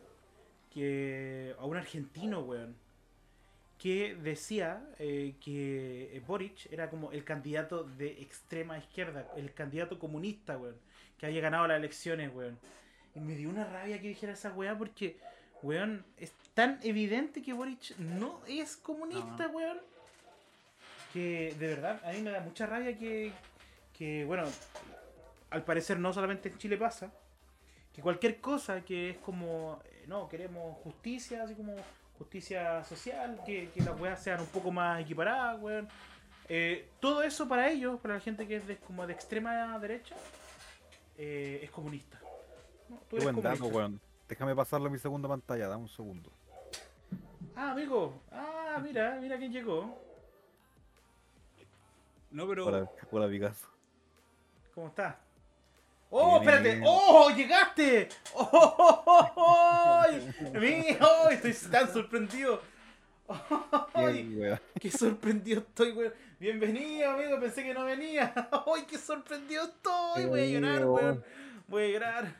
Speaker 2: que, a un argentino, weón, que decía eh, que eh, Boric era como el candidato de extrema izquierda, el candidato comunista, weón, que había ganado las elecciones, weón. Y me dio una rabia que dijera esa weá porque, weón, es tan evidente que Boric no es comunista, weón. Que de verdad, a mí me da mucha rabia que, que, bueno, al parecer no solamente en Chile pasa, que cualquier cosa que es como, eh, no, queremos justicia, así como justicia social, que, que las weas sean un poco más equiparadas, weón. Eh, todo eso para ellos, para la gente que es de, como de extrema derecha, eh, es comunista. No, tú
Speaker 6: Qué
Speaker 2: eres
Speaker 6: buen dato,
Speaker 2: comunista.
Speaker 6: weón. Déjame pasarlo a mi segunda pantalla, dame un segundo.
Speaker 2: Ah, amigo. Ah, mira, mira quién llegó.
Speaker 1: No, pero.
Speaker 2: Oh.
Speaker 6: Hola,
Speaker 2: [LAUGHS]
Speaker 6: hola Picasso.
Speaker 2: ¿Cómo está? ¡Oh,
Speaker 6: Bien.
Speaker 2: espérate! ¡Oh, llegaste! ¡Oh, oh, oh, oh, oh! Mira, oh, Estoy tan sorprendido. ¡Ay,
Speaker 6: Qué weón.
Speaker 2: qué sorprendido estoy, weón! Bienvenido, amigo. Pensé que no venía. ¡Ay, qué sorprendido estoy! Voy a llorar,
Speaker 6: Amigo.
Speaker 2: weón. Voy a llorar.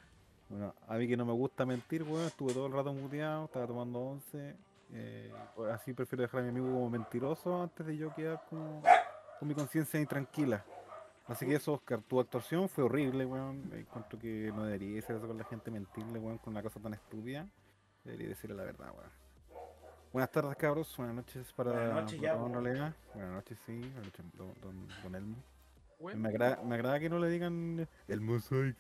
Speaker 6: Bueno, a mí que no me gusta mentir, weón. Estuve todo el rato muteado, estaba tomando once. eh, así prefiero dejar a mi amigo como mentiroso antes de yo quedar como, con mi conciencia intranquila. Así que eso, Oscar, tu actuación fue horrible, weón. Encuentro que no debería hacer eso con la gente, mentirle, weón, con una cosa tan estúpida. Debería decirle la verdad, weón. Buenas tardes, cabros. Buenas noches para
Speaker 2: Buenas noches, ya,
Speaker 6: para don
Speaker 2: weón.
Speaker 6: Olega. Buenas noches, sí. Buenas noches, don, don- don Elmo.
Speaker 1: Bueno.
Speaker 6: Me agrada, me agrada que no le digan eh, el mosaico.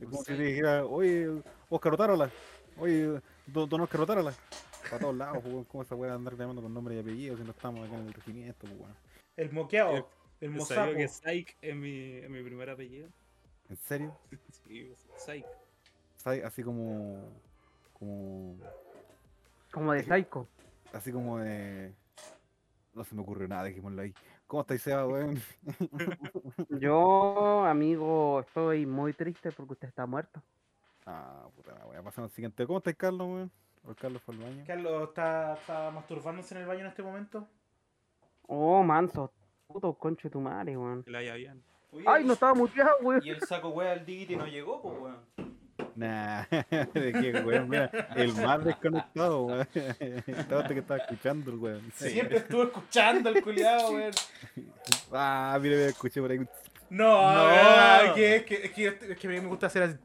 Speaker 6: Es como si
Speaker 1: Mosaico.
Speaker 6: le dijera, oye, Oscar Otárola. Oye, don, don Oscar Otárola. Para todos lados, pues, weón, ¿cómo se puede andar llamando con nombre y apellido si no estamos acá en el regimiento, pues, weón?
Speaker 2: El
Speaker 1: Eh,
Speaker 2: moqueado. El
Speaker 1: Yo
Speaker 2: mozapo.
Speaker 1: sabía que Psych es mi, es mi primer apellido.
Speaker 6: ¿En serio?
Speaker 1: Sí, Psych.
Speaker 6: ¿Sabes? Así como. como.
Speaker 3: Como de Psycho.
Speaker 6: así como de. No se me ocurrió nada, dejémoslo ahí. ¿Cómo estáis, Seba, weón?
Speaker 3: Yo, amigo, estoy muy triste porque usted está muerto.
Speaker 6: Ah, puta, la weá, pasamos al siguiente. ¿Cómo estáis, Carlos, weón? O el Carlos fue al baño.
Speaker 2: Carlos, ¿está, ¿está masturbándose en el baño en este momento?
Speaker 3: Oh, manso. Puto conche tu madre, weón.
Speaker 1: Que la haya bien.
Speaker 3: Ay, no estaba muteado,
Speaker 4: [LAUGHS]
Speaker 3: weón.
Speaker 4: Y el saco weá del Digiti no llegó, pues weón.
Speaker 6: Nah, [LAUGHS] de qué, weón, mira, el más desconectado, weón. [LAUGHS] Estaba hasta que estaba escuchando el weón.
Speaker 2: Siempre estuvo escuchando el culiado, weón.
Speaker 6: [LAUGHS] Ah, mira, mira, escuché por ahí.
Speaker 2: No,
Speaker 4: No.
Speaker 2: ¿verdad? que es que, es que, es que a mí me gusta hacer así.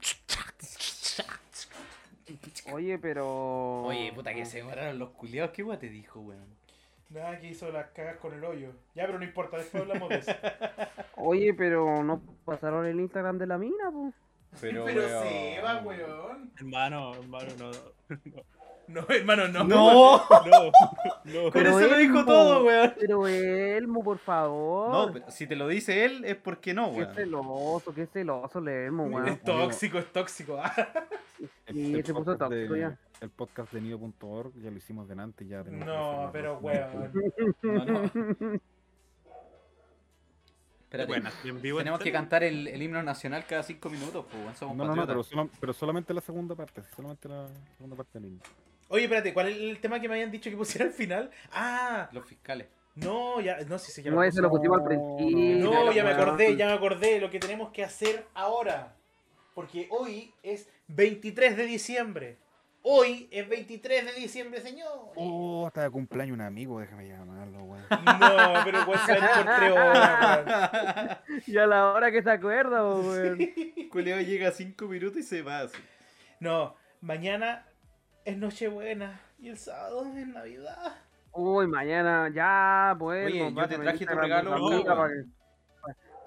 Speaker 3: Oye, pero.
Speaker 4: Oye, puta que se demoraron los culiados, ¿qué weá te dijo, weón?
Speaker 2: Nada, que hizo las cagas con el hoyo. Ya, pero no importa, después hablamos de [LAUGHS] eso.
Speaker 3: Oye, pero no pasaron el Instagram de la mina, pues.
Speaker 4: Pero,
Speaker 2: weón.
Speaker 1: Hermano, hermano, no.
Speaker 2: No, hermano, no.
Speaker 1: No,
Speaker 4: No,
Speaker 1: no.
Speaker 4: pero
Speaker 3: Pero
Speaker 4: eso lo
Speaker 3: él,
Speaker 4: dijo
Speaker 3: po.
Speaker 4: todo, weón.
Speaker 3: Pero Elmo, por
Speaker 4: No,
Speaker 3: favor.
Speaker 4: pero si te lo dice él, es porque no,
Speaker 3: qué
Speaker 4: weón.
Speaker 3: celoso, qué celoso le Elmo, weón.
Speaker 2: Es tóxico, es tóxico. ah.
Speaker 3: Sí, se puso
Speaker 6: podcast
Speaker 3: tóxico
Speaker 6: de-
Speaker 3: ya.
Speaker 6: El podcast de nido.org ya lo hicimos delante, ya tenemos que hacer
Speaker 2: No,
Speaker 6: los
Speaker 2: pero
Speaker 6: dos. [LAUGHS]
Speaker 2: weón.
Speaker 4: No, no. Espérate,
Speaker 1: Bueno, en vivo
Speaker 4: [LAUGHS] tenemos que
Speaker 1: entero.
Speaker 4: cantar el, el himno nacional cada cinco minutos, pues weón.
Speaker 6: No,
Speaker 4: Somos
Speaker 6: no, no, pero,
Speaker 4: patriotas.
Speaker 6: solo- pero solamente la segunda parte, sí, solamente la segunda parte del intro.
Speaker 2: Oye, espérate, ¿cuál es el tema que me habían dicho que pusiera al final? Ah,
Speaker 4: Los fiscales.
Speaker 2: no, ya, no, si se llama.
Speaker 3: No, ese lo pusimos al
Speaker 6: No,
Speaker 3: principio.
Speaker 2: No, ya me
Speaker 3: weón.
Speaker 2: acordé, ya me acordé lo que tenemos que hacer ahora. Porque hoy es 23 de diciembre. Hoy es 23 de diciembre, señor.
Speaker 6: Oh, está de cumpleaños un amigo, déjame llamarlo, weón.
Speaker 2: No, pero weón, se va a ir por tres horas, weón.
Speaker 3: Y a la hora que se
Speaker 4: [LAUGHS]
Speaker 3: acuerda, po, weón.
Speaker 4: Culeado llega a cinco minutos y se va así.
Speaker 2: No, mañana es Nochebuena y el sábado es Navidad.
Speaker 3: Uy, mañana ya, pues.
Speaker 4: Oye,
Speaker 3: po,
Speaker 4: yo
Speaker 3: pásame
Speaker 4: te traje tu
Speaker 3: Instagram de
Speaker 4: regalo,
Speaker 3: tu amiga
Speaker 4: weón.
Speaker 3: para, que-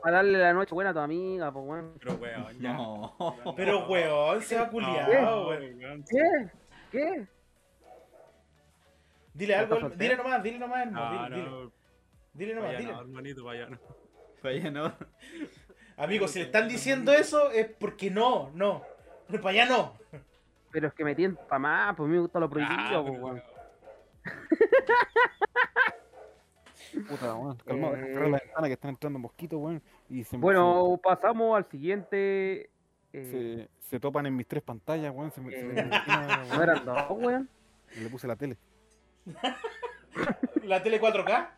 Speaker 3: para darle la noche buena a tu amiga, pues, weón.
Speaker 1: Pero weón, ya.
Speaker 4: No.
Speaker 1: Oh.
Speaker 2: Pero weón, se va culiado,
Speaker 1: No,
Speaker 2: weón.
Speaker 1: weón.
Speaker 3: ¿Qué? ¿Qué?
Speaker 2: Dile
Speaker 3: ¿Estás
Speaker 2: algo,
Speaker 3: soltero?
Speaker 2: dile nomás, dile nomás, hermano,
Speaker 1: Ah, No,
Speaker 2: dile, dile,
Speaker 1: no,
Speaker 2: dile nomás,
Speaker 1: vaya no,
Speaker 2: dile.
Speaker 1: hermanito, vaya no.
Speaker 4: Vaya, no.
Speaker 2: Amigos, si le están diciendo eso es porque no, no. Para allá no.
Speaker 3: Pero es que me tienta pa' más, pues a mí me gusta lo prohibido,
Speaker 1: Ah,
Speaker 3: pues,
Speaker 1: pero-
Speaker 3: weón.
Speaker 6: [LAUGHS] Puta, weón. Calma, deja cerrar la ventana que están entrando mosquitos, weón. Y se,
Speaker 3: Bueno, pasamos al siguiente. eh,
Speaker 6: se, se- se topan en mis tres pantallas, weón. Se, me- se me-
Speaker 3: Eh,
Speaker 6: se me-
Speaker 3: [LAUGHS] ¿No eran dos, weón?
Speaker 6: Le puse la tele.
Speaker 2: La tele 4K.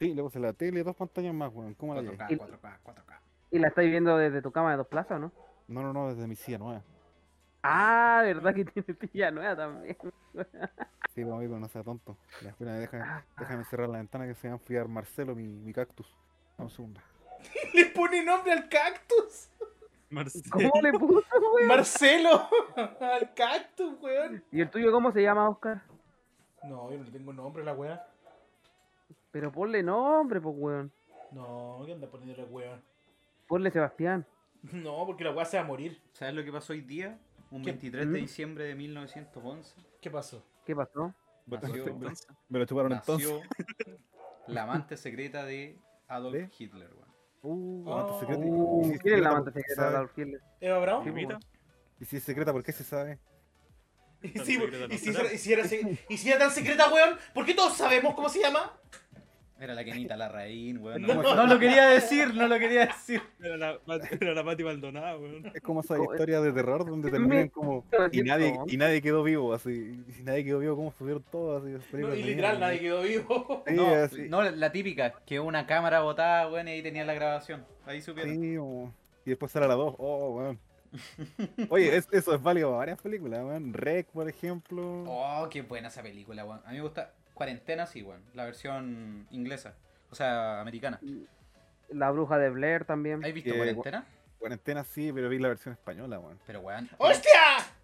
Speaker 6: Sí, le puse la tele, dos pantallas más, weón. ¿Cómo la llevo?
Speaker 4: 4K, 4K, 4K.
Speaker 3: ¿Y la estáis viendo desde tu cama de dos plazas o no?
Speaker 6: No, no, no, desde mi silla nueva.
Speaker 3: Ah, verdad que tiene pilla nueva
Speaker 2: [LAUGHS]
Speaker 3: también.
Speaker 6: Sí, vamos amigo, no sea tonto. Ya, espera, deja- déjame cerrar la ventana que se va a enfriar Marcelo, mi, mi cactus. Vamos, segunda.
Speaker 2: Le pone nombre al cactus.
Speaker 3: ¿Cómo le puso, weón?
Speaker 2: Marcelo. [LAUGHS] al cactus, weón.
Speaker 3: ¿Y el tuyo cómo se llama, Oscar?
Speaker 2: No, yo no le tengo nombre a la weá.
Speaker 3: Pero ponle nombre, pues, weón.
Speaker 2: No, ¿qué anda poniendo la weá?
Speaker 3: Ponle Sebastián.
Speaker 2: No, porque la weá se va a morir.
Speaker 4: ¿Sabes lo que pasó hoy día? Un
Speaker 2: ¿Qué?
Speaker 4: 23
Speaker 3: ¿Mm?
Speaker 4: de diciembre de 1911.
Speaker 2: ¿Qué pasó?
Speaker 3: ¿Qué pasó?
Speaker 4: Nació,
Speaker 6: Me lo chuparon entonces.
Speaker 4: [LAUGHS] nació la amante secreta de Adolf
Speaker 6: ¿Eh?
Speaker 4: Hitler, weón.
Speaker 6: Uh, amante
Speaker 2: Oh.
Speaker 6: secreta.
Speaker 3: Uh,
Speaker 6: Y si es
Speaker 3: ¿Quién es la
Speaker 6: secreta,
Speaker 3: amante
Speaker 6: ¿por qué se
Speaker 3: secreta de
Speaker 6: sabe?
Speaker 3: Adolf Hitler?
Speaker 2: ¿Eva Brown?
Speaker 3: Sí,
Speaker 1: Mira,
Speaker 6: Y si es secreta, ¿por qué se sabe?
Speaker 2: [LAUGHS] Y
Speaker 1: Tan
Speaker 2: si,
Speaker 1: secreta
Speaker 2: y,
Speaker 1: no
Speaker 2: si,
Speaker 1: será.
Speaker 2: era- y si era, se- y si era tan secreta, weón, ¿por qué todos sabemos cómo se llama?
Speaker 4: Era la Kenita Larraín, weón.
Speaker 2: No,
Speaker 6: no,
Speaker 7: [LAUGHS] No lo quería decir, no lo quería decir.
Speaker 1: era la, era la Pati Maldonado, weón.
Speaker 6: Es como esa
Speaker 3: Co-
Speaker 6: historia de terror donde terminan como. Y
Speaker 3: Cierto,
Speaker 6: nadie,
Speaker 3: ¿no?
Speaker 6: y nadie quedó vivo, así. Y si nadie quedó vivo, ¿cómo subieron todos? Así, las
Speaker 2: No,
Speaker 6: películas
Speaker 2: y
Speaker 6: de
Speaker 2: literal,
Speaker 6: mierda.
Speaker 2: nadie quedó vivo.
Speaker 4: [LAUGHS]
Speaker 6: Sí,
Speaker 4: No,
Speaker 6: así.
Speaker 4: no, la típica, que una cámara botada, weón, y ahí tenían la grabación. Ahí supieron.
Speaker 6: Sí, o- y después sale a la 2. Oh,
Speaker 2: [LAUGHS]
Speaker 6: weón. Oye, es- eso es válido para varias películas, weón. Rec, por ejemplo.
Speaker 4: Oh, qué buena esa película, weón. A mí me gusta Cuarentena, sí, weón. La versión inglesa. O sea, americana.
Speaker 7: Mm,
Speaker 3: La bruja de Blair también. Ah,
Speaker 4: ¿Has visto
Speaker 6: Eh,
Speaker 4: Cuarentena?
Speaker 6: Cuarentena sí, pero vi la versión española, weón.
Speaker 4: Pero, weón.
Speaker 7: ¡Oh,
Speaker 2: ¡Hostia!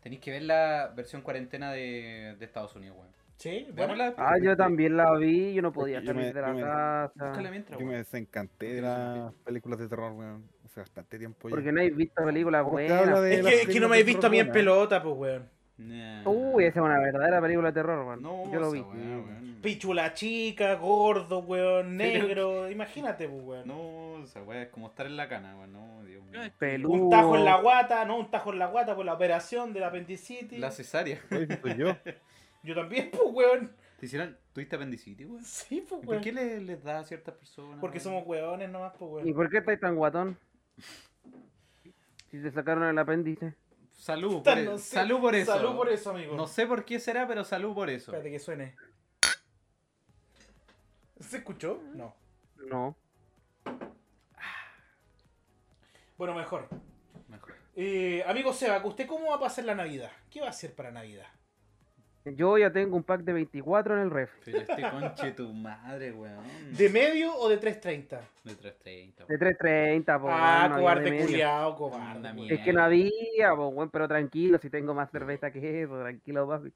Speaker 4: Tenéis que ver la versión Cuarentena de, de Estados Unidos, weón.
Speaker 2: Sí, bueno.
Speaker 4: Veámosla.
Speaker 3: Ah, yo también la vi, yo no podía
Speaker 6: yo me-
Speaker 3: salir de la
Speaker 6: yo me-
Speaker 4: Búscala
Speaker 3: casa.
Speaker 4: mientras,
Speaker 6: Yo me
Speaker 4: weón.
Speaker 6: desencanté de
Speaker 4: Tienes una
Speaker 6: las películas de terror, weón. Hace bastante tiempo ya.
Speaker 3: Porque no he visto películas
Speaker 6: ¿Cómo te habla
Speaker 3: buenas.
Speaker 6: de
Speaker 2: Es
Speaker 6: las
Speaker 2: que, es que no
Speaker 6: películas
Speaker 2: me
Speaker 6: de
Speaker 2: habéis visto a mí en
Speaker 6: terror buenas?
Speaker 2: pelota, pues, weón.
Speaker 4: Nah.
Speaker 3: Uy, esa es una verdadera película de terror, weón.
Speaker 4: No,
Speaker 3: Yo lo
Speaker 4: esa
Speaker 3: vi.
Speaker 4: weá, weón.
Speaker 2: Pichula chica, gordo, weón, negro. Imagínate, pues, weón.
Speaker 4: No, esa weá es como estar en la cana, weón. No, Dios mío.
Speaker 3: Peludo.
Speaker 2: Un tajo en la guata, no, un tajo en la guata por la operación de la apendicitis.
Speaker 4: La cesárea.
Speaker 6: Oye, si
Speaker 2: [LAUGHS]
Speaker 6: soy yo.
Speaker 2: Yo también, [LAUGHS] pues, weón.
Speaker 4: ¿Te hicieron? ¿Tuviste apendicitis, weón?
Speaker 2: Sí, pues, weón.
Speaker 4: ¿Y ¿Por qué le- les da a ciertas personas?
Speaker 2: Porque
Speaker 4: weón?
Speaker 2: somos weones nomás, pues,
Speaker 3: ¿Y
Speaker 2: weón.
Speaker 3: por qué estáis tan guatón? Si te sacaron el apéndice.
Speaker 4: Salud,
Speaker 2: Puta,
Speaker 4: por,
Speaker 2: no
Speaker 4: e-
Speaker 2: sé.
Speaker 4: salud por eso.
Speaker 2: Salud por eso, amigo.
Speaker 4: No sé por qué será, pero salud por eso.
Speaker 2: Espérate que suene. ¿Se escuchó? No.
Speaker 3: No.
Speaker 2: Bueno, mejor.
Speaker 4: Mejor.
Speaker 2: Eh, amigo Seba, ¿usted cómo va a pasar la Navidad? ¿Qué va a hacer para Navidad?
Speaker 3: Yo ya tengo un pack de 24 en el ref.
Speaker 4: Pero este conche tu madre, weón.
Speaker 2: [LAUGHS] ¿De medio o de 3.30?
Speaker 4: De 330,
Speaker 3: De
Speaker 4: weón.
Speaker 3: 330, po.
Speaker 2: ah,
Speaker 3: weón, no había de
Speaker 2: cobarde
Speaker 3: medio.
Speaker 2: culiao, cobarde.
Speaker 4: Anda,
Speaker 2: weón.
Speaker 4: mierda.
Speaker 3: Es que no había, po, weón, pero tranquilo, si tengo más cerveza que eso, tranquilo, papi.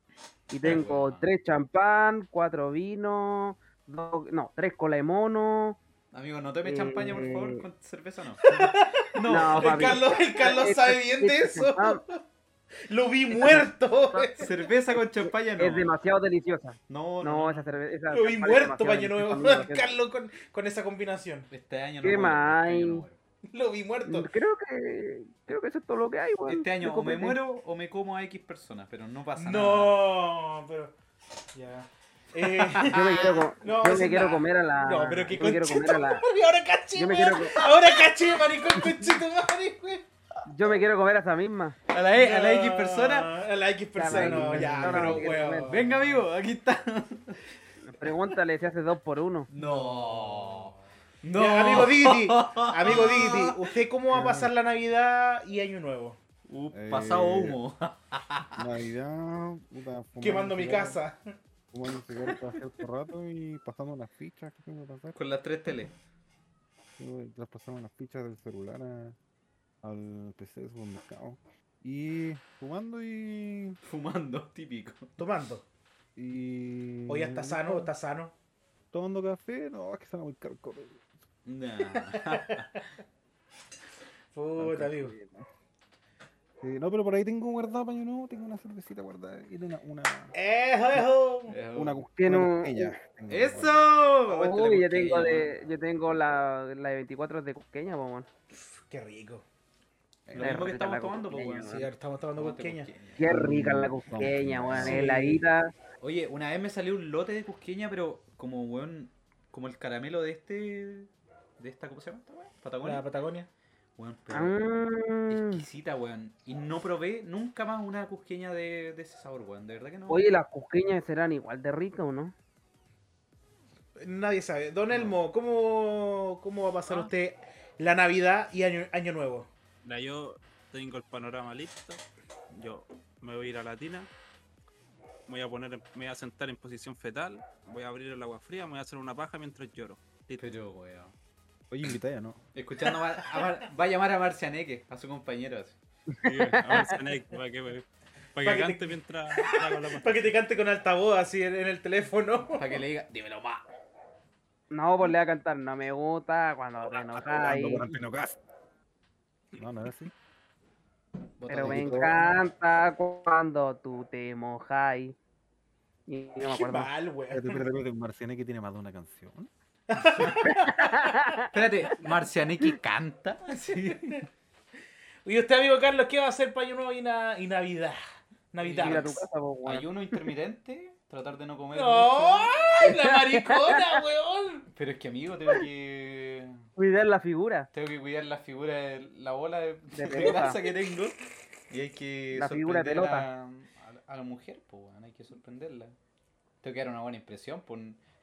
Speaker 3: Y tengo
Speaker 4: weón.
Speaker 3: tres champán, cuatro vinos, dos- no, tres cola de mono.
Speaker 4: Amigo, no tome champaña, por favor,
Speaker 3: Eh.
Speaker 4: con cerveza
Speaker 3: [LAUGHS]
Speaker 4: no.
Speaker 3: No,
Speaker 2: El
Speaker 3: papi.
Speaker 2: Carlos, el Carlos sabe bien de
Speaker 3: Este
Speaker 2: eso.
Speaker 3: champán
Speaker 2: [LAUGHS] Lo vi muerto.
Speaker 4: Ah, cerveza con champaña no.
Speaker 3: Es demasiado deliciosa.
Speaker 4: no, no,
Speaker 3: No,
Speaker 4: no.
Speaker 3: esa cerveza.
Speaker 2: Lo vi
Speaker 3: champán es
Speaker 2: muerto,
Speaker 3: demasiado
Speaker 2: paño nuevo. [LAUGHS]
Speaker 3: deliciosa, amigo.
Speaker 2: Carlos con, con esa combinación.
Speaker 4: Este año no.
Speaker 3: ¿Qué
Speaker 4: vuelvo,
Speaker 3: más
Speaker 4: este año no
Speaker 3: hay?
Speaker 4: vuelvo.
Speaker 2: Lo vi muerto.
Speaker 3: Creo que, creo que eso es todo lo que hay, weón.
Speaker 4: Este año
Speaker 3: de
Speaker 4: o me
Speaker 3: copete.
Speaker 4: muero o me como a X personas, pero no pasa nada.
Speaker 2: No, pero. Ya. Eh,
Speaker 3: Yo me quiero, co-
Speaker 2: No,
Speaker 3: yo
Speaker 2: eso
Speaker 3: me quiero
Speaker 2: nada.
Speaker 3: comer a la.
Speaker 2: No, pero qué
Speaker 3: Ah, yo me quiero comer
Speaker 2: conchito.
Speaker 3: a la.
Speaker 2: ahora caché,
Speaker 3: Yo me
Speaker 2: weón.
Speaker 3: quiero co-
Speaker 2: Ahora caché, maricón, conchito, madre, weón.
Speaker 3: Yo me quiero comer a esa misma.
Speaker 4: A la, E- a la X persona.
Speaker 2: A la X persona, no, ya,
Speaker 3: No, no,
Speaker 2: pero
Speaker 3: no,
Speaker 2: weón.
Speaker 4: Venga, amigo, aquí está.
Speaker 3: Pregúntale si hace dos por uno.
Speaker 4: No. No.
Speaker 2: No. amigo Didi, amigo Didi, ¿usted cómo va a pasar la Navidad y Año Nuevo?
Speaker 4: Uh,
Speaker 6: Eh.
Speaker 4: pasado humo. [LAUGHS]
Speaker 6: Navidad, puta, fumando
Speaker 2: [LAUGHS] Quemando mi
Speaker 6: cigarro,
Speaker 2: casa.
Speaker 6: Fumando un cigarro para cierto rato y pasando las fichas que tengo que pasar.
Speaker 4: Con las tres teles.
Speaker 6: Yo traspasaron las fichas del celular a- al PC de supermercado. Y jugando y.
Speaker 4: Fumando, típico.
Speaker 2: Tomando.
Speaker 6: y
Speaker 2: Hoy está sano, está sano.
Speaker 6: Tomando café, no, es que sale muy caro. el cobre.
Speaker 4: Nah. [LAUGHS]
Speaker 2: Puta, amigo.
Speaker 6: Sí, no, pero por ahí tengo guardado paño nuevo, tengo una cervecita guardada y una. una...
Speaker 2: Eso, eso.
Speaker 4: [LAUGHS]
Speaker 6: Una, cu-
Speaker 3: Tiene
Speaker 6: una
Speaker 3: un-
Speaker 6: costilla,
Speaker 4: Uh,
Speaker 6: tengo guardada.
Speaker 2: este
Speaker 4: ¡Eso!
Speaker 3: Uy, yo tengo, de, yo tengo la, la de 24 de Cusqueña, po, weón.
Speaker 2: Qué rico.
Speaker 4: Lo mismo que
Speaker 3: rica la
Speaker 4: estamos tomando, pues,
Speaker 3: cosqueña,
Speaker 4: weón.
Speaker 2: Sí, ahora estamos tomando
Speaker 4: Aguante
Speaker 2: cosqueña.
Speaker 4: cusqueña.
Speaker 3: Qué rica la cusqueña, weón.
Speaker 2: Sí.
Speaker 3: Heladita.
Speaker 4: Oye, una vez me salió un lote de cusqueña, pero como weón, como el caramelo de este. De esta, ¿cómo se llama esta weón?
Speaker 2: La
Speaker 4: Patagonia.
Speaker 2: Patagonia.
Speaker 4: Weón,
Speaker 3: Ah,
Speaker 4: pero
Speaker 3: Mm.
Speaker 4: exquisita, weón. Y no probé nunca más una cusqueña de, de ese sabor, weón. De verdad que no.
Speaker 3: Oye, las cusqueñas serán igual de ricas o no?
Speaker 2: Nadie sabe. Don Elmo, ¿cómo, cómo va a pasar
Speaker 1: Ah.
Speaker 2: usted la Navidad y Año, año Nuevo?
Speaker 1: Mira, yo tengo el panorama listo. Yo me voy a ir a la tina. Me voy a poner, en- me voy a sentar en posición fetal. Voy a abrir el agua fría. Me voy a hacer una paja mientras lloro.
Speaker 4: Pero, weón.
Speaker 6: Oye, invita ya, ¿no?
Speaker 4: Escuchando a, Mar- a Mar- va a llamar a Marcianeque, a su compañero. así.
Speaker 1: Y, eh, a ver, Zanek, [LAUGHS] para que, para que
Speaker 2: Para que
Speaker 1: cante
Speaker 2: te-
Speaker 1: mientras hago la paja.
Speaker 2: Para que te cante con altavoz así en, en el teléfono. [LAUGHS]
Speaker 4: Para que le diga, dímelo más.
Speaker 3: No, pues le voy a cantar, no me gusta cuando te enojáis,
Speaker 6: Ando con Antonio Cast. No, no era así.
Speaker 3: pero me
Speaker 4: Botón.
Speaker 3: encanta cuando tú te mojáis. Y no me
Speaker 2: Qué
Speaker 3: acuerdo.
Speaker 2: mal, weón.
Speaker 6: Espérate, espérate, espérate, Marcianeque tiene más de una canción.
Speaker 4: Espérate, Marcianeque
Speaker 2: [LAUGHS]
Speaker 4: canta. Sí.
Speaker 2: Y usted, amigo Carlos, ¿qué va a hacer para Año Nuevo y, na- y Navidad? Navidad.
Speaker 3: Ir a tu casa, pues, weón.
Speaker 4: Ayuno intermitente, tratar de no comer.
Speaker 2: ¡No!
Speaker 4: mucho.
Speaker 2: ¡Ay, la maricona, weón!
Speaker 4: Pero es que, amigo, tengo que.
Speaker 3: Cuidar la figura.
Speaker 4: Tengo que cuidar la figura, de, la bola de, de
Speaker 3: pelota.
Speaker 4: grasa que tengo. Y hay que
Speaker 3: La figura de
Speaker 4: sorprender a, a la- a la mujer, pues, weón. Hay que sorprenderla. Tengo que dar una buena impresión, pues.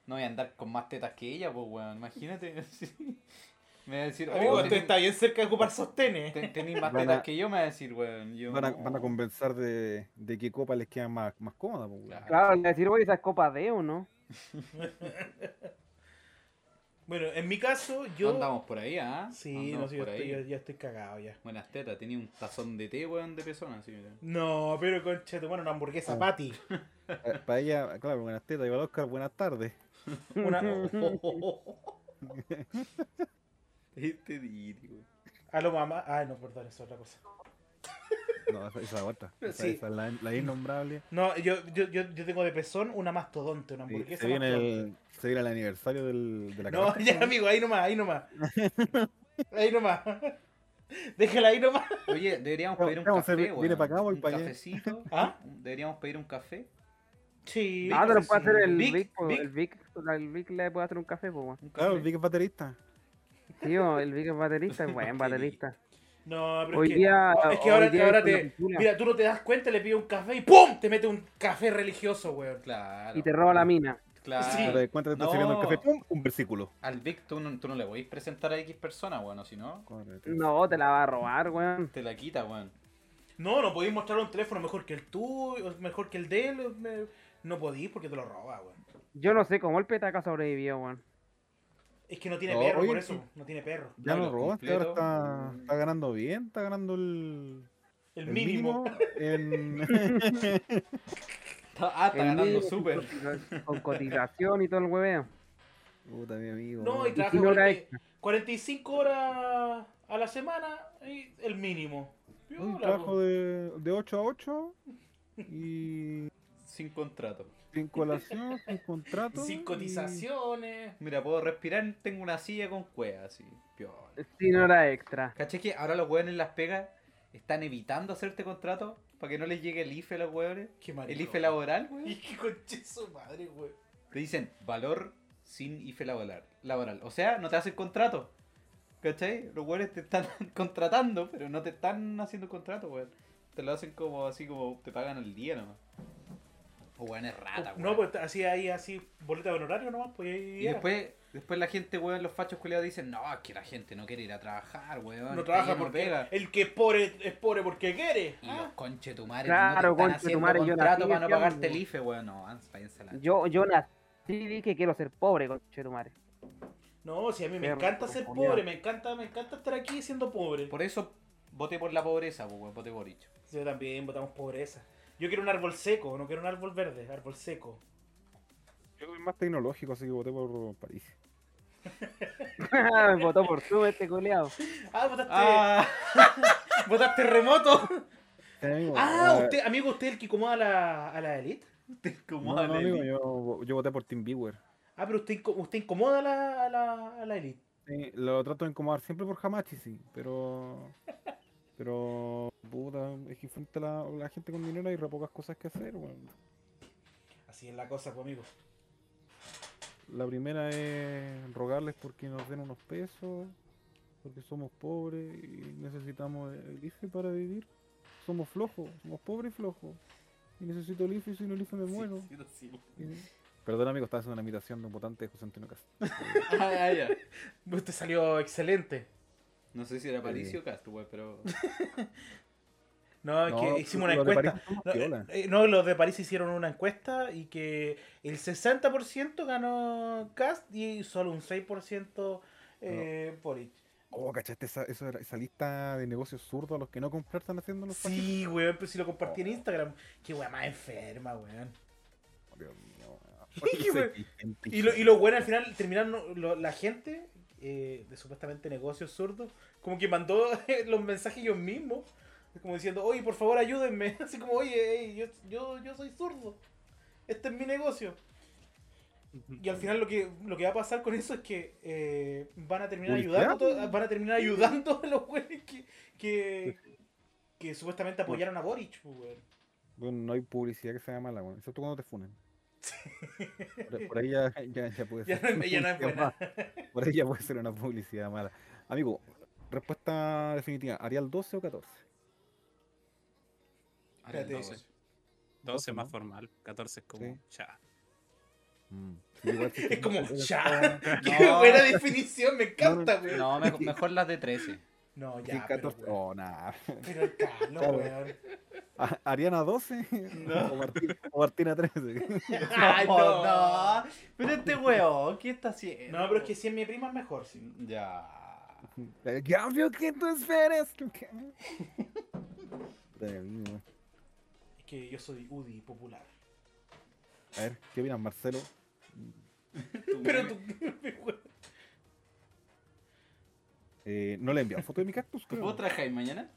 Speaker 4: No voy a andar con más tetas que ella, pues, weón. Imagínate. [LAUGHS] sí. Me va a decir,
Speaker 2: Amigo,
Speaker 4: oh,
Speaker 2: usted está bien cerca de ocupar sostenes.
Speaker 4: ten- tenés más
Speaker 6: Van
Speaker 4: tetas
Speaker 6: a-
Speaker 4: que yo, me va a decir, weón. Yo, oh.
Speaker 6: Van a,
Speaker 4: no.
Speaker 6: van a conversar de, de qué copa les queda más, más cómoda. Pues, weón.
Speaker 4: Claro.
Speaker 3: Claro, le voy a decir, oye, esa es copa D o no.
Speaker 2: Bueno, en mi caso,
Speaker 4: No
Speaker 2: yo.
Speaker 4: andamos por ahí, ¿ah? No
Speaker 2: Sí,
Speaker 4: andamos
Speaker 2: no sé, yo
Speaker 4: por
Speaker 2: estoy,
Speaker 4: ahí.
Speaker 2: yo- ya estoy cagado ya.
Speaker 4: Buenas tetas, tenía un tazón de té, weón, de persona, así, mira. [LAUGHS]
Speaker 2: No, pero concha, tu mano, una hamburguesa
Speaker 6: Ah.
Speaker 2: patty.
Speaker 6: Pa- Para ella, claro, buenas tetas. Y para el Oscar, buenas tardes.
Speaker 3: [LAUGHS]
Speaker 4: [LAUGHS]
Speaker 2: Una- [LAUGHS]
Speaker 4: Este diri, weón.
Speaker 2: A lo mamá. Ay, no, perdón, eso es otra cosa.
Speaker 6: No, esa, esa es otra. Esa,
Speaker 2: Sí.
Speaker 6: esa es la, la innombrable.
Speaker 2: No, yo, yo, yo, yo tengo de pezón una mastodonte, una
Speaker 6: Sí,
Speaker 2: hamburguesa.
Speaker 6: se, viene
Speaker 2: mastodonte.
Speaker 6: el, se viene el aniversario del, de la
Speaker 2: No,
Speaker 6: canasta.
Speaker 2: [LAUGHS] ya, amigo, ahí nomás, ahí
Speaker 6: [LAUGHS]
Speaker 2: nomás. Ahí nomás. [LAUGHS] Déjala ahí nomás.
Speaker 4: Oye, deberíamos
Speaker 6: Vamos,
Speaker 4: pedir un
Speaker 6: vamos,
Speaker 4: café,
Speaker 6: viene-
Speaker 4: weón.
Speaker 6: viene pa' acá, voy
Speaker 4: un
Speaker 6: pa' allá. [LAUGHS]
Speaker 4: cafecito.
Speaker 2: ¿Ah?
Speaker 4: Deberíamos pedir un café.
Speaker 2: Sí.
Speaker 3: Ah, pero
Speaker 2: sí,
Speaker 3: puede
Speaker 2: sí.
Speaker 3: hacer el
Speaker 2: Vic,
Speaker 3: Vic, pues,
Speaker 2: Vic.
Speaker 3: el Vic, el Vic le puede hacer un café, pues, weón.
Speaker 4: Un café.
Speaker 6: Claro, el Vic es baterista.
Speaker 3: Tío, el Vic es baterista,
Speaker 2: [LAUGHS]
Speaker 3: es buen baterista.
Speaker 2: No, pero
Speaker 3: Hoy
Speaker 2: es que,
Speaker 3: día-
Speaker 2: no, es que
Speaker 3: hoy
Speaker 2: ahora,
Speaker 3: día
Speaker 2: ahora
Speaker 3: hizo una
Speaker 2: te.
Speaker 3: pintura.
Speaker 2: Mira, tú no te das cuenta, le pides un café y ¡pum! Te mete un café religioso, weón.
Speaker 4: Claro.
Speaker 3: Y te roba la mina.
Speaker 4: Claro.
Speaker 2: Sí.
Speaker 6: Pero de cuenta que está
Speaker 4: No.
Speaker 6: sirviendo el café, ¡pum! Un versículo.
Speaker 4: Al Vic tú no, tú no le podés presentar a X persona, weón, o si no,
Speaker 3: No, te la va a robar, weón.
Speaker 4: te la quita, weón.
Speaker 2: No, no podéis mostrar un teléfono mejor que el tuyo, mejor que el de él. me- No podís porque te lo roba, weón.
Speaker 3: Yo no sé cómo el petaca sobrevivió, weón.
Speaker 2: Es que no tiene
Speaker 6: No,
Speaker 2: perro,
Speaker 6: oye,
Speaker 2: por
Speaker 6: sí.
Speaker 2: eso. No tiene perro.
Speaker 6: Ya
Speaker 4: No,
Speaker 6: lo
Speaker 4: lo
Speaker 6: robaste, ahora
Speaker 4: completo.
Speaker 6: está, está ganando bien, está ganando el,
Speaker 2: El mínimo.
Speaker 6: en-
Speaker 4: Está- Ah,
Speaker 3: El
Speaker 4: está ganando
Speaker 3: mínimo
Speaker 4: súper.
Speaker 3: con- Con cotización y todo el hueveo.
Speaker 6: [LAUGHS] Puta, mi amigo.
Speaker 2: No, y
Speaker 6: weón.
Speaker 2: trabaja
Speaker 3: sin hora
Speaker 2: 40
Speaker 3: extra.
Speaker 2: 45 horas a la semana y el mínimo.
Speaker 6: Uy,
Speaker 2: Piola,
Speaker 6: trabajo
Speaker 2: po.
Speaker 6: de, de 8 a 8 y
Speaker 4: Sin contrato.
Speaker 2: [LAUGHS]
Speaker 6: sin colación, sin contrato.
Speaker 2: Sin
Speaker 6: y-
Speaker 2: cotizaciones.
Speaker 4: Mira, puedo respirar, tengo una silla con cueva, así. Piola.
Speaker 3: Sin hora extra.
Speaker 4: ¿Cachai que ahora los weones en Las Pegas están evitando hacerte contrato para que no les llegue el IFE a los weones?
Speaker 2: Qué
Speaker 4: El
Speaker 2: maricón.
Speaker 4: IFE laboral,
Speaker 2: [LAUGHS] Y
Speaker 4: weón.
Speaker 2: qué conche su madre, güey.
Speaker 4: Te dicen valor sin IFE laboral. laboral. O sea, no te hacen contrato. ¿Cachai? Los weones te están [LAUGHS] contratando, pero no te están haciendo contrato, weón. Te lo hacen como así como te pagan al día nomás. O weón es rata, weón.
Speaker 2: No, pues así ahí, así, boleta de honorario nomás, pues ahí.
Speaker 4: Y
Speaker 2: era.
Speaker 4: después, después la gente, weón, los fachos culiados dicen, no, es que la gente no quiere ir a trabajar, weón.
Speaker 2: no
Speaker 4: está
Speaker 2: trabaja
Speaker 4: lleno de
Speaker 2: porque.
Speaker 4: pega".
Speaker 2: El que es pobre es pobre porque quiere.
Speaker 4: Y los
Speaker 2: ¿ah?
Speaker 4: conche tu madre,
Speaker 3: Claro,
Speaker 4: no te están
Speaker 3: conche tu
Speaker 4: haciendo
Speaker 3: madre, yo
Speaker 4: contrato
Speaker 3: nací
Speaker 4: para no
Speaker 3: deseando,
Speaker 4: pagarte el
Speaker 3: weón.
Speaker 4: IFE, weón. No, ans- váyanse a la-
Speaker 3: Yo, yo nací y dije que quiero ser pobre, conchetumare. [LAUGHS]
Speaker 2: No, si a mí me
Speaker 3: Perro,
Speaker 2: encanta ser
Speaker 3: comunidad.
Speaker 2: pobre, me encanta, me encanta estar aquí siendo pobre.
Speaker 4: Por eso voté por la pobreza, pues, weón, voté por dicho.
Speaker 2: Yo también votamos pobreza. Yo quiero un árbol seco, no quiero un árbol verde, árbol seco.
Speaker 6: Yo soy más tecnológico, así que voté por París.
Speaker 3: Me votó por tú este culeado.
Speaker 2: Ah, votaste.
Speaker 4: Ah,
Speaker 2: [LAUGHS] Votaste remoto.
Speaker 6: Sí, amigo,
Speaker 2: Ah,
Speaker 6: eh,
Speaker 2: usted, amigo, usted es el que incomoda a la, a la elite. [LAUGHS]
Speaker 4: como
Speaker 6: No, no, amigo, yo, yo voté por Team Viewer.
Speaker 2: Ah, pero usted, inco- usted incomoda a la, a la, a la elite.
Speaker 6: Sí, lo trato de incomodar siempre por Hamachi, sí, pero. Pero. Puta, es que frente a la, a la gente con dinero hay re pocas cosas que hacer, weón.
Speaker 2: Así es la cosa, pues, [LAUGHS] amigo.
Speaker 6: La primera es rogarles porque nos den unos pesos, porque somos pobres y necesitamos el IFE para vivir. Somos flojos, somos pobres y flojos. Y necesito el IFE, si no el IFE me muero.
Speaker 4: Sí, sí, sí.
Speaker 6: Y- Perdón, amigo, estaba haciendo una imitación de un votante de José Antonio Castro.
Speaker 4: Ah, ya, ya.
Speaker 2: Pues te salió excelente.
Speaker 4: No sé si era Paricio o Castro, güey,
Speaker 2: [LAUGHS]
Speaker 4: pero.
Speaker 2: No, es que hicimos una
Speaker 6: los de
Speaker 2: encuesta.
Speaker 6: París son
Speaker 2: No,
Speaker 6: más piola.
Speaker 2: eh, eh, no, los de París hicieron una encuesta y que el 60% ganó Cast y solo un 6% eh, Boric.
Speaker 6: Oh, ¿cachaste esa, eso era- esa lista de negocios zurdos a los que no comprar están haciendo los paquetes?
Speaker 2: Sí, weón, pero si lo compartí en Instagram. Qué weón más enferma, weón.
Speaker 6: Oh, Dios mío,
Speaker 2: [LAUGHS]
Speaker 6: weón.
Speaker 2: Sí,
Speaker 6: Ese
Speaker 2: weón.
Speaker 6: cliente
Speaker 2: Y lo, y lo bueno al final terminaron lo- la gente eh, de supuestamente negocios zurdos, como que mandó [LAUGHS] los mensajes ellos mismos, como diciendo, oye, por favor ayúdenme. [LAUGHS] Así como, oye, ey, yo, yo, yo soy zurdo. Este es mi negocio. Y al final lo que, lo que va a pasar con eso es que eh, van a terminar
Speaker 6: Publicidad,
Speaker 2: ayudando a to- van a terminar ayudando a los güeyes que, que, que supuestamente apoyaron a Boric, pues, weón.
Speaker 6: Bueno, no hay publicidad que sea mala, weón, excepto cuando te funen. Por, por ahí ya, [LAUGHS] ya, ya
Speaker 2: [LAUGHS]
Speaker 6: puede
Speaker 2: Ya
Speaker 6: ser.
Speaker 2: no-
Speaker 6: una
Speaker 2: ya no es
Speaker 6: publicidad
Speaker 2: buena.
Speaker 6: mala. Por ahí ya puede ser una publicidad mala. Amigo, respuesta definitiva: ¿Arial 12 o 14?
Speaker 4: Ahora el
Speaker 2: Espérate.
Speaker 4: 12.
Speaker 1: 12
Speaker 6: ¿no?
Speaker 1: más formal, 14 es como
Speaker 6: Sí. Mm,
Speaker 1: ya.
Speaker 6: Sí, igual sí,
Speaker 2: [LAUGHS] Es como,
Speaker 6: era- [LAUGHS]
Speaker 2: ya. [LAUGHS] Qué
Speaker 4: No.
Speaker 2: buena definición, me encanta, weón.
Speaker 4: No, me- mejor las de 13.
Speaker 2: No,
Speaker 6: sí,
Speaker 2: ya. Pero,
Speaker 6: 14.
Speaker 2: weón.
Speaker 6: Oh, nah. [LAUGHS]
Speaker 2: Pero el Carlos,
Speaker 6: Claro.
Speaker 2: weón.
Speaker 6: A- ¿Ariana 12? [LAUGHS] O, Martina, o Martina [LAUGHS] 13.
Speaker 2: Ay, no.
Speaker 7: [LAUGHS] no. Pero este weón, ¿qué está haciendo?
Speaker 2: No, pero es que si es mi prima es mejor, sí.
Speaker 4: Ya.
Speaker 6: Cambio que tú
Speaker 2: [LAUGHS]
Speaker 6: esperes. que- Puta, amigo, weón.
Speaker 2: Es que yo soy UDI popular. [LAUGHS]
Speaker 6: A ver, ¿qué opinas, Marcelo?
Speaker 2: Pero tú.
Speaker 6: Eh, no le he enviado foto de mi cactus, creo.
Speaker 4: ¿Vos trabajáis mañana?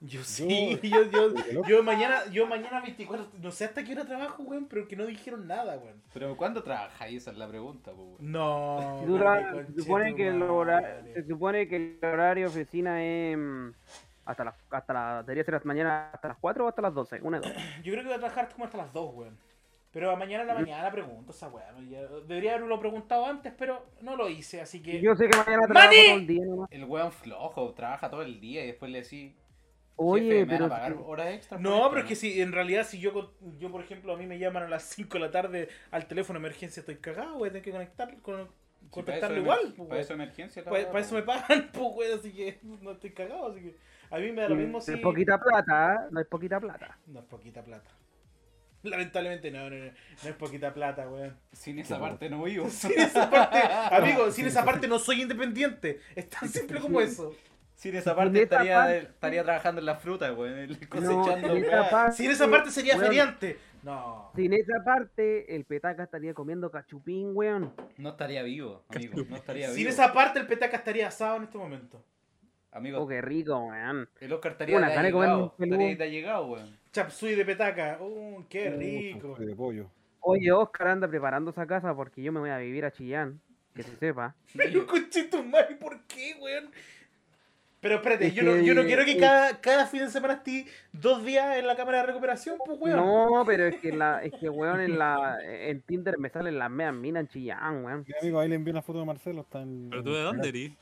Speaker 2: Yo sí, yo, yo,
Speaker 6: El otro-
Speaker 2: yo mañana, yo mañana 24, no sé hasta qué hora trabajo, weón, pero que no dijeron nada, weón.
Speaker 4: Pero ¿cuándo trabajáis? Esa es la pregunta, pues, güey.
Speaker 2: No.
Speaker 3: Dura-
Speaker 2: weón,
Speaker 3: se, supone que el hora- se
Speaker 2: conchetumare.
Speaker 3: supone que el horario de oficina es mm, hasta las hasta la, debería ser hasta mañana hasta las 4 o hasta las 12, una de dos.
Speaker 2: Yo creo que voy a trabajar como hasta las 2, weón. Pero mañana en la mañana pregunto esa weón. ya- Debería haberlo preguntado antes, pero no lo hice, así que.
Speaker 3: Yo sé que mañana trabajo
Speaker 2: ¡Mani!
Speaker 3: todo el día nomás.
Speaker 4: El weón flojo, trabaja todo el día y después le decís.
Speaker 3: Oye,
Speaker 4: "Jefe, me van
Speaker 3: pero
Speaker 4: a pagar
Speaker 3: si-
Speaker 4: horas extra. pues, por
Speaker 2: No,
Speaker 4: esto",
Speaker 2: pero es que si, en realidad, si yo, con- yo, por ejemplo, a mí me llaman a las 5 de la tarde al teléfono de emergencia, estoy cagado, voy a tener que conectar, con,
Speaker 4: Si
Speaker 2: contestarlo
Speaker 4: para eso
Speaker 2: igual. pues,
Speaker 4: emer- Para
Speaker 2: weón.
Speaker 4: eso emergencia. la
Speaker 2: Pa-
Speaker 4: weá,
Speaker 2: Para eso me
Speaker 4: pues.
Speaker 2: pagan, [LAUGHS] pues, weón, así que no estoy cagado, así que a mí me da lo mismo si...
Speaker 3: no es poquita plata, ¿eh? no es poquita plata.
Speaker 2: No es poquita plata. Lamentablemente no, no, no, no es poquita plata, weón.
Speaker 4: pues. Sin esa parte
Speaker 2: [LAUGHS]
Speaker 4: no vivo.
Speaker 2: Sin esa parte, amigo,
Speaker 3: [LAUGHS]
Speaker 2: sin esa parte no soy independiente. Es tan simple como eso.
Speaker 4: Sin esa
Speaker 3: parte
Speaker 4: parte
Speaker 3: esa
Speaker 4: estaría,
Speaker 3: parte-
Speaker 4: estaría trabajando en la fruta, weón.
Speaker 3: No, [LAUGHS]
Speaker 4: Cosechando,
Speaker 3: sin
Speaker 4: weá.
Speaker 3: esa parte-
Speaker 2: Sin esa parte sería
Speaker 3: weón,
Speaker 2: feriante. No.
Speaker 3: Sin esa parte, el petaca estaría comiendo cachupín, weón.
Speaker 4: No estaría vivo, amigo. No estaría vivo.
Speaker 2: Sin esa parte el petaca estaría asado en este momento.
Speaker 4: Amigo,
Speaker 3: Oh, qué rico, weón.
Speaker 4: el Oscar estaría
Speaker 3: Una
Speaker 4: de
Speaker 3: gana de comerme un
Speaker 4: allegado. Estaría
Speaker 3: peludo.
Speaker 4: de allegado, weón.
Speaker 2: Chapsui de petaca. Uh, qué
Speaker 6: Uh,
Speaker 2: rico.
Speaker 6: sofre de pollo.
Speaker 3: Oye, Oscar anda preparando esa casa porque yo me voy a vivir a Chillán. Que se sepa.
Speaker 2: Pero conche tu madre, ¿por qué, weón? Pero espérate,
Speaker 3: Es
Speaker 2: yo, no, yo no
Speaker 3: que-
Speaker 2: quiero que
Speaker 3: es-
Speaker 2: cada, cada fin de semana esté dos días en la cámara de recuperación, pues, weón.
Speaker 3: No, pero es que, en la, es que weón, en, la, e, en Tinder me salen las meas minas en Chillán, weón.
Speaker 6: Mira, amigo, ahí le envié una foto de Marcelo. Está en,
Speaker 1: ¿Pero tú de dónde eres?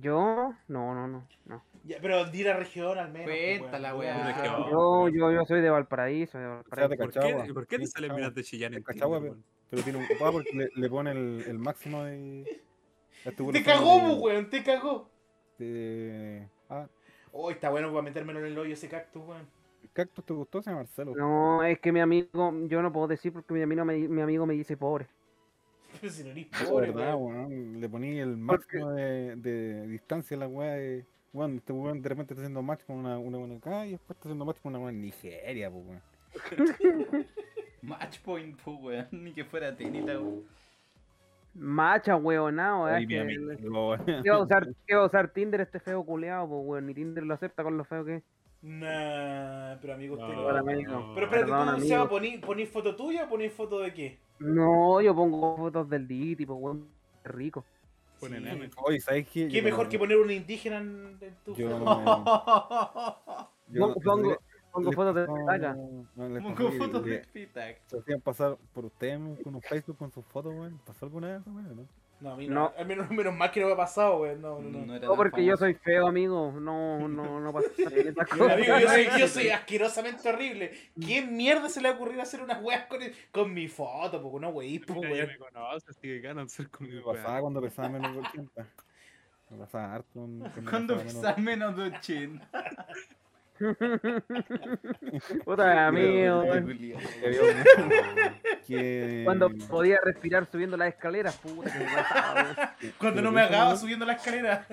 Speaker 3: Yo, no, no, no. no.
Speaker 2: Ya, pero di la región al menos. pues, weón.
Speaker 4: Cuéntala,
Speaker 1: weón.
Speaker 4: weón.
Speaker 3: Yo, yo, yo soy de Valparaíso, de
Speaker 6: sea, de
Speaker 3: Valparaíso.
Speaker 1: ¿Por
Speaker 6: Cachagua.
Speaker 1: qué, ¿Por qué te
Speaker 6: Sí,
Speaker 1: salen
Speaker 6: Cachagua.
Speaker 1: miras de chillar en
Speaker 6: De Cachagua,
Speaker 1: Tinder,
Speaker 6: Pero tiene un papá porque le, le pone el, el máximo de. este Ya estuvo
Speaker 2: Te
Speaker 6: la
Speaker 2: cagó,
Speaker 6: fama de-
Speaker 2: pues, weón, te cagó.
Speaker 6: de- ah,
Speaker 2: Oh, está bueno para metérmelo en el hoyo ese cactus, weón. [LAUGHS]
Speaker 6: ¿el cactus te gustó, señor Marcelo?
Speaker 3: No, es que mi amigo, yo no puedo decir porque mi amigo me, mi amigo me dice pobre.
Speaker 2: Pero si no eres
Speaker 6: Eso es
Speaker 2: pobre,
Speaker 6: verdad,
Speaker 2: weón.
Speaker 6: weón. Le poní el
Speaker 3: Porque-
Speaker 6: máximo de, de distancia a la weá de. Weón, este weón de repente está haciendo match con una una buena acá y después está haciendo match con una buena en Nigeria, pues weón.
Speaker 4: Match point, pues,
Speaker 7: [LAUGHS]
Speaker 4: weón. Ni que fuera tenita, weón.
Speaker 3: Macha, weonao, eh.
Speaker 6: Ay, mi
Speaker 3: que-
Speaker 6: amigo, weón.
Speaker 3: ¿Qué va, a usar, qué va a usar Tinder este feo culeado? Pues, weón, ni Tinder lo acepta con lo feo que es.
Speaker 2: Nah, pero amigo, usted
Speaker 3: Hola,
Speaker 2: no.
Speaker 3: amigo.
Speaker 2: Pero espérate,
Speaker 3: Perdón,
Speaker 2: tú,
Speaker 3: amigo.
Speaker 2: Seba, poní, poní foto tuya o poní foto de qué?
Speaker 3: No, yo pongo fotos del Diti, pues, weón, qué rico.
Speaker 1: Ponen
Speaker 2: Sí.
Speaker 1: meme.
Speaker 6: Oye, ¿sabes qué?
Speaker 2: ¿Qué
Speaker 6: Yo
Speaker 2: mejor
Speaker 6: no-
Speaker 2: que poner un indígena en, en tu
Speaker 6: Yo
Speaker 2: foto?
Speaker 6: no.
Speaker 2: [LAUGHS]
Speaker 6: yo no-
Speaker 3: Pongo- pongo-
Speaker 6: les-
Speaker 3: Pongo
Speaker 6: les
Speaker 3: fotos de
Speaker 6: pasaba-
Speaker 3: saca.
Speaker 6: no, les
Speaker 7: Pongo
Speaker 6: pasaba que
Speaker 7: fotos
Speaker 6: le-
Speaker 7: de Pitac.
Speaker 6: Se hacían pasar por ustedes mismos con un Facebook con sus fotos, weón. ¿Pasó alguna vez esa weá, no?
Speaker 2: No, a mí no.
Speaker 3: No.
Speaker 2: Al menos, menos mal que no me ha pasado, güey. No, no, no.
Speaker 4: No era
Speaker 3: No,
Speaker 4: tan
Speaker 3: porque yo
Speaker 4: famoso.
Speaker 3: soy feo, amigo. No, no, no pasa
Speaker 2: [LAUGHS]
Speaker 3: esas cosas.
Speaker 2: Amigo, yo soy, yo [LAUGHS] soy asquerosamente horrible. ¿Qué mierda se le ha ocurrido hacer unas weas con, el- con mi foto? Porque no weís, po,
Speaker 1: Mira, ya
Speaker 2: weón.
Speaker 1: me conoces, así que ganan ser
Speaker 6: Me
Speaker 5: pues,
Speaker 1: conmigo.
Speaker 6: pasaba cuando pesaba menos de 80. Me pasaba harto. con-
Speaker 2: [LAUGHS]
Speaker 6: con-
Speaker 7: Cuando
Speaker 6: pesaba menos-
Speaker 7: pesas menos de 80.
Speaker 3: Puta, [LAUGHS] amigo.
Speaker 6: que había un- que-
Speaker 3: Cuando podía respirar subiendo las escaleras, puta que me pasaba, weón.
Speaker 6: que-
Speaker 2: Cuando
Speaker 6: que
Speaker 2: no
Speaker 6: lo
Speaker 2: me
Speaker 6: pienso,
Speaker 2: acababa subiendo la escalera.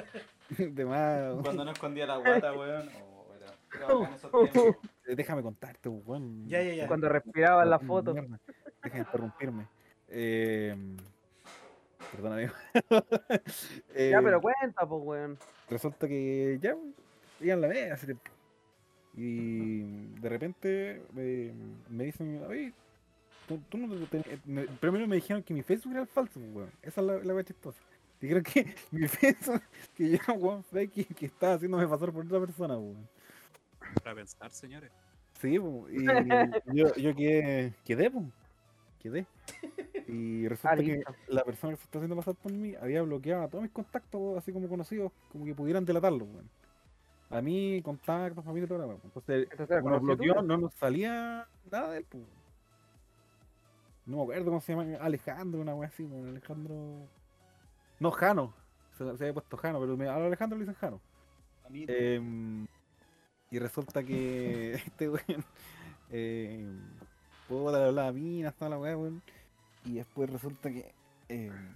Speaker 6: weón, De más.
Speaker 7: Cuando no escondía la guata, weón. Oh, era- era bacán esos
Speaker 3: [LAUGHS]
Speaker 7: tiempos.
Speaker 6: Déjame contarte, weón.
Speaker 2: Ya, ya, ya.
Speaker 3: Cuando respiraba en la foto.
Speaker 6: Mierda, Deja de interrumpirme. Eh, perdón, amigo.
Speaker 3: Ya,
Speaker 6: Eh,
Speaker 3: pero cuenta, pues, weón.
Speaker 6: resulta que ya pues, iban la media hace tiempo. Y de repente eh, me dicen, oye, tú, tú no te- te- me- primero me dijeron que mi Facebook era falso, pues, weón. Esa es la, la wea chistosa. Dijeron que [LAUGHS] mi Facebook, que yo era un weón fake y que estaba haciéndome pasar por otra persona, pues, weón.
Speaker 1: Para pensar, señores.
Speaker 6: Sí, po, y yo, yo quedé, quedé, po, quedé. Y
Speaker 3: Ah,
Speaker 6: resulta que
Speaker 3: Aristo.
Speaker 6: la persona que se está haciendo pasar por mí había bloqueado a todos mis contactos, po, así como conocidos, como que pudieran delatarlo, weón. A mí, contactos, familia, todo la Entonces,
Speaker 3: Entonces,
Speaker 6: como nos
Speaker 3: ¿conocí tú?
Speaker 6: bloqueó, no nos salía nada de él, po. No me acuerdo cómo se llama, Alejandro, una wea así, weón, Alejandro. No, Jano. Se, se había puesto Jano, pero me, a Alejandro le dicen Jano. Em, y resulta que [LAUGHS] este weón eh, pudo hablar a mina, hasta la weá, weón. Y después resulta que em,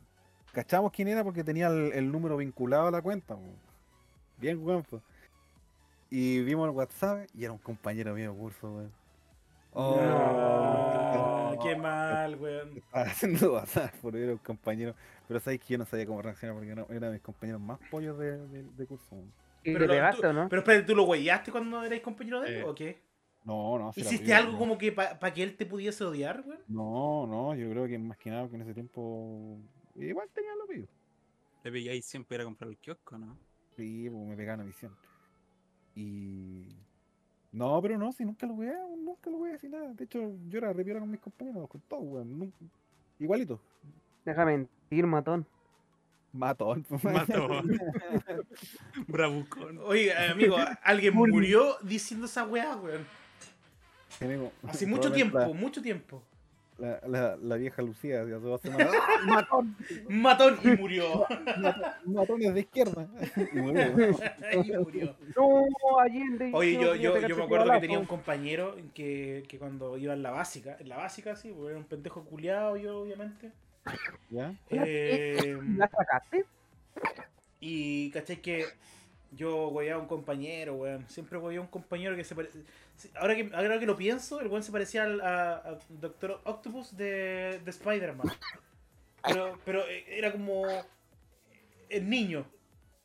Speaker 6: cachamos quién era porque tenía el, el número vinculado a la cuenta, weón. Bien, weón, po. Y vimos el WhatsApp y era un compañero mío de curso, weón.
Speaker 2: No,
Speaker 6: [LAUGHS] Oh,
Speaker 2: qué mal, weón.
Speaker 6: estaba haciendo WhatsApp [LAUGHS] porque era un compañero. Pero sabes que yo no sabía cómo reaccionar porque era, era de mis compañeros más pollos de, de- de curso, weón.
Speaker 3: Y
Speaker 2: Pero
Speaker 3: te
Speaker 2: lo-
Speaker 3: pegaste,
Speaker 2: tú-
Speaker 3: ¿o ¿no?
Speaker 2: Pero espérate, ¿tú lo weyaste cuando erais compañero de él
Speaker 1: Eh,
Speaker 2: o qué?
Speaker 6: No, no, sí la
Speaker 2: ¿Hiciste
Speaker 6: pega,
Speaker 2: algo
Speaker 6: weón.
Speaker 2: como que para que él te pudiese odiar, weón?
Speaker 6: No, no, yo creo que más que nada que en ese tiempo igual tenía lo mío.
Speaker 1: Le veía ahí siempre era comprar el kiosco, ¿no? [LAUGHS]
Speaker 6: Sí, pues me pegaban a visión. Y. No, pero no, si nunca lo voy nunca lo voy así nada. De hecho, yo era repiola con mis compañeros, con todo, weón. nunca- Igualito.
Speaker 3: Déjame mentir, matón.
Speaker 6: Matón. pues,
Speaker 1: Mató.
Speaker 6: [LAUGHS]
Speaker 1: Bravucón.
Speaker 2: Oye, eh, amigo, alguien murió diciendo esa weá, weón.
Speaker 6: amigo.
Speaker 2: Hace mucho
Speaker 6: Probablemente
Speaker 2: tiempo, mucho tiempo.
Speaker 6: La, la, la- la vieja Lucía, hace dos semanas. [LAUGHS] ¡ah!
Speaker 2: Matón y murió.
Speaker 6: Mat- Matones de izquierda. [LAUGHS] Y murió, weón.
Speaker 2: y murió.
Speaker 3: No, Allende.
Speaker 2: Oye, yo,
Speaker 3: quería
Speaker 2: yo, yo
Speaker 3: pegarte
Speaker 2: me
Speaker 3: ese
Speaker 2: acuerdo que
Speaker 3: balazo.
Speaker 2: tenía un compañero que, que cuando iba en la básica, en la básica sí, porque era un pendejo culiado yo, obviamente.
Speaker 6: ¿Ya?
Speaker 2: Eh,
Speaker 3: ¿La sacaste?
Speaker 2: y caché que yo hueveaba a un compañero, weón. Siempre hueveaba a un compañero que se parecía. Ahora que, ahora que lo pienso, el weón se parecía al a- a Doctor Octopus de, de Spider-Man. Pero, pero eh, era como. El niño.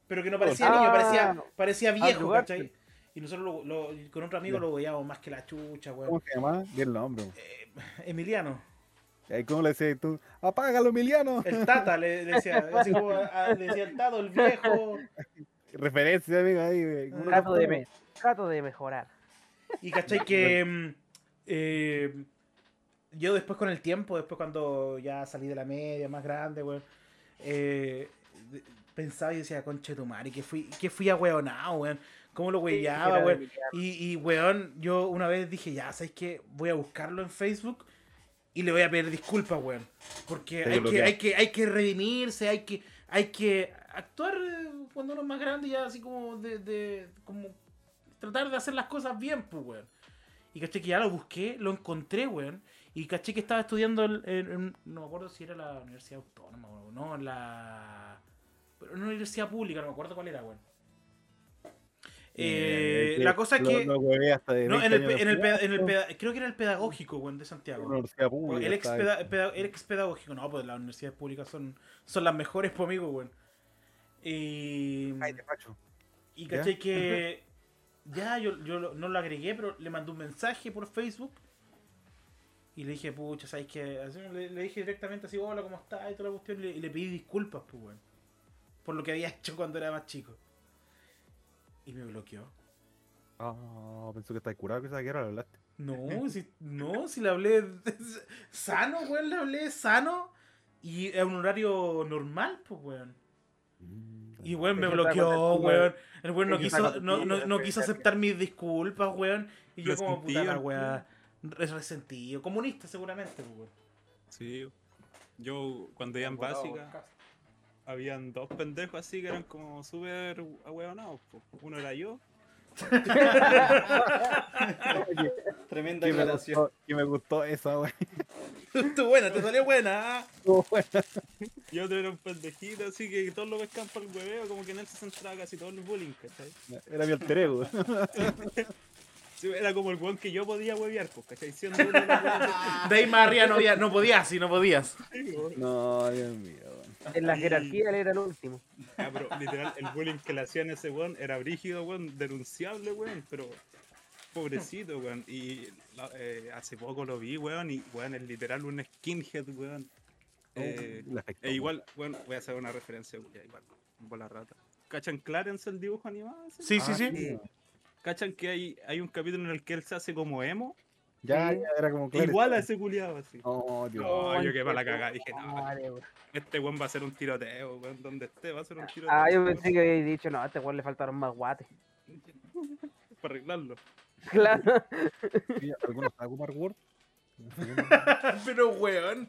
Speaker 2: Pero que no parecía
Speaker 3: Ah.
Speaker 2: niño, parecía, parecía viejo,
Speaker 3: Andrew
Speaker 2: ¿cachai? Y nosotros lo- lo- con otro amigo
Speaker 6: Ya.
Speaker 2: lo hueveábamos más que la chucha, weón.
Speaker 6: ¿Cómo se llamaba? Bien el nombre. weón.
Speaker 2: Emiliano.
Speaker 6: Y ahí, ¿Cómo le decías tú? ¡Apágalo, Emiliano!
Speaker 2: El Tata le le decía, así como, ah, le decía el Tato, el viejo.
Speaker 6: Referencia, amigo, ahí. weón.
Speaker 2: Ah.
Speaker 6: Uno
Speaker 3: Trato de,
Speaker 6: captaba.
Speaker 3: me- trato de mejorar.
Speaker 2: Y cachai que mm, eh, yo después con el tiempo, después cuando ya salí de la media, más grande, weón, eh, de- pensaba y decía, conche tu madre, que fui, que fui a weonado, weón. ¿Cómo lo
Speaker 3: Era
Speaker 2: weyaba,
Speaker 3: de
Speaker 2: weón?
Speaker 3: Emiliano.
Speaker 2: Y, y weón, yo una vez dije, ya, ¿sabes qué? Voy a buscarlo en Facebook y le voy a pedir disculpas, weón. Porque
Speaker 6: Te
Speaker 2: hay que,
Speaker 6: bloquea.
Speaker 2: hay, que, hay que redimirse, hay que, hay que actuar eh, cuando uno es más grande, ya así como de, de- como tratar de hacer las cosas bien, pues, weón. Y caché que ya lo busqué, lo encontré, weón. Y caché que estaba estudiando en, en- en- no me acuerdo si era la Universidad Autónoma, weón, no, en la... Pero en una universidad pública, no me acuerdo cuál era, weón. Eh,
Speaker 6: Eh, que
Speaker 2: la cosa es
Speaker 6: lo-
Speaker 2: que...
Speaker 6: lo huevé hasta de
Speaker 2: No,
Speaker 6: 20
Speaker 2: en el,
Speaker 6: años
Speaker 2: pe- en el
Speaker 6: después,
Speaker 2: pe- en el peda- creo que era el pedagógico, weón, de Santiago.
Speaker 6: una universidad
Speaker 2: O
Speaker 6: pública,
Speaker 2: el, ex
Speaker 6: está
Speaker 2: peda-
Speaker 6: bien.
Speaker 2: peda- el ex pedagógico, no, pues las universidades públicas son, son las mejores, por amigo, weón. Y,
Speaker 6: Ay, te facho.
Speaker 2: y caché que. Ya, yo, yo lo- no lo agregué, pero le mandé un mensaje por Facebook. Y le dije, pucha, ¿sabes qué? Así, le, le dije directamente así, hola, ¿cómo estás? Y toda la cuestión. Y le, y le pedí disculpas, pues, weón. por lo que había [LAUGHS] hecho cuando era más chico. Y me bloqueó.
Speaker 6: Ah, pensó que estaba curado, quizás que ahora lo hablaste.
Speaker 2: No, si, no, si le hablé [LAUGHS] de- sano, weón, le hablé sano y a un horario normal, pues, weón. Y
Speaker 6: Mm.
Speaker 2: weón me
Speaker 3: Es que está
Speaker 2: bloqueó,
Speaker 3: contento,
Speaker 2: weón. El weón no
Speaker 3: Es que está
Speaker 2: quiso,
Speaker 3: contento,
Speaker 2: no, no, no quiso
Speaker 3: es que-
Speaker 2: aceptar mis disculpas, weón. Y yo como puta
Speaker 1: Resentido,
Speaker 2: la weá. Es resentido. Comunista seguramente, pues, weón. [LAUGHS]
Speaker 1: Sí. Yo, cuando iba en
Speaker 7: Votado por
Speaker 1: básica,
Speaker 7: Cast.
Speaker 1: habían dos pendejos así que eran como súper ahueonados. po. Uno era yo. [LAUGHS]
Speaker 7: Tremenda
Speaker 6: Que me,
Speaker 7: aclaración.
Speaker 6: gustó, que me gustó esa, wey.
Speaker 2: Tú buena, te salió buena. ah.
Speaker 6: Estuvo buena.
Speaker 1: Y otro era un pendejito, así que todos lo pescan para el hueveo, como que en él se centraba casi todo el bullying, ¿cachai?
Speaker 6: Era mi
Speaker 1: [LAUGHS]
Speaker 6: alter ego.
Speaker 1: Sí, era como el weón que yo podía huevear, pues, ¿cachai? Siendo uno de los weones
Speaker 2: De ahí más arriba no, había- no podías, sí, no podías.
Speaker 1: del trigo.
Speaker 6: No, Dios mío. weón.
Speaker 3: En la jerarquía él era el último.
Speaker 1: Ah, pero literal, el bullying que le hacían a ese weón era brígido, weón, denunciable, weón, pero pobrecito, weón. Y la- eh, hace poco lo vi, weón, y weón, es literal un skinhead, weón.
Speaker 3: Oh.
Speaker 1: Eh,
Speaker 6: Le Uh, afectó,
Speaker 1: e igual, bueno, voy a hacer una referencia, ya, igual, un bola rata. ¿Cachan Clarence el dibujo animado? ese?
Speaker 2: Sí, sí,
Speaker 6: Ah,
Speaker 2: sí.
Speaker 6: sí.
Speaker 1: ¿Cachan que hay, hay un capítulo en el que él se hace como emo?
Speaker 6: Ya, ya era como claro.
Speaker 1: Igual a ese culiado, así.
Speaker 6: No, Dios.
Speaker 1: No, yo
Speaker 3: que
Speaker 1: quedé para la
Speaker 3: cagada
Speaker 1: cagada, dije, no,
Speaker 3: Ah,
Speaker 1: este weón va a ser un tiroteo, weón, donde esté, va a ser un tiroteo.
Speaker 3: Ah, yo
Speaker 1: weón,
Speaker 3: pensé que habías dicho, no, a este weón le faltaron más guates. [LAUGHS]
Speaker 1: Para arreglarlo.
Speaker 3: Claro.
Speaker 6: Sí, ¿Algunos saben ocupar Word?
Speaker 2: [LAUGHS] Pero, weón.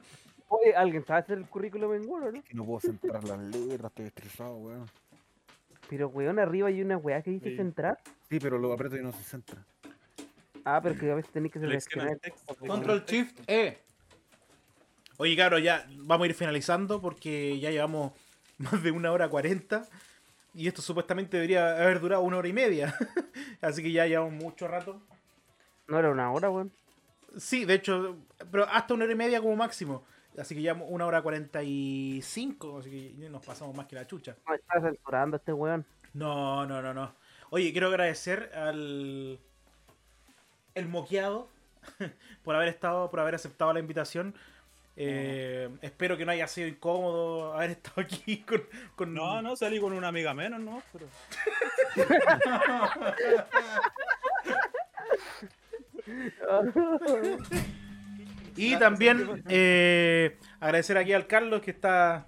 Speaker 3: Oye, ¿alguien sabe hacer el currículum en Word, o no?
Speaker 6: Que no puedo centrar las letras, estoy estresado, weón.
Speaker 3: Pero, weón, arriba hay una weá que dice
Speaker 1: Sí.
Speaker 3: centrar.
Speaker 6: Sí, pero lo aprieto y no se centra.
Speaker 3: Ah, pero que a veces tenés que
Speaker 1: Selecciona
Speaker 3: seleccionar.
Speaker 1: el texto.
Speaker 2: Control Shift E. Oye, cabros, ya vamos a ir finalizando porque ya llevamos [LAUGHS] más de una hora cuarenta. Y esto supuestamente debería haber durado una hora y media. [LAUGHS] Así que ya llevamos mucho rato.
Speaker 3: No era una hora, weón.
Speaker 2: Sí, de hecho, pero hasta una hora y media como máximo. Así que ya una hora cuarenta y cinco. Así que ya nos pasamos más que la chucha.
Speaker 3: No, está censurando este weón.
Speaker 2: No, no, no, no. Oye, quiero agradecer al el moqueado [LAUGHS] por haber estado, por haber aceptado la invitación. Eh,
Speaker 7: Oh.
Speaker 2: Espero que no haya sido incómodo haber [LAUGHS] estado aquí con, con-
Speaker 1: No, no, salí con una amiga menos, ¿no? Pero...
Speaker 2: Y también eh, agradecer aquí al Carlos que está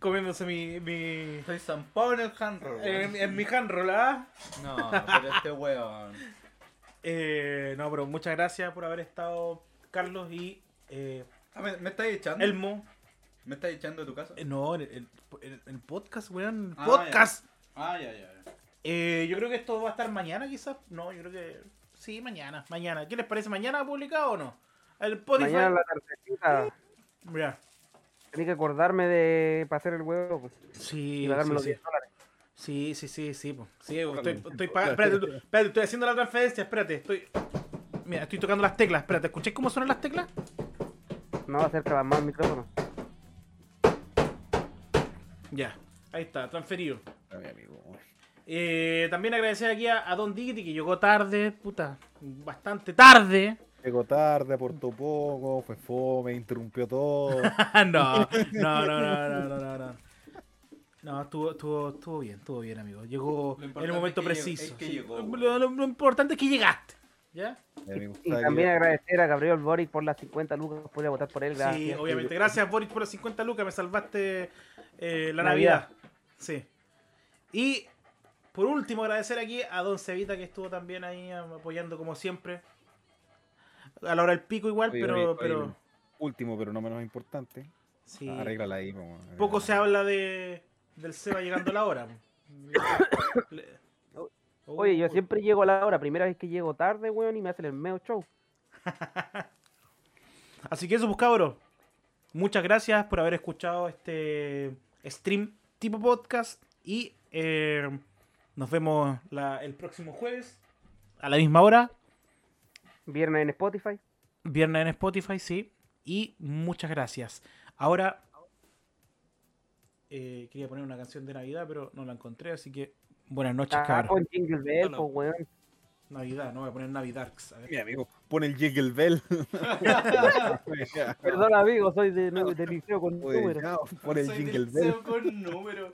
Speaker 2: comiéndose mi, mi
Speaker 7: Estoy zampado en el handroll.
Speaker 3: Eh.
Speaker 2: en, en mi handroll, ¿ah?
Speaker 7: No, pero este
Speaker 3: [LAUGHS]
Speaker 7: weón.
Speaker 2: Eh, no, pero muchas gracias por haber estado, Carlos y eh,
Speaker 7: Ah, ¿Me, me estáis echando?
Speaker 2: Elmo.
Speaker 7: ¿Me estáis echando de tu casa?
Speaker 2: Eh, No, el, el- el- el podcast, weón, el
Speaker 7: Ah, ya.
Speaker 2: podcast.
Speaker 7: Ah, ya, ya. ya.
Speaker 2: Eh, yo creo que esto va a estar mañana, quizás. No, yo creo que. Sí, mañana. Mañana. ¿Qué les parece? ¿Mañana publicado o no? El Spotify.
Speaker 3: Mañana en la tardecita.
Speaker 2: Mira.
Speaker 3: Tenía que acordarme de pasar el huevo, pues.
Speaker 2: Sí,
Speaker 3: Y pagarme los
Speaker 2: sí,
Speaker 3: 10 dólares.
Speaker 2: sí, sí, sí, sí, sí, po. Sí, po, estoy, estoy pagando. Espérate, tú- espérate, estoy haciendo la transferencia, espérate, estoy. Mira, estoy tocando las teclas, espérate, ¿escucháis cómo suenan las teclas?
Speaker 3: No, acerca más el micrófono.
Speaker 2: Ya, ahí está, transferido.
Speaker 6: A mi amigo. weón.
Speaker 2: Eh, también agradecer aquí a, a Don Diggity que llegó tarde, puta, bastante tarde.
Speaker 6: Llegó tarde, aportó poco, fue fome, interrumpió
Speaker 1: [LAUGHS]
Speaker 6: todo.
Speaker 2: [LAUGHS] no, no, no, no, no, no, no, no. No, estuvo, estuvo, estuvo bien, estuvo bien, amigo. Llegó
Speaker 7: Lo
Speaker 2: en
Speaker 7: importante
Speaker 2: el momento
Speaker 7: es que
Speaker 2: preciso.
Speaker 7: llegó- es que
Speaker 2: Sí.
Speaker 7: llegó, güey.
Speaker 2: lo, lo- lo importante es que llegaste. ¿Ya?
Speaker 6: Y a mí me
Speaker 3: Y
Speaker 6: gustaba que-
Speaker 3: también agradecer a Gabriel Boric por las 50 lucas. Pude votar por él, gracias.
Speaker 2: sí, obviamente. Gracias, Boris, por las 50 lucas. Me salvaste eh, la Navidad.
Speaker 3: Navidad.
Speaker 2: Sí. Y por último, agradecer aquí a Don Cevita que estuvo también ahí am, apoyando como siempre. A la hora del pico igual,
Speaker 6: Oye,
Speaker 2: pero,
Speaker 6: oye, oye,
Speaker 2: pero
Speaker 6: Último, pero no menos importante.
Speaker 2: sí.
Speaker 6: Arréglala ahí, po, weón.
Speaker 2: Poco se habla de del Seba llegando la hora.
Speaker 3: [COUGHS]
Speaker 2: Le-
Speaker 3: Oh,
Speaker 2: oh.
Speaker 3: Oye, yo
Speaker 2: Uy.
Speaker 3: siempre llego a la hora. Primera vez que llego tarde, weón, y me hacen el medio show.
Speaker 2: Así que eso, pues cabros. Muchas gracias por haber escuchado este stream tipo podcast. Y eh, nos vemos la- el próximo jueves a la misma hora.
Speaker 3: Viernes en Spotify.
Speaker 2: Viernes en Spotify, sí. Y muchas gracias. Ahora eh, quería poner una canción de Navidad, pero no la encontré. Así que buenas noches,
Speaker 3: Ah,
Speaker 2: cabros.
Speaker 3: con Jingle Bell,
Speaker 1: Hola.
Speaker 3: pues, weón.
Speaker 2: Navidad, no voy a poner Navidad. A ver.
Speaker 6: Mi amigo, pone el Jiggle
Speaker 2: [LAUGHS]
Speaker 6: Bell.
Speaker 3: Perdón, amigo, soy de, de liceo con
Speaker 6: Oye,
Speaker 3: números.
Speaker 6: ya, pone el
Speaker 7: Soy
Speaker 6: Jingle
Speaker 7: del
Speaker 6: Bell.
Speaker 7: CEO con número.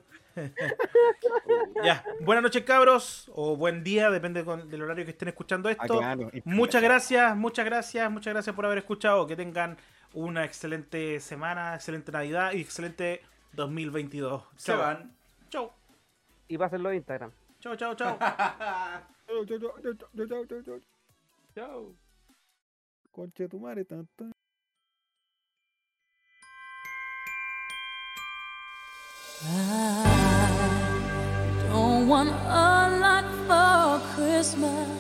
Speaker 2: Ya, buenas noches cabros, o buen día, depende con- del horario que estén escuchando esto.
Speaker 6: Ah, claro.
Speaker 2: Muchas gracias, muchas gracias, muchas gracias por haber escuchado. Que tengan una excelente semana, excelente Navidad y excelente 2022.
Speaker 7: Se
Speaker 2: Chao.
Speaker 7: van.
Speaker 2: Chau,
Speaker 3: Y pásenlo en Instagram.
Speaker 2: chau, chau, chau.
Speaker 6: Chau, chau, chau, chau, chau, chau, chau, chau.
Speaker 1: Chao.
Speaker 6: Conche tu madre, tan, tan.
Speaker 8: I don't want a lot for Christmas.